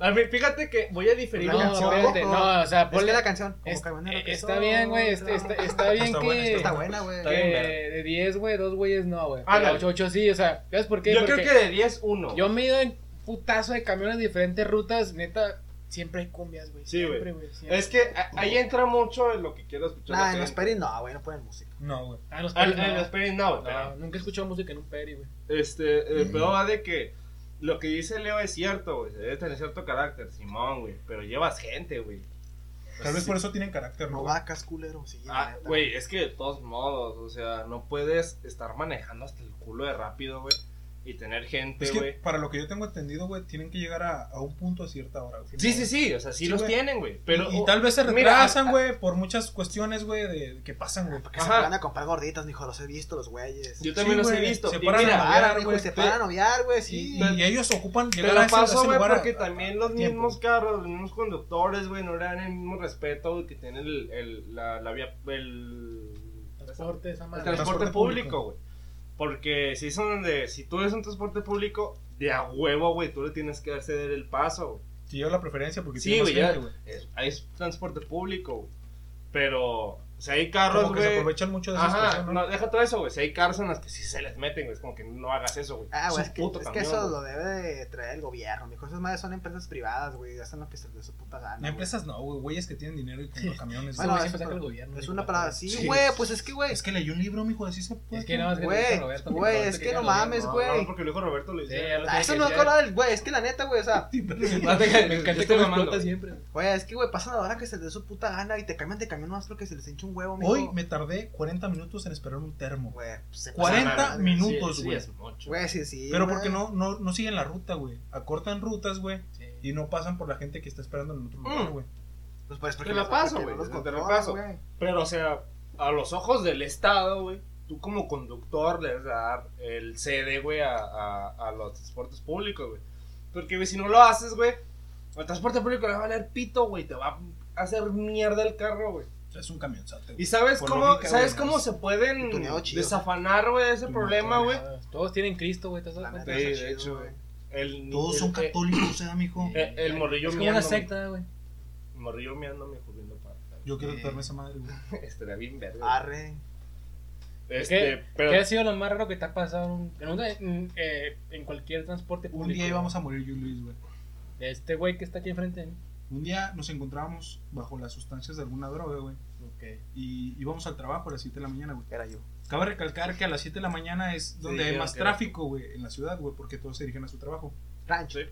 [SPEAKER 1] A ver, fíjate que voy a diferir
[SPEAKER 3] No,
[SPEAKER 1] un
[SPEAKER 4] canción,
[SPEAKER 3] espérate,
[SPEAKER 4] ojo.
[SPEAKER 3] no, o sea,
[SPEAKER 4] Es que
[SPEAKER 3] ponle
[SPEAKER 4] la canción. Como
[SPEAKER 3] es-
[SPEAKER 4] camionero
[SPEAKER 3] eh,
[SPEAKER 4] que
[SPEAKER 3] está
[SPEAKER 4] soy,
[SPEAKER 3] bien, güey,
[SPEAKER 4] claro.
[SPEAKER 3] este- está, está bien
[SPEAKER 2] Está
[SPEAKER 3] que,
[SPEAKER 2] buena,
[SPEAKER 4] Está buena, güey.
[SPEAKER 1] Está
[SPEAKER 3] que
[SPEAKER 1] bien,
[SPEAKER 3] de 10, güey, dos güeyes no, güey.
[SPEAKER 4] Ah,
[SPEAKER 1] Ándale.
[SPEAKER 3] 8, 8 sí, o sea, ¿sabes por qué?
[SPEAKER 1] Yo
[SPEAKER 3] Porque
[SPEAKER 1] creo que de 10, 1.
[SPEAKER 3] yo me he ido en putazo de camiones de diferentes rutas, neta, siempre hay cumbias, güey.
[SPEAKER 1] Sí, güey.
[SPEAKER 3] siempre, güey. siempre.
[SPEAKER 1] Es que a- ahí entra mucho en lo que quiero escuchar.
[SPEAKER 4] Nah,
[SPEAKER 1] la
[SPEAKER 4] Ah, en los
[SPEAKER 1] gente.
[SPEAKER 4] peris no, güey, no ponen música.
[SPEAKER 2] No, güey.
[SPEAKER 3] Ah, los
[SPEAKER 1] Ah,
[SPEAKER 3] peris,
[SPEAKER 1] en
[SPEAKER 3] no.
[SPEAKER 1] los peris no, güey,
[SPEAKER 3] No, nunca he escuchado música en un peri, güey.
[SPEAKER 1] pero, Este, el pedo va de que lo que dice Leo es cierto, güey. Debe tener cierto carácter, Simón, güey. Pero llevas gente, güey. Pues
[SPEAKER 2] Tal vez por eso tienen carácter, ¿no?
[SPEAKER 4] No
[SPEAKER 2] güey?
[SPEAKER 4] vacas, culero. Sí, la
[SPEAKER 1] Ah,
[SPEAKER 4] neta.
[SPEAKER 1] güey, es que de todos modos, o sea, no puedes estar manejando hasta el culo de rápido, güey. Y tener gente,
[SPEAKER 2] Es que
[SPEAKER 1] güey.
[SPEAKER 2] para lo que yo tengo entendido, güey, tienen que llegar a, a un punto a cierta hora, güey.
[SPEAKER 1] Sí, sí, sí, o sea, sí,
[SPEAKER 2] Sí,
[SPEAKER 1] los
[SPEAKER 2] güey.
[SPEAKER 1] tienen, güey. Pero,
[SPEAKER 2] y, y tal vez se
[SPEAKER 1] mira,
[SPEAKER 2] retrasan,
[SPEAKER 1] ah,
[SPEAKER 2] güey, por muchas cuestiones, güey, de, que pasan, güey.
[SPEAKER 4] Porque se
[SPEAKER 1] Ajá.
[SPEAKER 4] van a comprar gorditas, mijo. Los he visto, los güeyes.
[SPEAKER 1] yo también los he
[SPEAKER 2] güey,
[SPEAKER 1] visto.
[SPEAKER 2] se
[SPEAKER 1] Y
[SPEAKER 2] paran
[SPEAKER 1] mira,
[SPEAKER 2] a
[SPEAKER 4] Paran,
[SPEAKER 2] Noviar,
[SPEAKER 4] mijo,
[SPEAKER 2] güey,
[SPEAKER 4] se
[SPEAKER 2] te-
[SPEAKER 4] paran a noviar, güey, sí.
[SPEAKER 2] Y, y ellos ocupan llegar
[SPEAKER 1] Te
[SPEAKER 2] a
[SPEAKER 1] lo
[SPEAKER 2] ese, a
[SPEAKER 1] paso,
[SPEAKER 2] ese
[SPEAKER 1] güey,
[SPEAKER 2] lugar a-
[SPEAKER 1] porque
[SPEAKER 2] a-
[SPEAKER 1] también
[SPEAKER 2] a
[SPEAKER 1] los
[SPEAKER 2] tiempo.
[SPEAKER 1] mismos carros, los mismos conductores, güey, no le dan el mismo respeto güey, que tiene el, el- la, la vía, el,
[SPEAKER 3] Transporte, esa
[SPEAKER 1] el
[SPEAKER 3] madre.
[SPEAKER 1] transporte
[SPEAKER 2] transporte
[SPEAKER 1] público,
[SPEAKER 2] público.
[SPEAKER 1] güey. Porque si son de, si tú eres un transporte público, de a huevo, güey, tú le tienes que ceder el paso, güey.
[SPEAKER 2] Sí, yo la preferencia porque
[SPEAKER 1] Sí,
[SPEAKER 2] tiene más
[SPEAKER 1] güey, ya-
[SPEAKER 2] gente, güey.
[SPEAKER 1] Es, es transporte público, güey. Pero O sea, hay carros,
[SPEAKER 2] Como que se
[SPEAKER 1] güey.
[SPEAKER 2] aprovechan mucho de esa
[SPEAKER 1] Ajá,
[SPEAKER 2] situación, ¿no?
[SPEAKER 1] no, deja todo eso, güey. Si hay carros en las que sí se les meten, güey. Es como que no hagas eso, güey.
[SPEAKER 4] Ah, güey, es,
[SPEAKER 1] un
[SPEAKER 4] que,
[SPEAKER 1] puto
[SPEAKER 4] es que
[SPEAKER 1] camión,
[SPEAKER 4] eso
[SPEAKER 1] güey.
[SPEAKER 4] lo debe de traer el gobierno, mijo. Esas madres son empresas privadas, güey. Hacen lo que se les dé su puta gana.
[SPEAKER 2] No,
[SPEAKER 4] güey.
[SPEAKER 2] empresas no, güey. Güeyes que tienen dinero y compran camiones.
[SPEAKER 4] Bueno,
[SPEAKER 2] güey.
[SPEAKER 4] es-
[SPEAKER 3] saca el gobierno.
[SPEAKER 4] Es
[SPEAKER 3] hijo
[SPEAKER 4] una
[SPEAKER 3] de
[SPEAKER 4] palabra.
[SPEAKER 3] puta.
[SPEAKER 4] Sí, güey, pues es que, güey.
[SPEAKER 2] Es que leí un libro, mijo, así se puede.
[SPEAKER 3] Es que no, es que
[SPEAKER 4] Güey,
[SPEAKER 3] lo dice Roberto,
[SPEAKER 4] güey,
[SPEAKER 3] Roberto
[SPEAKER 4] es
[SPEAKER 3] te
[SPEAKER 4] que
[SPEAKER 3] cae
[SPEAKER 4] no
[SPEAKER 3] el
[SPEAKER 4] mames,
[SPEAKER 3] gobierno.
[SPEAKER 4] güey.
[SPEAKER 1] No, no, porque lo dijo Roberto. Le
[SPEAKER 3] Sí,
[SPEAKER 1] dice,
[SPEAKER 3] ya lo
[SPEAKER 4] Ah,
[SPEAKER 3] tiene
[SPEAKER 4] eso
[SPEAKER 3] que
[SPEAKER 4] no es
[SPEAKER 3] decir.
[SPEAKER 4] color, güey. Es que la neta, güey, o
[SPEAKER 2] Ah,
[SPEAKER 4] sea.
[SPEAKER 3] Me
[SPEAKER 1] Te
[SPEAKER 2] Este
[SPEAKER 3] encanta
[SPEAKER 1] estoy
[SPEAKER 3] cómo
[SPEAKER 1] mamando.
[SPEAKER 3] explota siempre.
[SPEAKER 4] Güey, es que, güey, pasan ahora que se les dé su puta gana y te cambian de camión más porque se les hincha un huevo, mijo.
[SPEAKER 2] Hoy me tardé 40 minutos en esperar un termo. güey.
[SPEAKER 4] Güey, pues, se pasan
[SPEAKER 2] 40
[SPEAKER 4] de madre, güey.
[SPEAKER 2] minutos.
[SPEAKER 1] Sí, sí,
[SPEAKER 2] güey.
[SPEAKER 1] es mucho.
[SPEAKER 4] Güey, sí, sí.
[SPEAKER 2] Pero
[SPEAKER 4] güey.
[SPEAKER 2] porque no, no, no siguen la ruta, güey. Acortan rutas, güey.
[SPEAKER 3] Sí.
[SPEAKER 2] Y no pasan por la gente que está esperando en el otro lugar,
[SPEAKER 1] Mm.
[SPEAKER 2] güey.
[SPEAKER 4] Pues, pues porque
[SPEAKER 1] Te la
[SPEAKER 4] los-
[SPEAKER 1] paso,
[SPEAKER 4] porque
[SPEAKER 1] güey,
[SPEAKER 4] no los
[SPEAKER 1] te la
[SPEAKER 4] controlan,
[SPEAKER 1] paso.
[SPEAKER 4] güey.
[SPEAKER 1] Pero, o sea, a los ojos del Estado, güey, tú como conductor le debes dar el CD, güey, a, a- a los transportes públicos, güey. Porque, güey, si no lo haces, güey, al transporte público le va a valer pito, güey, te va a hacer mierda el carro, güey.
[SPEAKER 2] O sea, es un camionzote,
[SPEAKER 1] ¿Y
[SPEAKER 2] güey.
[SPEAKER 1] sabes
[SPEAKER 2] Por
[SPEAKER 1] cómo,
[SPEAKER 2] lógica,
[SPEAKER 1] sabes
[SPEAKER 2] güey,
[SPEAKER 1] cómo
[SPEAKER 2] no.
[SPEAKER 1] se pueden
[SPEAKER 4] Y tuneado chido.
[SPEAKER 1] desafanar, güey, ese
[SPEAKER 2] Tuneado,
[SPEAKER 1] problema, güey?
[SPEAKER 3] Todos tienen Cristo, güey. ¿te has dado
[SPEAKER 4] La
[SPEAKER 3] cuenta?
[SPEAKER 4] neta,
[SPEAKER 1] Sí,
[SPEAKER 4] está
[SPEAKER 1] de hecho,
[SPEAKER 4] chido, güey.
[SPEAKER 1] El,
[SPEAKER 2] Todos son
[SPEAKER 1] el- el-
[SPEAKER 2] católicos, ¿eh, mijo?
[SPEAKER 1] El, el morrillo
[SPEAKER 3] Es como una
[SPEAKER 1] miando, güey.
[SPEAKER 3] secta, güey.
[SPEAKER 1] Morrillo meando, me jugando para.
[SPEAKER 2] Yo Ah, quiero darme esa madre, güey.
[SPEAKER 1] Eh, Estaría bien verde.
[SPEAKER 4] Arre.
[SPEAKER 1] Este, pero.
[SPEAKER 3] ¿Qué ha sido lo más raro que te ha pasado en, un- en una- en, eh, en cualquier transporte público?
[SPEAKER 2] Un día íbamos a morir yo y Luis, güey.
[SPEAKER 3] Este güey que está aquí enfrente de mí.
[SPEAKER 2] Un día nos encontrábamos bajo las sustancias de alguna droga, güey. Y íbamos al trabajo a las 7 de la mañana, güey.
[SPEAKER 4] Era yo.
[SPEAKER 2] Cabe recalcar que a las 7 de la mañana es donde hay
[SPEAKER 1] dijeron
[SPEAKER 2] más
[SPEAKER 1] que era
[SPEAKER 2] tráfico, güey, en la ciudad, güey, porque todos se dirigen a su trabajo.
[SPEAKER 4] Rancho.
[SPEAKER 1] Sí.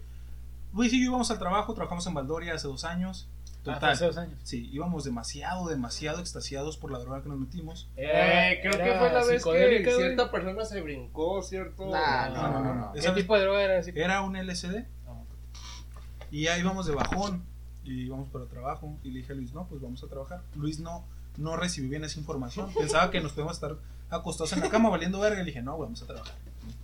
[SPEAKER 2] Luis y yo íbamos al trabajo, trabajamos en Valdoria hace dos años.
[SPEAKER 3] Ah, fue
[SPEAKER 2] Total.
[SPEAKER 3] hace dos años.
[SPEAKER 2] sí, íbamos demasiado, demasiado extasiados por la droga que nos metimos.
[SPEAKER 1] Eh, creo que
[SPEAKER 3] Era
[SPEAKER 1] fue la vez que
[SPEAKER 3] psicodélica, güey.
[SPEAKER 1] cierta persona se brincó, ¿cierto?
[SPEAKER 4] Nah,
[SPEAKER 3] No,
[SPEAKER 2] no, no, no.
[SPEAKER 3] ¿Qué
[SPEAKER 2] Esa vez-
[SPEAKER 3] tipo de droga era así?
[SPEAKER 2] Era un LSD.
[SPEAKER 3] No.
[SPEAKER 2] Y ya íbamos de bajón. Y íbamos para el trabajo. Y le dije a Luis, no, pues vamos a trabajar. Luis no, no recibió bien esa información. Pensaba que nos podíamos estar acostados en la cama valiendo verga. Y le dije, no, güey, vamos a trabajar.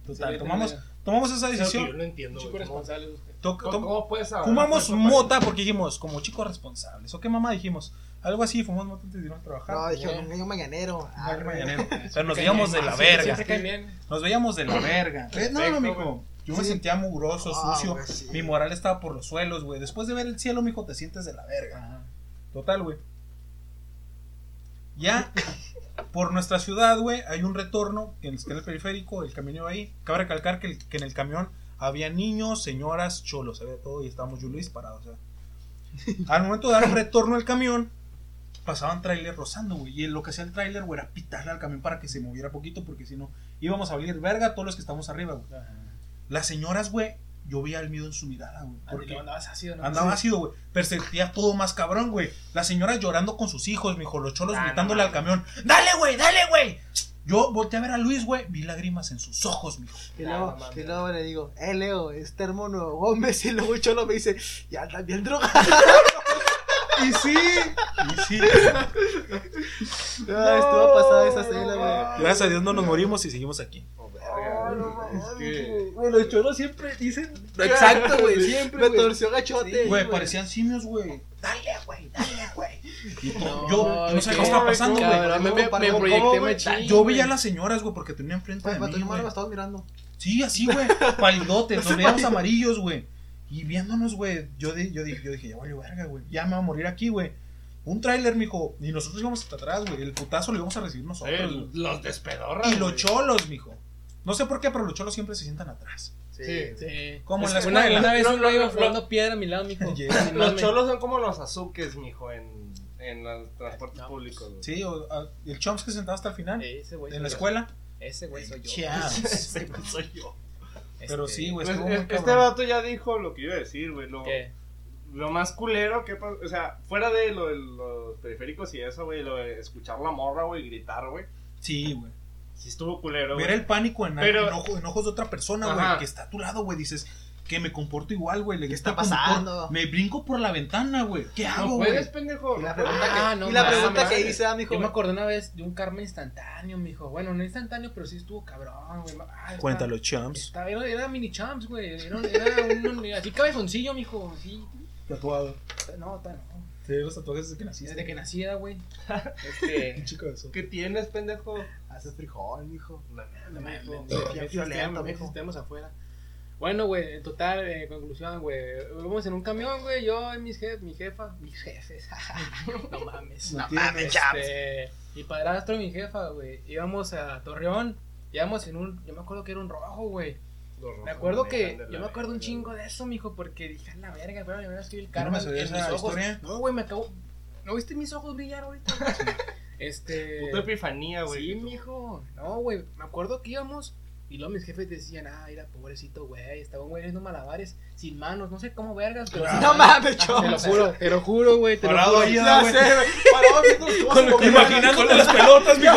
[SPEAKER 2] Total,
[SPEAKER 3] Sí,
[SPEAKER 2] tomamos,
[SPEAKER 3] tenía-
[SPEAKER 2] tomamos esa
[SPEAKER 1] Es algo que
[SPEAKER 2] decisión.
[SPEAKER 1] yo no entiendo,
[SPEAKER 3] Chico
[SPEAKER 1] güey. ¿Cómo,
[SPEAKER 3] responsable usted.
[SPEAKER 2] To-
[SPEAKER 1] cómo-
[SPEAKER 2] to-
[SPEAKER 1] cómo puedes hablar
[SPEAKER 2] Fumamos
[SPEAKER 3] pues,
[SPEAKER 1] de eso, güey?
[SPEAKER 2] mota porque dijimos, como chicos responsables. ¿O qué mamá dijimos? Algo así, fumamos mota antes de irnos a trabajar.
[SPEAKER 4] No, dije,
[SPEAKER 3] Ah, güey.
[SPEAKER 4] un gallo mañanero.
[SPEAKER 2] Ah,
[SPEAKER 4] Arre.
[SPEAKER 2] mañanero. O sea, nos
[SPEAKER 3] Caen
[SPEAKER 2] veíamos de
[SPEAKER 3] bien,
[SPEAKER 2] la
[SPEAKER 3] sí,
[SPEAKER 2] verga.
[SPEAKER 3] siempre caen bien.
[SPEAKER 2] Nos veíamos de la verga. Eh, No, no,
[SPEAKER 1] Perfecto,
[SPEAKER 2] mijo. Yo me
[SPEAKER 4] Sí.
[SPEAKER 2] sentía mugroso,
[SPEAKER 4] Ah,
[SPEAKER 2] sucio.
[SPEAKER 4] güey, sí.
[SPEAKER 2] Mi moral estaba por los suelos, güey. Después de ver el cielo, mijo, te sientes de la verga. Total, güey. Ya, por nuestra ciudad, güey, hay un retorno que está en el periférico, el camión iba ahí. Cabe recalcar que, el- que en el camión había niños, señoras, cholos, había todo y estábamos yo y Luis parados. o sea. Al momento de dar un retorno al camión, pasaban trailers rozando, güey. Y lo que hacía el trailer, güey, era pitarle al camión para que se moviera poquito, porque si no, íbamos a valer verga todos los que estamos arriba, güey. Las señoras, güey, yo veía el miedo en su mirada, güey.
[SPEAKER 3] Ah,
[SPEAKER 2] Porque
[SPEAKER 3] no, andabas ácido, ¿no?
[SPEAKER 2] Andaba ácido, güey. Perseguía todo más cabrón, güey. Las señoras llorando con sus hijos, mijo. Los cholos
[SPEAKER 1] Ah, no
[SPEAKER 2] gritándole al camión. ¡Dale, güey! ¡Dale, güey! Yo volteé a ver a Luis, güey. Vi lágrimas en sus ojos, mijo.
[SPEAKER 4] Y
[SPEAKER 1] Ah,
[SPEAKER 4] luego,
[SPEAKER 1] no mames.
[SPEAKER 4] y luego le digo, eh, Leo, es termo nuevo Gómez. Y luego el cholo me dice, ya anda bien droga.
[SPEAKER 2] Y sí. Y sí.
[SPEAKER 4] Ah, estuvo pasada esa
[SPEAKER 1] no,
[SPEAKER 4] cena,
[SPEAKER 1] no.
[SPEAKER 4] güey.
[SPEAKER 2] Gracias a Dios no nos morimos y seguimos aquí.
[SPEAKER 1] Oh, verga,
[SPEAKER 4] no,
[SPEAKER 1] güey.
[SPEAKER 4] mames,
[SPEAKER 1] Es que-
[SPEAKER 3] Güey, los choros siempre dicen.
[SPEAKER 4] Exacto, güey,
[SPEAKER 3] siempre.
[SPEAKER 4] Me torció gachote.
[SPEAKER 3] Sí,
[SPEAKER 2] Güey, parecían simios, güey.
[SPEAKER 4] Dale, güey, dale, güey.
[SPEAKER 2] Y to- yo no sé qué estaba pasando, güey.
[SPEAKER 3] Cabrón, me, me,
[SPEAKER 4] ¿Cómo,
[SPEAKER 3] me
[SPEAKER 4] cómo,
[SPEAKER 3] proyecté
[SPEAKER 4] güey?
[SPEAKER 3] machín.
[SPEAKER 2] Yo
[SPEAKER 3] güey.
[SPEAKER 2] veía a las señoras, güey, porque tenían frente de
[SPEAKER 4] Pues,
[SPEAKER 2] mí,
[SPEAKER 4] Pato, nomás
[SPEAKER 2] güey.
[SPEAKER 4] lo estabas mirando.
[SPEAKER 2] Sí, así, güey. Palidotes, nos veíamos amarillos, güey. Y viéndonos, güey. Yo, di- yo, di- yo dije, ya valió verga, güey. Ya me va a morir aquí, güey. Un tráiler, mijo. Y nosotros íbamos hasta atrás, güey. El putazo lo íbamos a recibir nosotros,
[SPEAKER 1] Eh,
[SPEAKER 2] güey.
[SPEAKER 1] los despedorras.
[SPEAKER 2] Y los
[SPEAKER 1] güey.
[SPEAKER 2] cholos, mijo. No sé por qué, pero los cholos siempre se sientan atrás.
[SPEAKER 1] Sí.
[SPEAKER 3] Sí.
[SPEAKER 2] Como en
[SPEAKER 3] Es
[SPEAKER 2] la
[SPEAKER 3] que una,
[SPEAKER 2] escuela.
[SPEAKER 3] una vez
[SPEAKER 1] No,
[SPEAKER 3] uno
[SPEAKER 1] no,
[SPEAKER 3] iba
[SPEAKER 1] no,
[SPEAKER 3] jugando piedra a mi lado, mijo.
[SPEAKER 2] Yeah.
[SPEAKER 3] Sin
[SPEAKER 1] Los
[SPEAKER 3] mame.
[SPEAKER 1] cholos son como los azuques, mijo, en, en los transportes
[SPEAKER 3] No.
[SPEAKER 1] públicos, güey.
[SPEAKER 2] Sí, o, a- el chomps que se sentaba hasta el final.
[SPEAKER 3] Ese Eh, güey.
[SPEAKER 2] en
[SPEAKER 3] soy
[SPEAKER 2] la
[SPEAKER 3] yo.
[SPEAKER 2] escuela.
[SPEAKER 3] Ese güey soy yo.
[SPEAKER 2] Chomps.
[SPEAKER 1] Ese güey soy yo.
[SPEAKER 2] Pero
[SPEAKER 3] Este,
[SPEAKER 2] sí, güey.
[SPEAKER 1] Pues,
[SPEAKER 2] estuvo
[SPEAKER 1] es-
[SPEAKER 2] muy
[SPEAKER 1] este
[SPEAKER 2] cabrón.
[SPEAKER 1] vato ya dijo lo que iba a decir, güey. Lo,
[SPEAKER 3] ¿Qué?
[SPEAKER 1] lo más culero que pa- O sea, fuera de lo de los periféricos y eso, güey, lo de escuchar la morra, güey, y gritar, güey.
[SPEAKER 2] Sí, güey.
[SPEAKER 1] Sí estuvo culero,
[SPEAKER 2] Ver
[SPEAKER 1] güey.
[SPEAKER 2] el pánico en,
[SPEAKER 1] Pero-
[SPEAKER 2] en ojo- en ojos de otra persona,
[SPEAKER 1] Ajá.
[SPEAKER 2] güey, que está a tu lado, güey, dices que me comporto igual, güey, le grito
[SPEAKER 4] está
[SPEAKER 2] al conductor,
[SPEAKER 4] pasando?
[SPEAKER 2] Me brinco por la ventana, güey. ¿Qué hago,
[SPEAKER 1] No
[SPEAKER 2] güey?
[SPEAKER 1] puedes, pendejo.
[SPEAKER 4] Y la pregunta
[SPEAKER 3] Ah,
[SPEAKER 4] que,
[SPEAKER 3] no
[SPEAKER 4] y la
[SPEAKER 3] mames.
[SPEAKER 4] pregunta que hice, ah, mijo.
[SPEAKER 3] Yo me acordé una vez de un karma instantáneo, mijo. Bueno, no instantáneo, pero sí estuvo cabrón, güey. Ay, está-
[SPEAKER 2] Cuéntalo, champs.
[SPEAKER 3] Estaba, era, era mini champs, güey. Era, era un, un- así cabezoncillo, mijo. Sí.
[SPEAKER 2] Eh, Tatuado.
[SPEAKER 3] No, ta- no.
[SPEAKER 2] Te dio los tatuajes desde que naciste.
[SPEAKER 3] Desde que nacía, güey. Este.
[SPEAKER 2] chico de eso.
[SPEAKER 1] ¿Qué tienes, pendejo?
[SPEAKER 4] Haces "Ah, frijol, mijo.
[SPEAKER 1] La
[SPEAKER 3] No mames,
[SPEAKER 1] mijo.
[SPEAKER 3] me- me-
[SPEAKER 4] Bien
[SPEAKER 3] me-
[SPEAKER 4] violento,
[SPEAKER 3] me-
[SPEAKER 4] mijo.
[SPEAKER 3] estemos afuera. Bueno, güey, en total, eh, conclusión, güey. Vamos en un camión, güey. Yo y mis jefes, mi jefa, mis jefes. no mames.
[SPEAKER 2] No tienes.
[SPEAKER 3] Este, mi padrastro y mi jefa, güey. Íbamos a Torreón. Íbamos en un. Yo me acuerdo que era un rojo, güey. Me acuerdo que. Yo me acuerdo un chingo de eso, mijo, porque dije, a la verga, pero me voy a escribir el
[SPEAKER 2] ¿Tú no
[SPEAKER 3] karma
[SPEAKER 2] me
[SPEAKER 3] en
[SPEAKER 2] sabías
[SPEAKER 3] mis
[SPEAKER 2] esa
[SPEAKER 3] ojos.
[SPEAKER 2] historia?
[SPEAKER 3] No, güey, me acabo. ¿No viste mis ojos brillar ahorita? este.
[SPEAKER 1] Puta epifanía, güey.
[SPEAKER 3] Sí,
[SPEAKER 1] que tú-
[SPEAKER 3] mijo. No, güey. Me acuerdo que íbamos y luego mis jefes decían, ah, mira, pobrecito, güey. Estaba un güey haciendo malabares sin manos. No sé cómo vergas, pero. sin
[SPEAKER 4] No
[SPEAKER 3] manos.
[SPEAKER 4] mames, chavo.
[SPEAKER 3] Te lo juro, te lo juro, güey. Te lo
[SPEAKER 2] Parado
[SPEAKER 3] juro.
[SPEAKER 2] ahí,
[SPEAKER 4] Ya sé, güey. Parado viendo los tubos de comer.
[SPEAKER 2] Imaginándote las pelotas, mijo.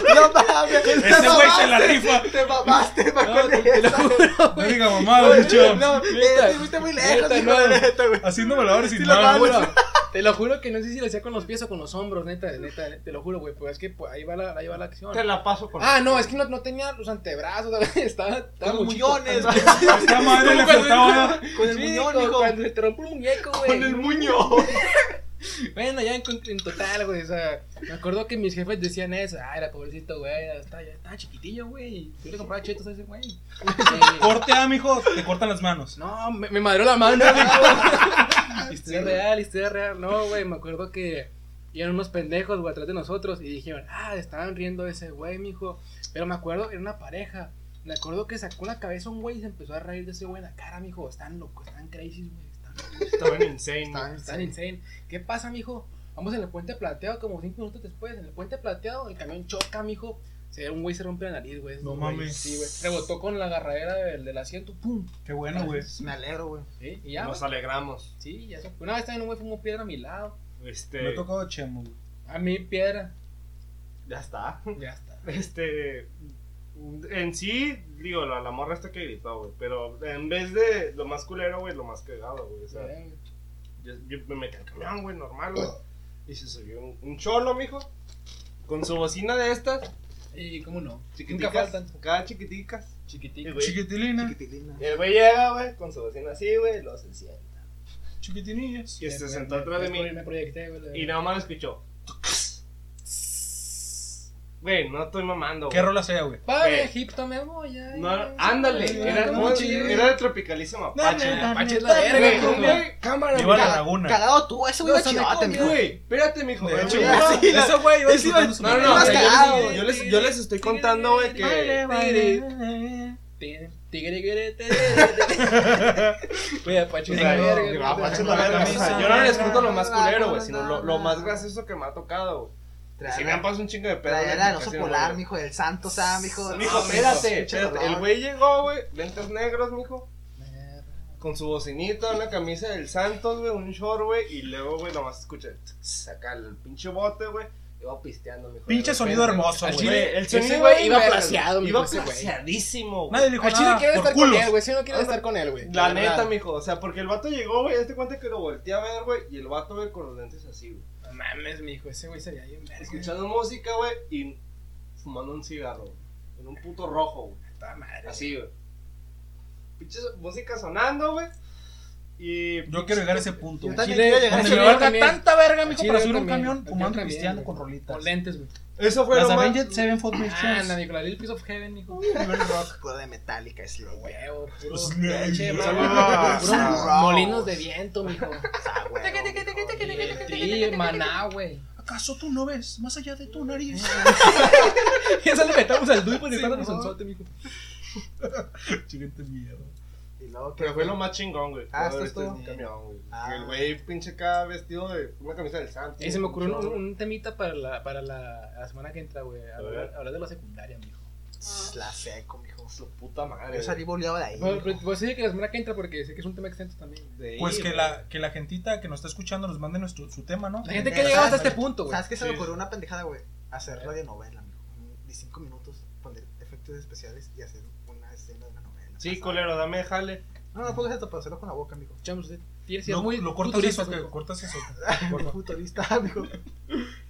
[SPEAKER 4] No mames. te
[SPEAKER 2] Ese güey se la
[SPEAKER 4] mamaste,
[SPEAKER 2] rifa.
[SPEAKER 4] Te mamaste, me
[SPEAKER 3] No,
[SPEAKER 4] acordé
[SPEAKER 3] te- te
[SPEAKER 4] de
[SPEAKER 3] lo
[SPEAKER 4] esa.
[SPEAKER 3] juro,
[SPEAKER 2] No
[SPEAKER 3] güey.
[SPEAKER 2] diga mamada, bicho.
[SPEAKER 4] No,
[SPEAKER 3] Neta,
[SPEAKER 4] te fuiste muy lejos,
[SPEAKER 3] neta,
[SPEAKER 4] hijo
[SPEAKER 3] no.
[SPEAKER 4] de neta, güey.
[SPEAKER 2] Haciendo voladores sin
[SPEAKER 4] Sí, lo
[SPEAKER 3] Te lo
[SPEAKER 2] manos.
[SPEAKER 4] mames.
[SPEAKER 3] juro, te lo juro que no sé si lo hacía con los pies o con los hombros, neta, neta, te lo juro, güey, pues es que pues, ahí, va la, ahí va la acción.
[SPEAKER 1] Te la paso con.
[SPEAKER 3] Ah, no, es que no, no tenía los antebrazos, ¿sabes? estaba, estaba
[SPEAKER 4] Con
[SPEAKER 3] muchito.
[SPEAKER 4] muñones,
[SPEAKER 3] Sí,
[SPEAKER 4] güey.
[SPEAKER 2] Esta madre le faltaba.
[SPEAKER 4] Con el
[SPEAKER 3] con-
[SPEAKER 4] muñón, hijo.
[SPEAKER 3] Cuando se te rompe un muñeco, güey.
[SPEAKER 4] Con el muñón.
[SPEAKER 3] Bueno, ya en, con- en total, güey, o sea, me acuerdo que mis jefes decían eso, ah, era pobrecito, güey, ya está, ya está chiquitillo, güey, yo le compraba chetos a ese güey. Sí.
[SPEAKER 2] Corte A, mijo. Te cortan las manos.
[SPEAKER 3] No, me, me madró la mano. güey. historia real, historia real. No, güey, me acuerdo que iban unos pendejos, güey, atrás de nosotros y dijeron, ah, estaban riendo de ese güey, mijo. Pero me acuerdo, era una pareja. Me acuerdo que sacó la cabeza un güey y se empezó a reír de ese güey en la cara, mijo. Están locos, están crazy, güey. Están,
[SPEAKER 1] Estaba en insane.
[SPEAKER 3] están insane. ¿Qué pasa, mijo? Vamos en el puente plateado, como cinco minutos después. En el puente plateado, el camión choca, mijo. Se un güey se rompe la nariz, güey.
[SPEAKER 2] No
[SPEAKER 3] Un güey,
[SPEAKER 2] mames.
[SPEAKER 3] Sí, güey. Rebotó con la agarradera del, del asiento, pum.
[SPEAKER 2] Qué bueno, güey.
[SPEAKER 4] Me alegro, güey.
[SPEAKER 3] Sí, y ya. güey.
[SPEAKER 1] Nos alegramos.
[SPEAKER 3] Sí, ya sé. Una vez también un güey fumó piedra a mi lado.
[SPEAKER 1] Este.
[SPEAKER 2] Me ha tocado chemo. güey.
[SPEAKER 3] A mí piedra.
[SPEAKER 1] Ya está.
[SPEAKER 3] Ya está.
[SPEAKER 1] Este. En sí, digo, la, la morra esta que gritó, güey. Pero en vez de lo más culero, güey, lo más cagado, güey. O sea, yo, yo me metí al camión, güey, normal, güey. Y se subió un, un cholo, mijo. Con su bocina de estas,
[SPEAKER 3] Y cómo no.
[SPEAKER 1] chiquiticas.
[SPEAKER 3] Nunca faltan.
[SPEAKER 1] Cada chiquiticas.
[SPEAKER 3] Chiquitico.
[SPEAKER 1] Güey.
[SPEAKER 2] Chiquitilina.
[SPEAKER 4] Chiquitilina.
[SPEAKER 1] Y el güey llega, güey, con su bocina así, güey, lo se sienta.
[SPEAKER 2] Chiquitinillas.
[SPEAKER 1] Y se
[SPEAKER 3] Me-
[SPEAKER 1] sentó
[SPEAKER 3] me-
[SPEAKER 1] atrás de
[SPEAKER 3] me-
[SPEAKER 1] mí.
[SPEAKER 3] Me proyecté, güey.
[SPEAKER 1] Y nada más escuchó. Güey, no estoy mamando, güey.
[SPEAKER 2] ¿Qué rola sea, güey?
[SPEAKER 3] Para
[SPEAKER 1] Ve.
[SPEAKER 3] Egipto me voy. ay,
[SPEAKER 1] No,
[SPEAKER 3] ay,
[SPEAKER 1] ándale,
[SPEAKER 3] ay,
[SPEAKER 1] era,
[SPEAKER 3] cómo
[SPEAKER 1] no,
[SPEAKER 3] chido.
[SPEAKER 1] era de Tropicalísimo Apache.
[SPEAKER 2] No, no, no.
[SPEAKER 3] Apache es la verga,
[SPEAKER 1] Güey,
[SPEAKER 3] güey.
[SPEAKER 1] güey, cámara,
[SPEAKER 2] Iba a la
[SPEAKER 1] güey.
[SPEAKER 2] laguna.
[SPEAKER 4] Cagado tú, ese güey
[SPEAKER 3] No,
[SPEAKER 4] iba
[SPEAKER 3] se me
[SPEAKER 4] chidote,
[SPEAKER 3] come,
[SPEAKER 4] mijo.
[SPEAKER 1] Güey, espérate, mijo.
[SPEAKER 2] De
[SPEAKER 1] güey,
[SPEAKER 2] hecho,
[SPEAKER 1] güey.
[SPEAKER 4] sí, la-
[SPEAKER 2] ese güey iba
[SPEAKER 4] ese iba-
[SPEAKER 2] disfrutando su
[SPEAKER 1] No, no, no,
[SPEAKER 4] Más
[SPEAKER 1] o sea, yo les-
[SPEAKER 4] cagado.
[SPEAKER 1] yo, les, yo les estoy contando, güey, que...
[SPEAKER 3] Tigre, tigre, tigre, tigre. Güey, Apache
[SPEAKER 1] O
[SPEAKER 3] es
[SPEAKER 1] sea,
[SPEAKER 3] la
[SPEAKER 1] yo-
[SPEAKER 3] verga.
[SPEAKER 1] digo,
[SPEAKER 3] güey.
[SPEAKER 1] Apache es la verga, o sea, yo no les cuento lo más culero, güey, sino lo, lo más gracioso que me ha tocado, güey. Y Si me han
[SPEAKER 4] Traer
[SPEAKER 1] pasado un chingo de pedo.
[SPEAKER 4] traer
[SPEAKER 1] neta,
[SPEAKER 4] al oso
[SPEAKER 1] casi no,
[SPEAKER 4] polar,
[SPEAKER 1] güey.
[SPEAKER 4] mijo, del santo, o sea, mijo.
[SPEAKER 1] Mijo,
[SPEAKER 4] no,
[SPEAKER 1] espérate,
[SPEAKER 4] pinche
[SPEAKER 1] espérate. El
[SPEAKER 4] dolor.
[SPEAKER 1] güey llegó, güey, lentes negros, mijo. Con su bocinita, una camisa del Santos, güey, un short, güey, y luego, güey, nomás escucha, saca el pinche bote, güey, y va pisteando, mijo.
[SPEAKER 2] Pinche
[SPEAKER 1] de
[SPEAKER 2] sonido
[SPEAKER 1] repente.
[SPEAKER 2] hermoso,
[SPEAKER 1] Al
[SPEAKER 2] güey.
[SPEAKER 1] chile, el
[SPEAKER 3] Ese
[SPEAKER 1] sonido
[SPEAKER 3] güey iba
[SPEAKER 1] verga,
[SPEAKER 3] plaseado,
[SPEAKER 1] güey.
[SPEAKER 3] mijo,
[SPEAKER 1] Iba
[SPEAKER 3] ese güey.
[SPEAKER 1] plaseadísimo, güey.
[SPEAKER 2] Nadie le dijo
[SPEAKER 3] Al
[SPEAKER 1] "Ah,
[SPEAKER 3] chile
[SPEAKER 2] nada,
[SPEAKER 3] quiere
[SPEAKER 2] por
[SPEAKER 3] estar con
[SPEAKER 2] culos.
[SPEAKER 3] él, güey. Si no quiere estar con él, güey.
[SPEAKER 1] La neta,
[SPEAKER 3] verdad.
[SPEAKER 1] mijo, o sea, porque el vato llegó, güey, este cuenta que lo volteé a ver, güey, y el vato, güey, con los lentes así, güey.
[SPEAKER 3] No mames, mijo. Ese güey sería bien verga.
[SPEAKER 1] Escuchando música, güey, y fumando un cigarro, güey. En un puto rojo, güey.
[SPEAKER 3] Puta madre.
[SPEAKER 1] Así, güey. Pinche música sonando, güey. Y.
[SPEAKER 2] Yo quiero llegar a ese punto.
[SPEAKER 4] Yo
[SPEAKER 2] güey.
[SPEAKER 4] también
[SPEAKER 3] Chile,
[SPEAKER 4] quiero llegar a
[SPEAKER 2] Donde
[SPEAKER 3] yo
[SPEAKER 4] ese
[SPEAKER 2] me
[SPEAKER 4] lugar.
[SPEAKER 2] valga
[SPEAKER 3] también.
[SPEAKER 2] tanta verga, mijo,
[SPEAKER 3] Chile
[SPEAKER 2] para subir un
[SPEAKER 3] también.
[SPEAKER 2] camión
[SPEAKER 3] Yo
[SPEAKER 2] fumando
[SPEAKER 3] también,
[SPEAKER 2] cristiano
[SPEAKER 3] güey.
[SPEAKER 2] con rolitas.
[SPEAKER 3] Con lentes, güey.
[SPEAKER 1] Eso fue
[SPEAKER 2] Las
[SPEAKER 1] lo más.
[SPEAKER 2] Avenged Sevenfold
[SPEAKER 3] Ah,
[SPEAKER 2] Missions.
[SPEAKER 3] anda, mijo. La Little Piece of Heaven, mijo.
[SPEAKER 4] Puro de metálica, es lo güey.
[SPEAKER 3] Huevo, puro
[SPEAKER 2] Slay.
[SPEAKER 3] pinche,
[SPEAKER 2] Slay.
[SPEAKER 3] mano, puro
[SPEAKER 4] Slay.
[SPEAKER 3] Molinos de viento, mijo.
[SPEAKER 4] O sea, güey.
[SPEAKER 3] Sí, maná, güey.
[SPEAKER 2] ¿Acaso tú no ves más allá de tu nariz?
[SPEAKER 3] Eso le metamos al pues, Dui porque estaba en el
[SPEAKER 2] Sí, no.
[SPEAKER 3] sonzote, mijo.
[SPEAKER 2] Chiquete miedo.
[SPEAKER 4] Y luego que
[SPEAKER 1] Pero fue lo más chingón, güey.
[SPEAKER 4] Ah, esto
[SPEAKER 1] Todo
[SPEAKER 4] es
[SPEAKER 1] este
[SPEAKER 4] todo.
[SPEAKER 1] un camión, güey.
[SPEAKER 4] Ah.
[SPEAKER 1] El güey pinche acá vestido de una camisa del santo.
[SPEAKER 3] Y Eh, se me
[SPEAKER 1] güey,
[SPEAKER 3] ocurrió un,
[SPEAKER 1] chorro.
[SPEAKER 3] un temita para la, para la, la semana que entra, güey. Hablar,
[SPEAKER 1] ver.
[SPEAKER 3] hablar de la secundaria, mijo.
[SPEAKER 4] pues, la seco, mijo.
[SPEAKER 1] Su puta madre.
[SPEAKER 4] Yo salí boleado de ahí.
[SPEAKER 3] Bueno,
[SPEAKER 4] mijo.
[SPEAKER 3] pero pues sí que la semana que entra porque sé que es un tema extenso también.
[SPEAKER 1] güey.
[SPEAKER 2] Pues
[SPEAKER 1] Sí,
[SPEAKER 2] que
[SPEAKER 1] güey.
[SPEAKER 2] la, que la gentita que nos está escuchando nos mande nuestro, su tema, ¿no?
[SPEAKER 3] La gente que
[SPEAKER 4] Pero
[SPEAKER 3] ha llegado hasta
[SPEAKER 4] ¿sabes?
[SPEAKER 3] este punto, güey.
[SPEAKER 4] ¿Sabes qué se me
[SPEAKER 1] Sí.
[SPEAKER 4] ocurrió una pendejada, güey? Hacer radionovela, mijo. De cinco minutos, poner efectos especiales y hacer una escena de una novela.
[SPEAKER 1] Sí, culero, dame jale.
[SPEAKER 4] No, no pongas esto, pero hacerlo con la boca, mijo.
[SPEAKER 3] Chamos, usted tiene que
[SPEAKER 2] Lo,
[SPEAKER 3] ser muy
[SPEAKER 2] lo cortas
[SPEAKER 3] futurista,
[SPEAKER 2] eso, que
[SPEAKER 3] mijo.
[SPEAKER 2] cortas eso.
[SPEAKER 4] Muy futurista, mijo.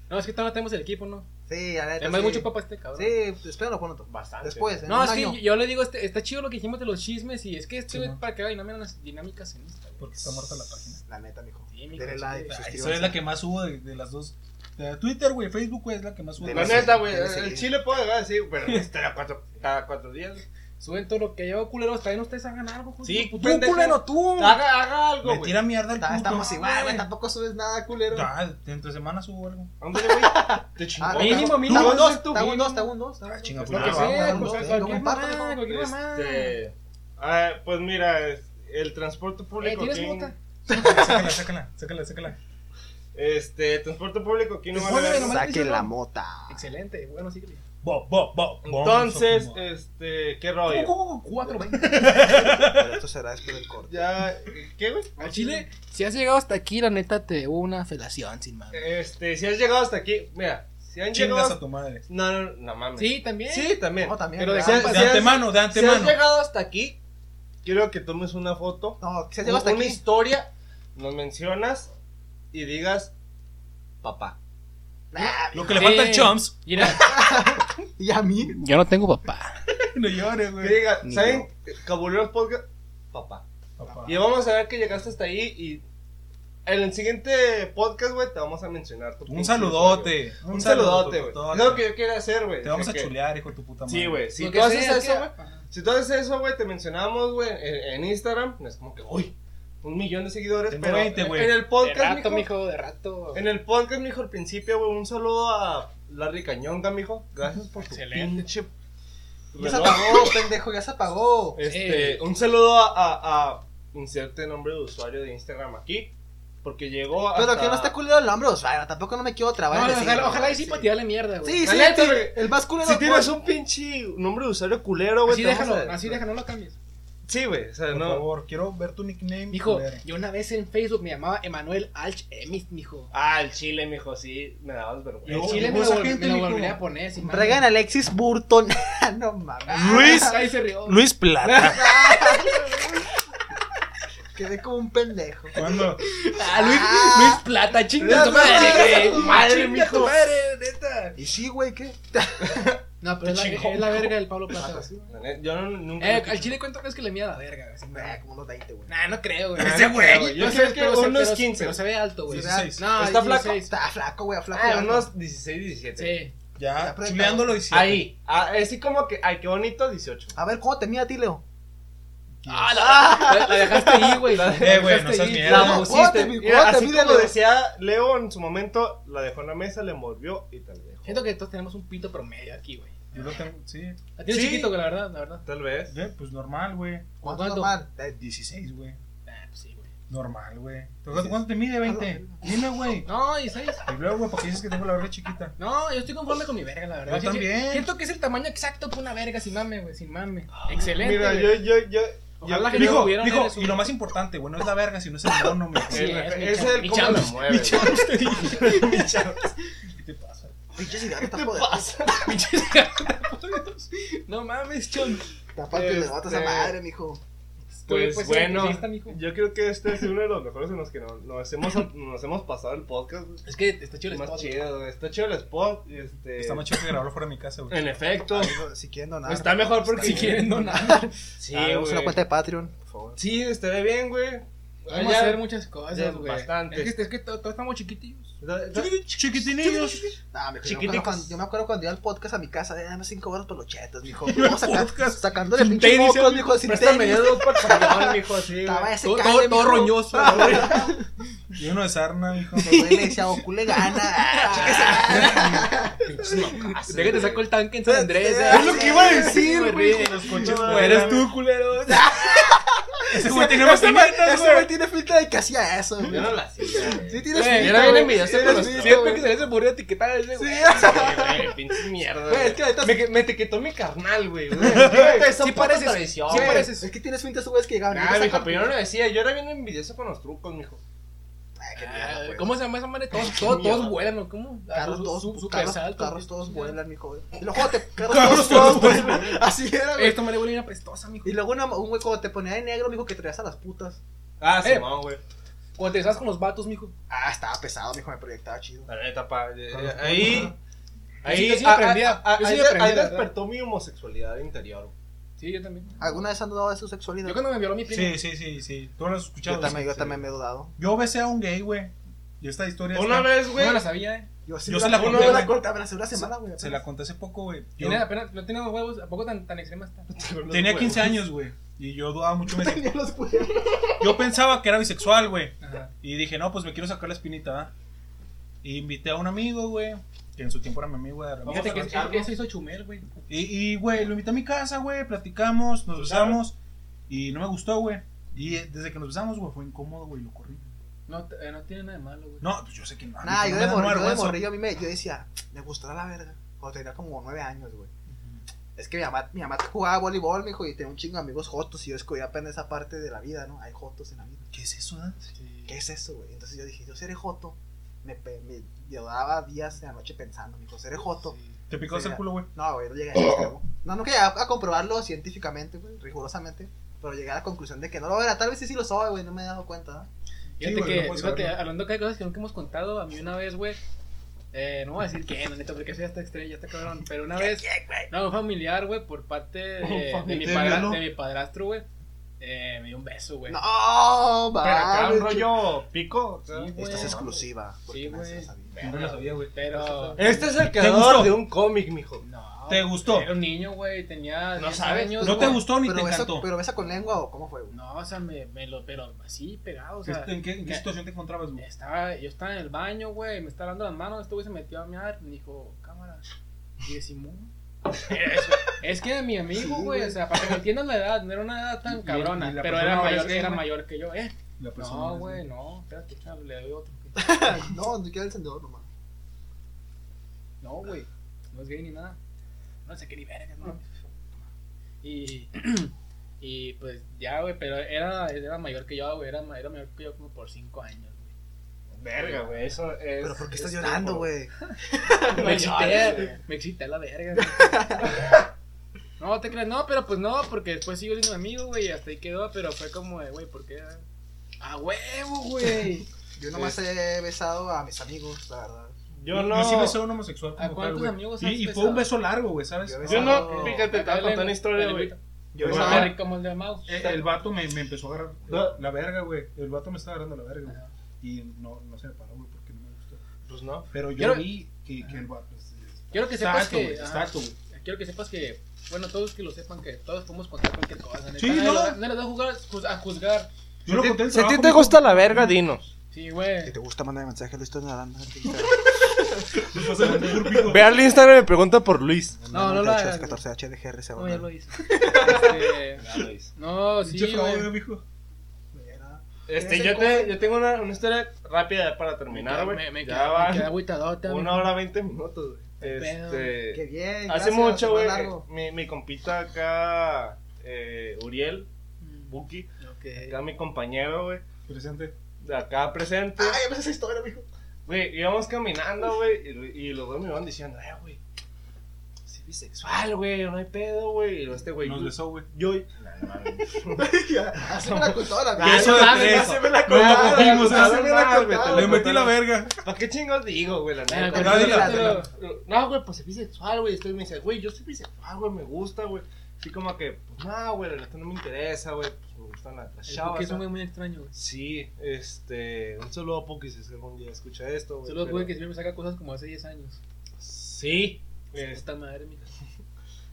[SPEAKER 3] No, es que todavía no tenemos el equipo, ¿no?
[SPEAKER 4] Sí, la neta.
[SPEAKER 3] Además,
[SPEAKER 4] sí.
[SPEAKER 3] mucho papá este cabrón.
[SPEAKER 4] Sí, espéralo pronto.
[SPEAKER 1] Bastante.
[SPEAKER 4] Después, en
[SPEAKER 3] No,
[SPEAKER 4] un
[SPEAKER 3] es que
[SPEAKER 4] año.
[SPEAKER 3] yo, yo le digo, este, está chido lo que dijimos de los chismes y es que este,
[SPEAKER 2] Sí,
[SPEAKER 3] güey,
[SPEAKER 2] ¿no?
[SPEAKER 3] para que haya dinámicas, dinámicas en Instagram.
[SPEAKER 2] Porque está muerta la página.
[SPEAKER 4] La neta, mijo.
[SPEAKER 3] Sí, mijo,
[SPEAKER 4] Dele
[SPEAKER 3] sí,
[SPEAKER 4] like,
[SPEAKER 3] sí.
[SPEAKER 2] Ah,
[SPEAKER 4] suscríbanse.
[SPEAKER 2] Esa es la que más subo de, de las dos. De Twitter, güey, Facebook, güey, es la que más subo.
[SPEAKER 4] De
[SPEAKER 1] La
[SPEAKER 4] Sí,
[SPEAKER 1] neta, güey.
[SPEAKER 4] sí, sí.
[SPEAKER 1] El chile puede llegar así, pero este era cuatro, cada cuatro días.
[SPEAKER 3] Suben todo lo que lleva culeros. También ustedes hagan algo, Pues, hijos
[SPEAKER 1] Sí,
[SPEAKER 3] de puta. tú,
[SPEAKER 1] pendejo.
[SPEAKER 3] culero, tú.
[SPEAKER 1] Haga, haga algo,
[SPEAKER 2] Me
[SPEAKER 1] güey.
[SPEAKER 2] tira mierda el
[SPEAKER 4] Ta-
[SPEAKER 2] puto.
[SPEAKER 4] Estamos igual, güey.
[SPEAKER 2] güey.
[SPEAKER 4] Tampoco subes nada, culero.
[SPEAKER 2] Ya, entre semanas subo algo.
[SPEAKER 1] Ándale, güey. Te chingó.
[SPEAKER 4] Ah,
[SPEAKER 1] güey.
[SPEAKER 3] mínimo, mínimo.
[SPEAKER 4] Estamos dos,
[SPEAKER 1] Tú, tú,
[SPEAKER 4] estamos
[SPEAKER 1] tú.
[SPEAKER 4] dos, estamos dos.
[SPEAKER 2] Ah, chinga,
[SPEAKER 3] Lo
[SPEAKER 2] pues,
[SPEAKER 3] que
[SPEAKER 2] ya,
[SPEAKER 3] sea,
[SPEAKER 2] vamos, vamos,
[SPEAKER 3] pues,
[SPEAKER 4] lo
[SPEAKER 3] cualquier
[SPEAKER 4] comparto,
[SPEAKER 3] mamá,
[SPEAKER 4] lo
[SPEAKER 3] cualquier mamá.
[SPEAKER 1] Este, ah, pues mira, es- el transporte
[SPEAKER 3] Eh,
[SPEAKER 1] público
[SPEAKER 3] ¿Tienes
[SPEAKER 1] aquí.
[SPEAKER 3] mota?
[SPEAKER 2] Sácala, sácala, sácala, sácala.
[SPEAKER 1] Este, transporte público aquí no
[SPEAKER 3] Pues
[SPEAKER 1] vale
[SPEAKER 3] ponle
[SPEAKER 1] verga.
[SPEAKER 3] nomás.
[SPEAKER 4] Saque la mota.
[SPEAKER 3] Excelente, bueno, sí.
[SPEAKER 2] Bo, bo, bo, bo,
[SPEAKER 1] Entonces,
[SPEAKER 2] bo.
[SPEAKER 1] este, ¿qué rollo?
[SPEAKER 3] Cuatro, veinte.
[SPEAKER 4] Pero esto será después del corte.
[SPEAKER 1] Ya, ¿qué, güey?
[SPEAKER 3] Al chile, si has llegado hasta aquí, la neta te hubo una felación sin madre.
[SPEAKER 1] Este, si has llegado hasta aquí, mira, si han
[SPEAKER 2] chingas
[SPEAKER 1] llegado.
[SPEAKER 2] a tu madre.
[SPEAKER 1] No, no, no mames.
[SPEAKER 3] Sí, también.
[SPEAKER 1] Sí, también.
[SPEAKER 4] No, también,
[SPEAKER 1] Pero
[SPEAKER 4] de
[SPEAKER 1] si has-
[SPEAKER 4] ambas.
[SPEAKER 2] De
[SPEAKER 1] pues, si has-
[SPEAKER 2] antemano,
[SPEAKER 1] Si
[SPEAKER 2] de
[SPEAKER 1] has
[SPEAKER 2] antemano.
[SPEAKER 1] llegado hasta aquí, quiero que tomes una foto.
[SPEAKER 4] No, que se
[SPEAKER 1] una
[SPEAKER 4] lleva hasta aquí.
[SPEAKER 1] historia, nos mencionas y digas papá.
[SPEAKER 4] Nah,
[SPEAKER 2] Lo que le
[SPEAKER 3] Sí.
[SPEAKER 2] falta es chumps.
[SPEAKER 3] Mira,
[SPEAKER 4] Y a mí.
[SPEAKER 3] yo no tengo papá.
[SPEAKER 2] No llores,
[SPEAKER 1] Que diga,
[SPEAKER 4] Ni
[SPEAKER 1] ¿saben? Cabuleros Podcast, papá.
[SPEAKER 2] Papá.
[SPEAKER 1] Y vamos a ver que llegaste hasta ahí y en el siguiente podcast, güey, te vamos a mencionar tu
[SPEAKER 2] Un
[SPEAKER 1] pinche historia.
[SPEAKER 2] saludote.
[SPEAKER 1] Un saludote, güey. Es lo que yo quiero hacer, güey.
[SPEAKER 2] Te vamos a
[SPEAKER 1] De que-
[SPEAKER 2] chulear, hijo de tu puta madre.
[SPEAKER 1] Sí, güey. Si
[SPEAKER 3] Lo
[SPEAKER 1] tú
[SPEAKER 3] que
[SPEAKER 1] haces
[SPEAKER 3] sea,
[SPEAKER 1] eso,
[SPEAKER 3] que-
[SPEAKER 1] güey. Si tú haces eso, güey, te mencionamos, güey, en, en Instagram. Es como que, uy, un millón de seguidores.
[SPEAKER 2] Tengo
[SPEAKER 1] pero
[SPEAKER 2] 20, güey.
[SPEAKER 1] en el
[SPEAKER 3] De
[SPEAKER 1] podcast,
[SPEAKER 3] rato,
[SPEAKER 1] mijo,
[SPEAKER 3] mijo, de rato.
[SPEAKER 1] En el podcast, mijo, al principio, güey, un saludo a Larry Cañonga, mijo. Gracias por tu
[SPEAKER 3] Excelente.
[SPEAKER 1] pinche
[SPEAKER 4] Ya se
[SPEAKER 1] reloj.
[SPEAKER 4] apagó, pendejo, ya se apagó.
[SPEAKER 1] Este, un saludo a, a, a- inserte nombre de usuario de Instagram aquí, porque llegó a.
[SPEAKER 4] Pero que no está culero el nombre, o sea, tampoco no me quiero
[SPEAKER 3] No,
[SPEAKER 4] trabar. en
[SPEAKER 3] ojalá,
[SPEAKER 4] decirlo,
[SPEAKER 3] ojalá y
[SPEAKER 4] güey,
[SPEAKER 3] sí para tirarle mierda, güey.
[SPEAKER 4] Sí,
[SPEAKER 1] La
[SPEAKER 4] sí,
[SPEAKER 1] neta,
[SPEAKER 4] sí,
[SPEAKER 1] güey.
[SPEAKER 4] el más culero.
[SPEAKER 1] Si tienes un pinche nombre de usuario culero, güey.
[SPEAKER 3] así
[SPEAKER 1] te vamos
[SPEAKER 3] déjalo,
[SPEAKER 1] a-
[SPEAKER 3] así déjalo, no lo cambies.
[SPEAKER 1] Sí, güey, o sea,
[SPEAKER 2] Por
[SPEAKER 1] no.
[SPEAKER 2] favor, quiero ver tu nickname.
[SPEAKER 3] Mijo,
[SPEAKER 2] culero.
[SPEAKER 3] yo una vez en Facebook me llamaba Emanuel Alch Emith, mijo.
[SPEAKER 1] Ah, el chile, mijo, sí, me dabas vergüenza.
[SPEAKER 3] El
[SPEAKER 2] yo-
[SPEAKER 3] chile
[SPEAKER 2] yo
[SPEAKER 3] me lo,
[SPEAKER 2] esa
[SPEAKER 3] vol-
[SPEAKER 2] gente,
[SPEAKER 3] me lo
[SPEAKER 2] mijo.
[SPEAKER 3] volvería a poner. sin madre.
[SPEAKER 4] Traigan a Alexis Burton. no mames.
[SPEAKER 3] Ah,
[SPEAKER 2] Luis-
[SPEAKER 3] Ahí se rió.
[SPEAKER 2] Luis Plata.
[SPEAKER 4] Quedé como un pendejo.
[SPEAKER 2] ¿Cuándo?
[SPEAKER 3] Ah, Luis,
[SPEAKER 4] Ah.
[SPEAKER 3] Luis Plata, chinga tu madre, güey.
[SPEAKER 1] Madre,
[SPEAKER 3] Chinga tu
[SPEAKER 1] mijo.
[SPEAKER 3] madre, neta.
[SPEAKER 4] Y sí, güey, ¿qué?
[SPEAKER 3] No, pero es la,
[SPEAKER 2] Chingón,
[SPEAKER 3] es la
[SPEAKER 2] mijo.
[SPEAKER 3] verga del Pablo
[SPEAKER 2] Ah,
[SPEAKER 3] Plata.
[SPEAKER 2] pues
[SPEAKER 3] güey.
[SPEAKER 1] La neta, Yo no, nunca.
[SPEAKER 3] Eh, al chile, ¿cuánto crees que le mía la verga? güey? Sin
[SPEAKER 4] Nah,
[SPEAKER 3] madre.
[SPEAKER 4] como unos 20, güey.
[SPEAKER 3] Nah, no creo, güey.
[SPEAKER 2] Ese
[SPEAKER 3] No
[SPEAKER 2] güey.
[SPEAKER 3] creo,
[SPEAKER 1] Yo
[SPEAKER 3] no
[SPEAKER 1] sé que
[SPEAKER 3] creo,
[SPEAKER 1] Ah,
[SPEAKER 3] pero se-
[SPEAKER 1] uno es
[SPEAKER 3] pero-
[SPEAKER 1] 15.
[SPEAKER 3] Pero se ve alto, güey.
[SPEAKER 2] 16.
[SPEAKER 3] No,
[SPEAKER 1] Está
[SPEAKER 3] es
[SPEAKER 1] flaco.
[SPEAKER 3] 16.
[SPEAKER 4] Está flaco, güey, flaco.
[SPEAKER 1] Ah,
[SPEAKER 4] ya,
[SPEAKER 1] unos 16, 17.
[SPEAKER 3] Sí.
[SPEAKER 2] Ya,
[SPEAKER 4] apretado.
[SPEAKER 2] chuleándolo y siete.
[SPEAKER 1] Ahí, ah, así como que, ay, qué bonito, 18.
[SPEAKER 4] A ver, ¿cómo te mira a ti, Leo?
[SPEAKER 3] Ah, la, la- la dejaste ahí, güey. La
[SPEAKER 2] Eh, güey, no
[SPEAKER 3] dejaste
[SPEAKER 2] seas
[SPEAKER 3] ahí.
[SPEAKER 2] mierda.
[SPEAKER 1] La
[SPEAKER 4] Mira,
[SPEAKER 1] pusiste.
[SPEAKER 4] cuate, mi
[SPEAKER 1] Mira,
[SPEAKER 4] cuate,
[SPEAKER 1] así
[SPEAKER 4] míralo.
[SPEAKER 1] como decía Leo en su momento, la dejó en la mesa, le envolvió y tal vez.
[SPEAKER 3] Siento que todos tenemos un pito promedio aquí, güey.
[SPEAKER 2] Yo lo tengo, sí.
[SPEAKER 3] La tienes
[SPEAKER 1] Sí.
[SPEAKER 3] chiquito, güey, la verdad, la verdad.
[SPEAKER 1] Tal vez.
[SPEAKER 2] Eh, Pues normal, güey.
[SPEAKER 4] ¿Cuánto
[SPEAKER 3] ¿Cuánto?
[SPEAKER 4] normal? Eh,
[SPEAKER 2] 16, güey.
[SPEAKER 3] Ah, pues sí, güey.
[SPEAKER 2] Normal, güey. ¿Cuánto te mide? 20. Dime, güey.
[SPEAKER 3] No, 16.
[SPEAKER 2] Y luego, güey, porque dices que tengo la verga chiquita.
[SPEAKER 3] No, yo estoy conforme con mi verga, la verdad.
[SPEAKER 2] Yo
[SPEAKER 3] Siento-
[SPEAKER 2] también.
[SPEAKER 3] Siento que es el tamaño exacto para una verga, sin mame, güey, sin mame. Excelente.
[SPEAKER 1] Mira,
[SPEAKER 3] güey.
[SPEAKER 1] yo, yo, yo.
[SPEAKER 3] Ojalá
[SPEAKER 1] yo- Mijo,
[SPEAKER 3] que no
[SPEAKER 2] Dijo,
[SPEAKER 3] pudieron
[SPEAKER 2] dijo,
[SPEAKER 3] eres un-
[SPEAKER 2] y lo más importante, güey, no es la verga, sino es el mono, mi
[SPEAKER 1] el-
[SPEAKER 3] Sí, es mi
[SPEAKER 1] ese
[SPEAKER 3] chavo,
[SPEAKER 1] es el
[SPEAKER 3] mi
[SPEAKER 1] cómo
[SPEAKER 3] chavo.
[SPEAKER 1] lo mueve.
[SPEAKER 2] Mi chavo. ¿Qué te pasa?
[SPEAKER 4] Pinche cigarro está
[SPEAKER 1] ¿Qué
[SPEAKER 4] poder.
[SPEAKER 1] pasa?
[SPEAKER 3] Pinches No mames, chon.
[SPEAKER 4] Tapate de botas a
[SPEAKER 1] Este-
[SPEAKER 4] madre, mijo.
[SPEAKER 1] Pues,
[SPEAKER 3] Pues,
[SPEAKER 1] bueno,
[SPEAKER 3] sí, está, mijo.
[SPEAKER 1] yo creo que este es uno de los mejores en los que nos, nos hemos, nos hemos pasado el podcast. güey.
[SPEAKER 3] Es que está chido el
[SPEAKER 1] más
[SPEAKER 3] spot.
[SPEAKER 1] chido, está chido el spot. Este,
[SPEAKER 2] Está más chido que grabarlo fuera de mi casa, güey.
[SPEAKER 1] En efecto,
[SPEAKER 4] Amigo, Si quieren donar.
[SPEAKER 1] está mejor porque.
[SPEAKER 3] Si quieren donar.
[SPEAKER 1] Sí,
[SPEAKER 4] Sí, Hagamos una
[SPEAKER 1] güey.
[SPEAKER 4] cuenta de Patreon, por favor.
[SPEAKER 1] Sí, estaría bien, güey.
[SPEAKER 3] Vamos a hacer muchas
[SPEAKER 1] Ah, ya,
[SPEAKER 3] cosas, güey.
[SPEAKER 1] bastante.
[SPEAKER 3] Es que, es que to- todos estamos chiquitillos.
[SPEAKER 2] Chiquitinillos.
[SPEAKER 4] Nah, mijo, yo, me acuerdo
[SPEAKER 1] Chiquiticos.
[SPEAKER 4] cuando, yo me acuerdo cuando iba al podcast a mi casa, de dame 5 horas por los chetos, mijo. Vamos saca- sacándole
[SPEAKER 2] Sin
[SPEAKER 4] pinche
[SPEAKER 2] tenis,
[SPEAKER 4] mocos,
[SPEAKER 2] el-
[SPEAKER 4] mijo, sin
[SPEAKER 1] Préstame
[SPEAKER 4] tenis.
[SPEAKER 1] ya dos para cabrón, mijo, así,
[SPEAKER 4] Estaba
[SPEAKER 1] güey.
[SPEAKER 4] ese
[SPEAKER 3] Todo,
[SPEAKER 4] calle,
[SPEAKER 3] todo, todo
[SPEAKER 4] mijo.
[SPEAKER 3] roñoso. güey.
[SPEAKER 2] Y uno de sarna, hijo.
[SPEAKER 4] Pues, güey, le decía, Goku le Ah, gana.
[SPEAKER 3] Déjate saco el tanque en San Andrés.
[SPEAKER 4] Sí,
[SPEAKER 3] eh.
[SPEAKER 4] es
[SPEAKER 2] lo que iba a
[SPEAKER 3] Sí,
[SPEAKER 2] decir, güey.
[SPEAKER 3] güey.
[SPEAKER 2] Los coches,
[SPEAKER 3] No,
[SPEAKER 2] güey.
[SPEAKER 3] Eres tú, culero. Eh,
[SPEAKER 2] Ese güey tiene más
[SPEAKER 4] Ese güey-
[SPEAKER 2] pimientas,
[SPEAKER 4] Ese
[SPEAKER 2] güey.
[SPEAKER 4] güey tiene finta de que hacía eso, güey.
[SPEAKER 1] Yo no la hacía.
[SPEAKER 4] Sí,
[SPEAKER 1] Sí,
[SPEAKER 3] Güey,
[SPEAKER 4] tienes finta,
[SPEAKER 1] era bien
[SPEAKER 4] güey.
[SPEAKER 1] envidioso
[SPEAKER 4] Tienes
[SPEAKER 1] con los-
[SPEAKER 4] finta,
[SPEAKER 3] Siempre
[SPEAKER 4] güey.
[SPEAKER 3] que se les ocurrió etiquetar a ese, güey.
[SPEAKER 1] güey, pinche mierda.
[SPEAKER 4] Güey, es que ahorita-
[SPEAKER 1] me, me te quitó mi carnal, güey. güey. Esa
[SPEAKER 3] Sí
[SPEAKER 1] puta
[SPEAKER 3] pareces-
[SPEAKER 1] traición,
[SPEAKER 3] sí
[SPEAKER 1] güey.
[SPEAKER 4] Güey,
[SPEAKER 3] pareces-
[SPEAKER 4] Es que tienes finta esos güeyes que llegaban.
[SPEAKER 1] Nah, mijo, pero yo no lo decía. Yo era bien envidioso con los trucos, mijo.
[SPEAKER 3] Ah, ¿Cómo se llama esa madre? Todos, todos, todos vuelan, ¿no? ¿Cómo? Ah,
[SPEAKER 4] Carros
[SPEAKER 3] Su-
[SPEAKER 4] todos,
[SPEAKER 3] su- super
[SPEAKER 4] carros,
[SPEAKER 3] salto.
[SPEAKER 4] carros todos vuelan, mijo. Y luego te
[SPEAKER 2] Carros
[SPEAKER 4] carros
[SPEAKER 2] todos
[SPEAKER 4] todos vuelan. Así era, güey.
[SPEAKER 3] Esto me le huele una prestosa, mijo.
[SPEAKER 4] Y luego una- un güey cuando te ponía de negro, mijo, que traías a las putas.
[SPEAKER 1] Ah,
[SPEAKER 3] Eh.
[SPEAKER 1] Simón, güey.
[SPEAKER 3] Cuando te besabas con los vatos, mijo.
[SPEAKER 4] Ah, estaba pesado, mijo, me proyectaba chido.
[SPEAKER 1] La neta, pa. eh,
[SPEAKER 2] Con los
[SPEAKER 1] Ahí.
[SPEAKER 2] trucos,
[SPEAKER 1] Ahí,
[SPEAKER 3] Yo sí
[SPEAKER 1] ah,
[SPEAKER 3] aprendí a-
[SPEAKER 1] ah, ah,
[SPEAKER 3] yo sí
[SPEAKER 1] ahí,
[SPEAKER 3] aprendí,
[SPEAKER 1] ahí
[SPEAKER 3] la
[SPEAKER 1] despertó mi homosexualidad interior. güey.
[SPEAKER 3] Sí, yo también.
[SPEAKER 4] ¿Alguna vez han dudado de su sexualidad?
[SPEAKER 3] Yo cuando me violó mi primo.
[SPEAKER 2] Sí, sí, sí, sí. Tú lo has escuchado.
[SPEAKER 4] Yo también,
[SPEAKER 2] sí,
[SPEAKER 4] yo
[SPEAKER 2] sí.
[SPEAKER 4] también me he dudado.
[SPEAKER 2] Yo besé a un gay, güey. Y esta historia
[SPEAKER 1] Una
[SPEAKER 2] está-
[SPEAKER 1] vez,
[SPEAKER 3] No
[SPEAKER 1] güey.
[SPEAKER 3] me la sabía, eh.
[SPEAKER 4] Yo sí
[SPEAKER 2] Yo
[SPEAKER 4] me
[SPEAKER 2] se la
[SPEAKER 4] uno
[SPEAKER 2] conté,
[SPEAKER 4] me la
[SPEAKER 2] güey.
[SPEAKER 4] corta, me la hace una semana, güey.
[SPEAKER 2] Se la conté hace poco, güey. Yo
[SPEAKER 3] Tiene apenas, no tiene huevos, ¿a poco tan, tan extrema está?
[SPEAKER 2] tenía 15 años, güey. Y yo dudaba mucho. me-
[SPEAKER 4] Tenía los huevos.
[SPEAKER 2] Yo pensaba que era bisexual, güey.
[SPEAKER 3] Ajá.
[SPEAKER 2] Y dije, no, pues me quiero sacar la espinita, ¿va? Y invité a un amigo, güey. Que en su tiempo era mi amigo, era mi-
[SPEAKER 1] Vamos
[SPEAKER 3] Fíjate
[SPEAKER 1] a
[SPEAKER 3] que
[SPEAKER 1] marcarlo.
[SPEAKER 3] eso hizo Chumel, güey.
[SPEAKER 2] Y, y, güey, lo invité a mi casa, güey. Platicamos, nos
[SPEAKER 1] ¿Tú sabes?
[SPEAKER 2] besamos. Y no me gustó, güey. Y eh, desde que nos besamos, güey, fue incómodo, güey. Lo corrí.
[SPEAKER 3] No, t- eh, no tiene nada de malo, güey.
[SPEAKER 2] No, pues yo sé que no. a mí
[SPEAKER 4] Nah,
[SPEAKER 2] no
[SPEAKER 4] yo
[SPEAKER 2] me
[SPEAKER 4] de,
[SPEAKER 2] da- no me
[SPEAKER 4] morrillo, yo de
[SPEAKER 2] avergüenza.
[SPEAKER 4] morrillo, a mí me, yo decía, me gustará la verga. Cuando tenía como nueve años, güey. Es que mi mamá, mi mamá jugaba voleibol, mijo, y tenía un chingo de amigos jotos, y yo descubrí apenas esa parte de la vida, ¿no? Hay jotos en la vida.
[SPEAKER 2] ¿Qué es eso, da?
[SPEAKER 4] ¿Qué es eso, güey? Entonces yo dije, yo seré joto. Me, pe- me llevaba días en la noche pensando, mijo, seré joto.
[SPEAKER 2] Te picó
[SPEAKER 4] Sí,
[SPEAKER 2] el
[SPEAKER 4] ya.
[SPEAKER 2] culo, güey.
[SPEAKER 4] No, güey, no llegué a ese extremo. No, no llegué a, a comprobarlo científicamente, güey, rigurosamente. Pero llegué a la conclusión de que no lo era. Tal vez sí, sí lo soy, güey, no me he dado cuenta, ¿no?
[SPEAKER 3] Fíjate
[SPEAKER 2] Sí, güey,
[SPEAKER 3] que,
[SPEAKER 2] no puedes
[SPEAKER 3] fíjate,
[SPEAKER 2] saberlo.
[SPEAKER 3] hablando acá de cosas que nunca hemos contado, a mí una vez, güey, eh, no voy a decir que, no, neta, porque eso ya está extraño, ya está cabrón, pero una vez, no, un familiar, güey, por parte de,
[SPEAKER 1] Un
[SPEAKER 3] de mi,
[SPEAKER 1] familiar,
[SPEAKER 3] padra-
[SPEAKER 1] ¿no?
[SPEAKER 3] de mi padrastro, güey, eh, me dio un beso, güey.
[SPEAKER 4] No,
[SPEAKER 1] Pero acá
[SPEAKER 4] mames,
[SPEAKER 1] un rollo pico. o sea.
[SPEAKER 3] Sí, güey.
[SPEAKER 4] Esta es
[SPEAKER 3] Bueno.
[SPEAKER 4] exclusiva.
[SPEAKER 3] Sí,
[SPEAKER 4] porque nadie se
[SPEAKER 3] güey.
[SPEAKER 4] la sabía.
[SPEAKER 2] No lo sabía, güey.
[SPEAKER 3] Pero,
[SPEAKER 1] Este es el
[SPEAKER 2] gustó?
[SPEAKER 1] creador de un cómic, mijo.
[SPEAKER 3] no.
[SPEAKER 2] ¿Te gustó?
[SPEAKER 3] Era un niño, güey, tenía
[SPEAKER 1] No
[SPEAKER 3] 10
[SPEAKER 1] sabes,
[SPEAKER 3] años.
[SPEAKER 2] ¿No te
[SPEAKER 3] güey.
[SPEAKER 2] gustó ni te
[SPEAKER 4] Pero besa,
[SPEAKER 2] encantó?
[SPEAKER 4] pero besa con lengua o cómo fue, güey?
[SPEAKER 3] No, o sea, me, me lo, pero así, pegado, o
[SPEAKER 2] ¿Qué-
[SPEAKER 3] sea.
[SPEAKER 2] ¿En qué, en qué
[SPEAKER 3] me-
[SPEAKER 2] situación te encontrabas, güey?
[SPEAKER 3] Estaba, yo estaba en el baño, güey, me estaba dando las manos, este güey se metió a miar, me dijo, cámara, y decimos, es que era mi amigo,
[SPEAKER 4] Sí,
[SPEAKER 3] güey,
[SPEAKER 4] güey.
[SPEAKER 3] o sea, para que me entiendan la edad, no era una edad tan
[SPEAKER 2] Y-
[SPEAKER 3] cabrona,
[SPEAKER 2] y la
[SPEAKER 3] pero
[SPEAKER 2] persona
[SPEAKER 3] era
[SPEAKER 2] no
[SPEAKER 3] mayor,
[SPEAKER 2] es gay,
[SPEAKER 3] era
[SPEAKER 2] güey. Pues
[SPEAKER 3] mayor que yo, eh,
[SPEAKER 2] La
[SPEAKER 3] no,
[SPEAKER 2] es-
[SPEAKER 3] güey, no, espérate, ya le doy otro,
[SPEAKER 4] No, no quiero el encendedor nomás.
[SPEAKER 3] no, güey, no es gay ni nada, no sé qué ni verga, no, y, y pues, ya, güey, pero era, era mayor que yo, güey, era, ma- era mayor que yo como por cinco años, güey.
[SPEAKER 1] Verga, güey, eso es.
[SPEAKER 4] Pero ¿por qué estás
[SPEAKER 1] es-
[SPEAKER 4] llorando, güey?
[SPEAKER 3] Me
[SPEAKER 1] llores,
[SPEAKER 3] excité,
[SPEAKER 1] güey.
[SPEAKER 3] me excité a la verga. güey. No, te creas, no, pero pues no, porque después sigo siendo mi amigo, güey, y hasta ahí quedó, pero fue como de, güey, ¿por qué? A huevo, güey.
[SPEAKER 4] Yo nomás he besado a mis amigos, la verdad.
[SPEAKER 1] Yo no.
[SPEAKER 2] Yo sí besé a un homosexual. como
[SPEAKER 3] ¿A cuántos
[SPEAKER 2] güey.
[SPEAKER 3] amigos
[SPEAKER 2] Y,
[SPEAKER 3] has
[SPEAKER 2] y fue
[SPEAKER 3] besado?
[SPEAKER 2] un beso largo, güey, ¿sabes?
[SPEAKER 4] Yo he
[SPEAKER 1] Yo no.
[SPEAKER 4] Oh.
[SPEAKER 1] Fíjate, te voy a contar una historia, güey.
[SPEAKER 4] Yo he
[SPEAKER 2] Bueno,
[SPEAKER 4] besado-
[SPEAKER 2] Eric.
[SPEAKER 3] Pues, Como el de Mouse.
[SPEAKER 2] Eh, El vato me, me empezó a agarrar
[SPEAKER 1] No.
[SPEAKER 2] la verga, güey. El vato me estaba agarrando la verga, güey. Y no, no se me paró, güey, porque no me gustó.
[SPEAKER 1] Pues no.
[SPEAKER 2] Pero yo
[SPEAKER 3] Quiero-
[SPEAKER 2] vi que, que el vato. es-
[SPEAKER 3] Quiero que
[SPEAKER 2] está
[SPEAKER 3] sepas
[SPEAKER 2] alto,
[SPEAKER 3] que.
[SPEAKER 2] güey, está
[SPEAKER 3] ajá,
[SPEAKER 2] alto, güey.
[SPEAKER 3] Quiero que sepas que. Bueno, todos que lo sepan que todos podemos contar cualquier cosa. neta.
[SPEAKER 2] Sí,
[SPEAKER 3] Nadie
[SPEAKER 2] no.
[SPEAKER 3] lo va- No les voy a jugar- juz- a juzgar.
[SPEAKER 2] Yo lo conté en el
[SPEAKER 1] Si a ti
[SPEAKER 2] trabajo,
[SPEAKER 1] te
[SPEAKER 2] mijo.
[SPEAKER 1] gusta la verga, dinos.
[SPEAKER 3] Sí,
[SPEAKER 4] Si
[SPEAKER 3] güey.
[SPEAKER 4] te gusta, manda mensaje, lo estoy nadando.
[SPEAKER 2] Pues, o sea, en el grupo, mijo.
[SPEAKER 1] Ve al Instagram y me pregunta por Luis.
[SPEAKER 3] No, no lo hagas,
[SPEAKER 4] 14 h de GR se va
[SPEAKER 3] No,
[SPEAKER 4] a
[SPEAKER 3] ya lo
[SPEAKER 4] mandar.
[SPEAKER 3] hice. Este,
[SPEAKER 1] Luis.
[SPEAKER 3] no, sí,
[SPEAKER 2] Pinche fraude,
[SPEAKER 3] güey.
[SPEAKER 2] mijo.
[SPEAKER 4] Mira.
[SPEAKER 1] Este,
[SPEAKER 4] Ese
[SPEAKER 1] yo,
[SPEAKER 4] cómic.
[SPEAKER 1] te, yo tengo una, una historia rápida para terminar, güey.
[SPEAKER 3] Me, me
[SPEAKER 1] ya
[SPEAKER 3] quedé- me
[SPEAKER 1] van
[SPEAKER 3] quedé agüitadota,
[SPEAKER 1] una hora veinte minutos, güey.
[SPEAKER 3] Qué pedo.
[SPEAKER 1] Este,
[SPEAKER 4] Qué bien.
[SPEAKER 1] hace
[SPEAKER 4] gracias, se
[SPEAKER 1] mucho,
[SPEAKER 4] fue
[SPEAKER 1] güey,
[SPEAKER 4] largo.
[SPEAKER 1] mi, mi compita acá, eh, Uriel,
[SPEAKER 3] Mm,
[SPEAKER 1] Buki,
[SPEAKER 3] ok.
[SPEAKER 1] acá mi compañero, güey,
[SPEAKER 2] Presente.
[SPEAKER 1] de acá presente.
[SPEAKER 4] Ay, ya ves esa historia, mijo.
[SPEAKER 1] Güey, íbamos caminando, güey, y, y los dos me iban diciendo, eh, güey, soy bisexual, güey, no hay pedo, güey. Y luego este güey,
[SPEAKER 2] Nos
[SPEAKER 1] yo-
[SPEAKER 2] besó, güey.
[SPEAKER 1] yo... Nah, no mames.
[SPEAKER 4] Así me la contó la
[SPEAKER 1] Ya,
[SPEAKER 4] verdad.
[SPEAKER 1] eso
[SPEAKER 4] Así
[SPEAKER 1] dame,
[SPEAKER 4] me la-
[SPEAKER 1] eso.
[SPEAKER 4] así me la
[SPEAKER 2] No,
[SPEAKER 4] contaron,
[SPEAKER 2] cogimos,
[SPEAKER 4] así
[SPEAKER 1] eso
[SPEAKER 4] me la
[SPEAKER 1] no, güey,
[SPEAKER 4] contaron.
[SPEAKER 1] te
[SPEAKER 2] ¿eh? Le metí la verga.
[SPEAKER 1] ¿Para qué chingos digo, güey, la
[SPEAKER 3] Ah,
[SPEAKER 1] neta?
[SPEAKER 3] pero
[SPEAKER 4] no,
[SPEAKER 3] dilo,
[SPEAKER 4] dilo.
[SPEAKER 1] Pero, No, güey, pues soy bisexual, güey. Estoy me dice, güey, yo soy bisexual, güey, me gusta, güey. Así como que, pues no, güey, la neta no me interesa, güey. Pues me gustan las las
[SPEAKER 3] El
[SPEAKER 1] chavas.
[SPEAKER 3] Buki es un
[SPEAKER 1] ¿no?
[SPEAKER 3] güey muy extraño, güey.
[SPEAKER 1] Sí, este. Un saludo a Pukis, si es que algún día escucha esto, güey.
[SPEAKER 3] Solo
[SPEAKER 1] pero-
[SPEAKER 3] güey que siempre saca cosas como hace 10 años.
[SPEAKER 1] Sí. es-
[SPEAKER 3] Esta madre, mira.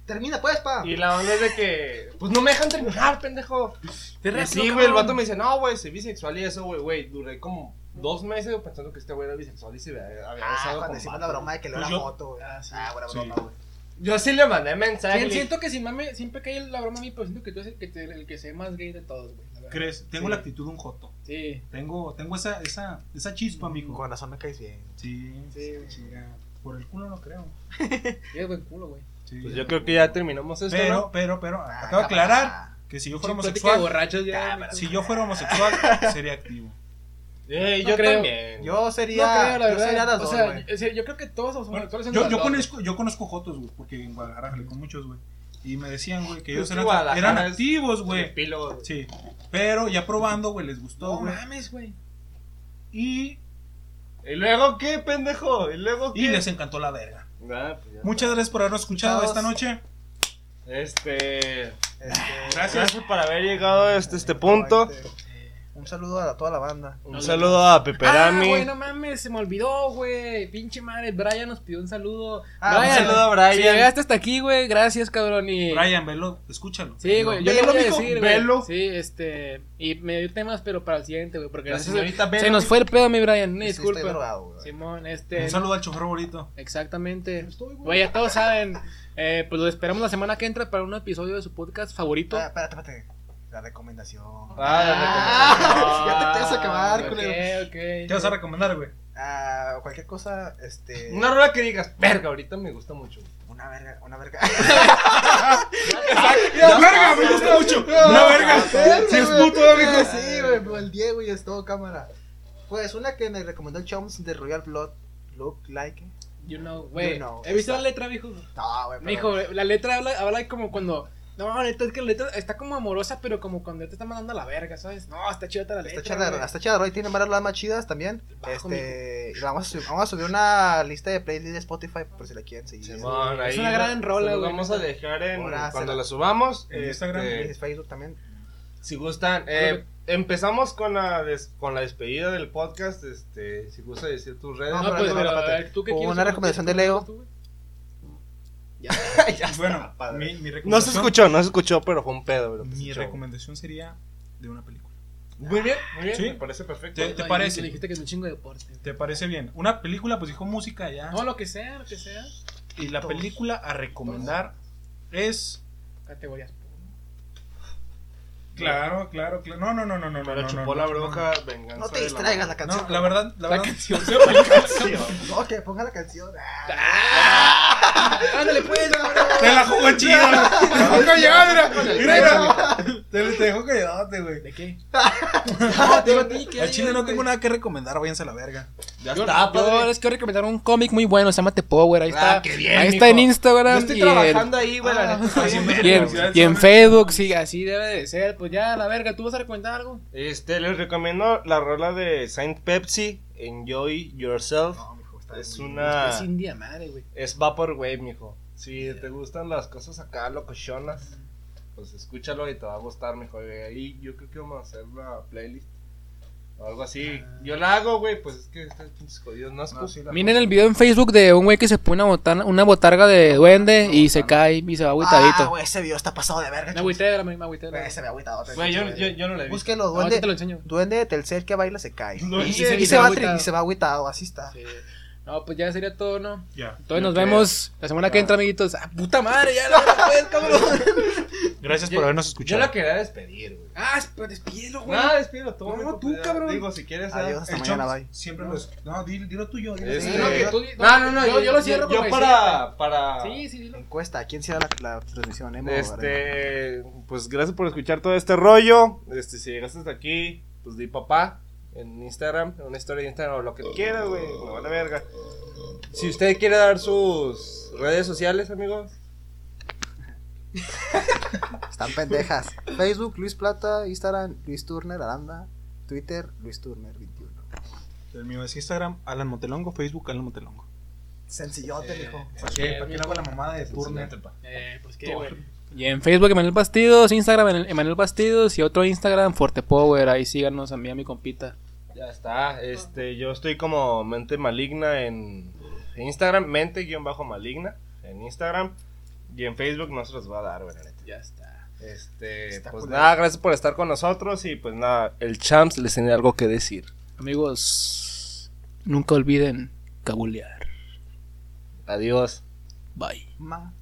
[SPEAKER 4] Termina, pues, pa.
[SPEAKER 1] y la onda es de que, pues no me dejan terminar, pendejo.
[SPEAKER 3] Te
[SPEAKER 1] Y sí, güey, el vato me dice, no, güey, soy bisexual y eso, güey, güey. Duré como dos meses pensando que este güey era bisexual y se había, había
[SPEAKER 4] Ah,
[SPEAKER 1] besado
[SPEAKER 4] cuando
[SPEAKER 1] con
[SPEAKER 4] hicimos la
[SPEAKER 1] vatos.
[SPEAKER 4] broma de que le dio
[SPEAKER 2] Pues
[SPEAKER 4] la
[SPEAKER 2] yo-
[SPEAKER 4] foto, güey.
[SPEAKER 3] Ah, sí.
[SPEAKER 4] Ah, buena
[SPEAKER 2] Sí.
[SPEAKER 4] broma, güey.
[SPEAKER 1] Yo sí le mandé mensaje.
[SPEAKER 3] Sí,
[SPEAKER 1] le-
[SPEAKER 3] siento que si mame, siempre cae la broma a mí, pero siento que tú eres el que, te- el que se ve más gay de todos, güey. la verdad.
[SPEAKER 2] ¿Crees? Tengo
[SPEAKER 3] Sí.
[SPEAKER 2] la actitud de un joto.
[SPEAKER 3] Sí.
[SPEAKER 2] Tengo, tengo esa, esa, esa chispa, mijo.
[SPEAKER 4] Con razón me caes bien.
[SPEAKER 2] Sí,
[SPEAKER 3] Sí, güey.
[SPEAKER 2] chinga. Por el culo no creo.
[SPEAKER 3] Tienes buen culo, güey.
[SPEAKER 2] Sí.
[SPEAKER 1] Pues yo creo que ya terminamos esto, ¿no?
[SPEAKER 2] Pero, pero, pero,
[SPEAKER 4] Ah,
[SPEAKER 2] acabo de aclarar
[SPEAKER 4] cámara.
[SPEAKER 2] que si yo fuera
[SPEAKER 3] Sí, plática de
[SPEAKER 2] homosexual,
[SPEAKER 3] borrachos ya.
[SPEAKER 4] Cámara,
[SPEAKER 3] mijo.
[SPEAKER 2] si yo fuera homosexual, sería activo.
[SPEAKER 1] Eh,
[SPEAKER 3] No
[SPEAKER 1] yo
[SPEAKER 3] creo.
[SPEAKER 1] también.
[SPEAKER 4] Yo
[SPEAKER 3] No creo,
[SPEAKER 4] sería.
[SPEAKER 3] la
[SPEAKER 4] Yo sería
[SPEAKER 3] verdad.
[SPEAKER 4] las
[SPEAKER 3] O
[SPEAKER 4] dos,
[SPEAKER 3] sea,
[SPEAKER 4] güey.
[SPEAKER 3] yo- o sea, yo creo que todos los homosexuales son
[SPEAKER 2] Yo,
[SPEAKER 3] las
[SPEAKER 2] yo
[SPEAKER 3] dos.
[SPEAKER 2] conozco, yo conozco jotos, güey, porque en Guadalajara le con muchos, güey. Y me decían, güey, que
[SPEAKER 1] Pero Pues es
[SPEAKER 2] ellos
[SPEAKER 1] que
[SPEAKER 2] eran,
[SPEAKER 1] Guadalajara
[SPEAKER 2] eran
[SPEAKER 1] es-
[SPEAKER 2] activos, güey.
[SPEAKER 1] Epílogo, güey.
[SPEAKER 2] Sí. Pero ya probando, güey, les gustó,
[SPEAKER 3] No
[SPEAKER 2] güey.
[SPEAKER 3] mames, güey.
[SPEAKER 2] Y,
[SPEAKER 1] ¿Y luego qué, pendejo? ¿Y luego qué?
[SPEAKER 2] y les encantó la verga.
[SPEAKER 1] Ah, pues ya.
[SPEAKER 2] Muchas gracias por habernos escuchado
[SPEAKER 4] Escuchados.
[SPEAKER 2] esta noche.
[SPEAKER 1] Este.
[SPEAKER 4] Este,
[SPEAKER 1] Gracias por haber llegado a este, este punto.
[SPEAKER 4] Este, Un saludo a toda la banda.
[SPEAKER 1] Un
[SPEAKER 3] No,
[SPEAKER 1] saludo a
[SPEAKER 3] Ah,
[SPEAKER 1] Peperami.
[SPEAKER 3] güey, no mames, se me olvidó, güey. Pinche madre, Brian nos pidió un saludo.
[SPEAKER 4] Ah,
[SPEAKER 1] un
[SPEAKER 3] Brian,
[SPEAKER 1] saludo a Brian.
[SPEAKER 3] Si llegaste hasta aquí, güey, gracias, cabrón. Y...
[SPEAKER 2] Brian, velo, escúchalo.
[SPEAKER 3] Sí, güey, yo
[SPEAKER 2] Velo,
[SPEAKER 3] lo voy a
[SPEAKER 2] mijo,
[SPEAKER 3] decir, güey.
[SPEAKER 2] velo.
[SPEAKER 3] Sí, este. Y me dio temas, pero para el siguiente, güey. Porque
[SPEAKER 2] La
[SPEAKER 3] gracias-
[SPEAKER 2] señorita
[SPEAKER 3] se
[SPEAKER 2] velo,
[SPEAKER 3] nos
[SPEAKER 2] mijo.
[SPEAKER 3] fue el pedo, mi Brian. Una
[SPEAKER 4] Sí,
[SPEAKER 3] disculpa.
[SPEAKER 4] Estoy drogado, güey.
[SPEAKER 3] Simón, este.
[SPEAKER 2] Un saludo al chofer bonito.
[SPEAKER 3] Exactamente.
[SPEAKER 4] Estoy, güey.
[SPEAKER 3] Güey, ya todos saben. Eh, pues lo esperamos la semana que entra para un episodio de su podcast favorito.
[SPEAKER 4] Ah, espérate, espérate. La recomendación.
[SPEAKER 1] Ah, la recomendación.
[SPEAKER 4] ya te quieres acabar,
[SPEAKER 1] ah,
[SPEAKER 3] ok,
[SPEAKER 4] culero.
[SPEAKER 2] ¿Qué vas a recomendar, güey?
[SPEAKER 4] Ah, cualquier cosa, este.
[SPEAKER 1] Una rola que digas, verga, ahorita me gusta mucho.
[SPEAKER 4] Una verga, una verga.
[SPEAKER 2] ¡La verga! ¡Me gusta mucho! ¡La verga! Si es puto,
[SPEAKER 4] güey.
[SPEAKER 2] amigo.
[SPEAKER 4] Sí, güey, pues, el Diego y es todo cámara. Pues una que me recomendó el Choms de Royal Blood. Look like.
[SPEAKER 3] You know, güey.
[SPEAKER 4] You know.
[SPEAKER 3] ¿He visto la letra, mijo?
[SPEAKER 4] No, güey. pero-
[SPEAKER 3] Mijo, la letra habla, habla como cuando. No, neta, es que la letra está como amorosa, pero como cuando te está mandando a la verga, ¿sabes? No, está chida la letra.
[SPEAKER 4] Está chida,
[SPEAKER 3] güey.
[SPEAKER 4] está chida, Roy. Tiene varias rolas más chidas también.
[SPEAKER 3] Bajo,
[SPEAKER 4] este, y vamos, a subir, vamos a subir una lista de playlists de Spotify por si la quieren seguir.
[SPEAKER 1] Simón, ahí
[SPEAKER 3] una
[SPEAKER 1] lo-
[SPEAKER 3] gran
[SPEAKER 1] se
[SPEAKER 3] rola,
[SPEAKER 1] lo
[SPEAKER 3] güey,
[SPEAKER 1] Vamos a
[SPEAKER 3] neta.
[SPEAKER 1] dejar en.
[SPEAKER 4] Ahora,
[SPEAKER 1] cuando
[SPEAKER 4] se la-
[SPEAKER 1] la subamos.
[SPEAKER 2] En Instagram,
[SPEAKER 1] este,
[SPEAKER 4] Y Facebook también.
[SPEAKER 1] Si gustan, eh, empezamos con la, des- con la despedida del podcast. Este, si gusta decir tus redes.
[SPEAKER 4] No,
[SPEAKER 3] No,
[SPEAKER 4] pero
[SPEAKER 3] pues,
[SPEAKER 4] tú,
[SPEAKER 3] pero, a
[SPEAKER 4] espérate.
[SPEAKER 3] ver, ¿tú qué
[SPEAKER 4] Una
[SPEAKER 3] quieres?
[SPEAKER 4] recomendación
[SPEAKER 3] ¿Tú
[SPEAKER 4] de Leo.
[SPEAKER 3] qué quieres tú, güey?
[SPEAKER 2] Bueno, mi, mi recomendación.
[SPEAKER 1] No se escuchó, no se escuchó, pero fue un pedo. pero se
[SPEAKER 2] Mi
[SPEAKER 1] escuchó.
[SPEAKER 2] recomendación sería de una película.
[SPEAKER 1] Muy bien, muy bien.
[SPEAKER 2] Sí.
[SPEAKER 1] Me parece perfecto.
[SPEAKER 2] Te-
[SPEAKER 3] Ay, güey,
[SPEAKER 2] parece?
[SPEAKER 3] Le dijiste que es un chingo de deporte.
[SPEAKER 2] ¿Te parece bien? Una película, pues dijo música
[SPEAKER 1] Ah.
[SPEAKER 2] ya.
[SPEAKER 3] No, lo que sea, lo que sea.
[SPEAKER 2] Y la película a recomendar es.
[SPEAKER 3] Categorías.
[SPEAKER 2] Claro, claro, claro. No, no, no, no, no.
[SPEAKER 1] Pero
[SPEAKER 2] no,
[SPEAKER 1] chupó
[SPEAKER 2] no,
[SPEAKER 1] la
[SPEAKER 2] no,
[SPEAKER 1] bruja, venganza.
[SPEAKER 4] No te
[SPEAKER 1] de la
[SPEAKER 4] distraigas la
[SPEAKER 1] bruja.
[SPEAKER 2] No,
[SPEAKER 4] canción.
[SPEAKER 2] la verdad, la, verdad.
[SPEAKER 4] Ok, ponga la canción. Ah,
[SPEAKER 3] Ándale, pues.
[SPEAKER 2] Te la jugó chido. Te dejó callado, mira. Mira, mira. Te, te dejó calladote, güey.
[SPEAKER 3] ¿De qué?
[SPEAKER 1] Ah,
[SPEAKER 2] Al chile no tengo nada que recomendar, váyanse a la verga.
[SPEAKER 1] Ya
[SPEAKER 3] Yo,
[SPEAKER 1] está,
[SPEAKER 3] yo
[SPEAKER 1] padre.
[SPEAKER 3] les quiero recomendar un cómic muy bueno, se llama The Power, ahí está.
[SPEAKER 1] Ah, qué bien,
[SPEAKER 3] ahí está en
[SPEAKER 1] mijo.
[SPEAKER 3] Instagram.
[SPEAKER 1] Yo estoy
[SPEAKER 3] y en-
[SPEAKER 1] trabajando ahí, güey. la neta, estoy
[SPEAKER 2] sí,
[SPEAKER 1] en-
[SPEAKER 2] verga,
[SPEAKER 3] Y en,
[SPEAKER 2] güey.
[SPEAKER 3] y en Facebook, sí, así debe de ser. Pues ya, la verga, ¿tú vas a recomendar algo?
[SPEAKER 1] Este, les recomiendo la rola de Saint Pepsi, Enjoy Yourself. Es una.
[SPEAKER 3] Es india madre, güey.
[SPEAKER 1] Es Vaporwave, mijo. Si te gustan las cosas acá, locochonas, pues escúchalo y te va a gustar, mijo. Y ahí yo creo que vamos a hacer una playlist o algo así. Yo la hago, güey, pues es que están pinches jodidos. Ah. No, es posible.
[SPEAKER 3] Miren el video en Facebook de un güey que se pone una, botana- una botarga de duende y se cae y se va
[SPEAKER 1] Ah,
[SPEAKER 3] agüitadito.
[SPEAKER 4] Ah, güey, ese video está pasado de verga.
[SPEAKER 3] me
[SPEAKER 4] chum.
[SPEAKER 3] agüité, de la- me agüité.
[SPEAKER 1] Pues,
[SPEAKER 3] de la-
[SPEAKER 4] Güey, se ve agüitado.
[SPEAKER 1] Güey, yo, yo, yo no la he visto.
[SPEAKER 4] Búsquenlo,
[SPEAKER 3] Ahorita te lo
[SPEAKER 4] duende,
[SPEAKER 3] enseño.
[SPEAKER 4] duende de Telcel que baila se cae.
[SPEAKER 1] No,
[SPEAKER 4] Y,
[SPEAKER 1] sí,
[SPEAKER 4] se,
[SPEAKER 1] sí,
[SPEAKER 4] y
[SPEAKER 1] se
[SPEAKER 4] se
[SPEAKER 3] ve
[SPEAKER 4] va
[SPEAKER 3] agüitado.
[SPEAKER 4] tri- y se va agüitado, así está.
[SPEAKER 3] Sí. No, pues ya sería todo, ¿no?
[SPEAKER 2] Ya.
[SPEAKER 3] Entonces
[SPEAKER 1] Yo
[SPEAKER 3] nos
[SPEAKER 1] creo.
[SPEAKER 3] vemos la semana que entra, amiguitos. ¡Ah, puta madre! Ya la verga, pues, cabrón.
[SPEAKER 2] Gracias
[SPEAKER 1] Yo-
[SPEAKER 2] por habernos
[SPEAKER 1] Yo
[SPEAKER 2] escuchado.
[SPEAKER 1] la quería despedir, güey.
[SPEAKER 3] ah, pero despídelo, güey.
[SPEAKER 1] Nada, despido tú.
[SPEAKER 3] No,
[SPEAKER 1] mijo, pues
[SPEAKER 3] tú,
[SPEAKER 1] ya.
[SPEAKER 3] cabrón.
[SPEAKER 1] Digo, si quieres. ah,
[SPEAKER 4] Adiós, hasta
[SPEAKER 2] El
[SPEAKER 4] mañana,
[SPEAKER 2] Chomps
[SPEAKER 4] bye.
[SPEAKER 2] Siempre los. No, dilo, dilo tuyo. dilo
[SPEAKER 1] Este-
[SPEAKER 2] tuyo.
[SPEAKER 3] No, que tú-
[SPEAKER 1] No, no, no.
[SPEAKER 3] Yo, yo lo cierro
[SPEAKER 1] Yo,
[SPEAKER 3] como
[SPEAKER 1] para. para...
[SPEAKER 3] decía. Sí, sí, dilo.
[SPEAKER 4] Encuesta, ¿quién será la, la transmisión? Emo, Varela?
[SPEAKER 1] Este, pues gracias por escuchar todo este rollo. Este, si llegaste hasta aquí, pues di papá en Instagram, en una historia de Instagram o lo que quieras, güey, me vale verga. Si usted quiere dar sus redes sociales, amigos,
[SPEAKER 4] Están pendejas. Facebook, Luis Plata, Instagram, Luis Turner, Aranda, Twitter, Luis Turner 21.
[SPEAKER 2] El mío es Instagram, Alan Montelongo, Facebook, Alan Montelongo.
[SPEAKER 4] Sencillote, mijo.
[SPEAKER 1] Eh,
[SPEAKER 2] ¿Para qué? ¿Para qué le hago la mamada de Turner?
[SPEAKER 3] Eh, pues qué, güey. Y en Facebook, Emanuel Bastidos, Instagram, Eman- Emanuel Bastidos y otro Instagram, Forte Power. Ahí síganos a mí, a mi compita.
[SPEAKER 1] ya está. Este, yo estoy como mente maligna en Instagram, mente-maligna en Instagram y en Facebook no se los va a dar, güey, la neta.
[SPEAKER 3] Ya está.
[SPEAKER 1] Este,
[SPEAKER 4] Está
[SPEAKER 1] pues
[SPEAKER 4] culero.
[SPEAKER 1] nada, gracias por estar con nosotros y pues nada, el Champs les tiene algo que decir.
[SPEAKER 3] Amigos, nunca olviden cabulear.
[SPEAKER 1] Adiós.
[SPEAKER 3] Bye.
[SPEAKER 4] Ma.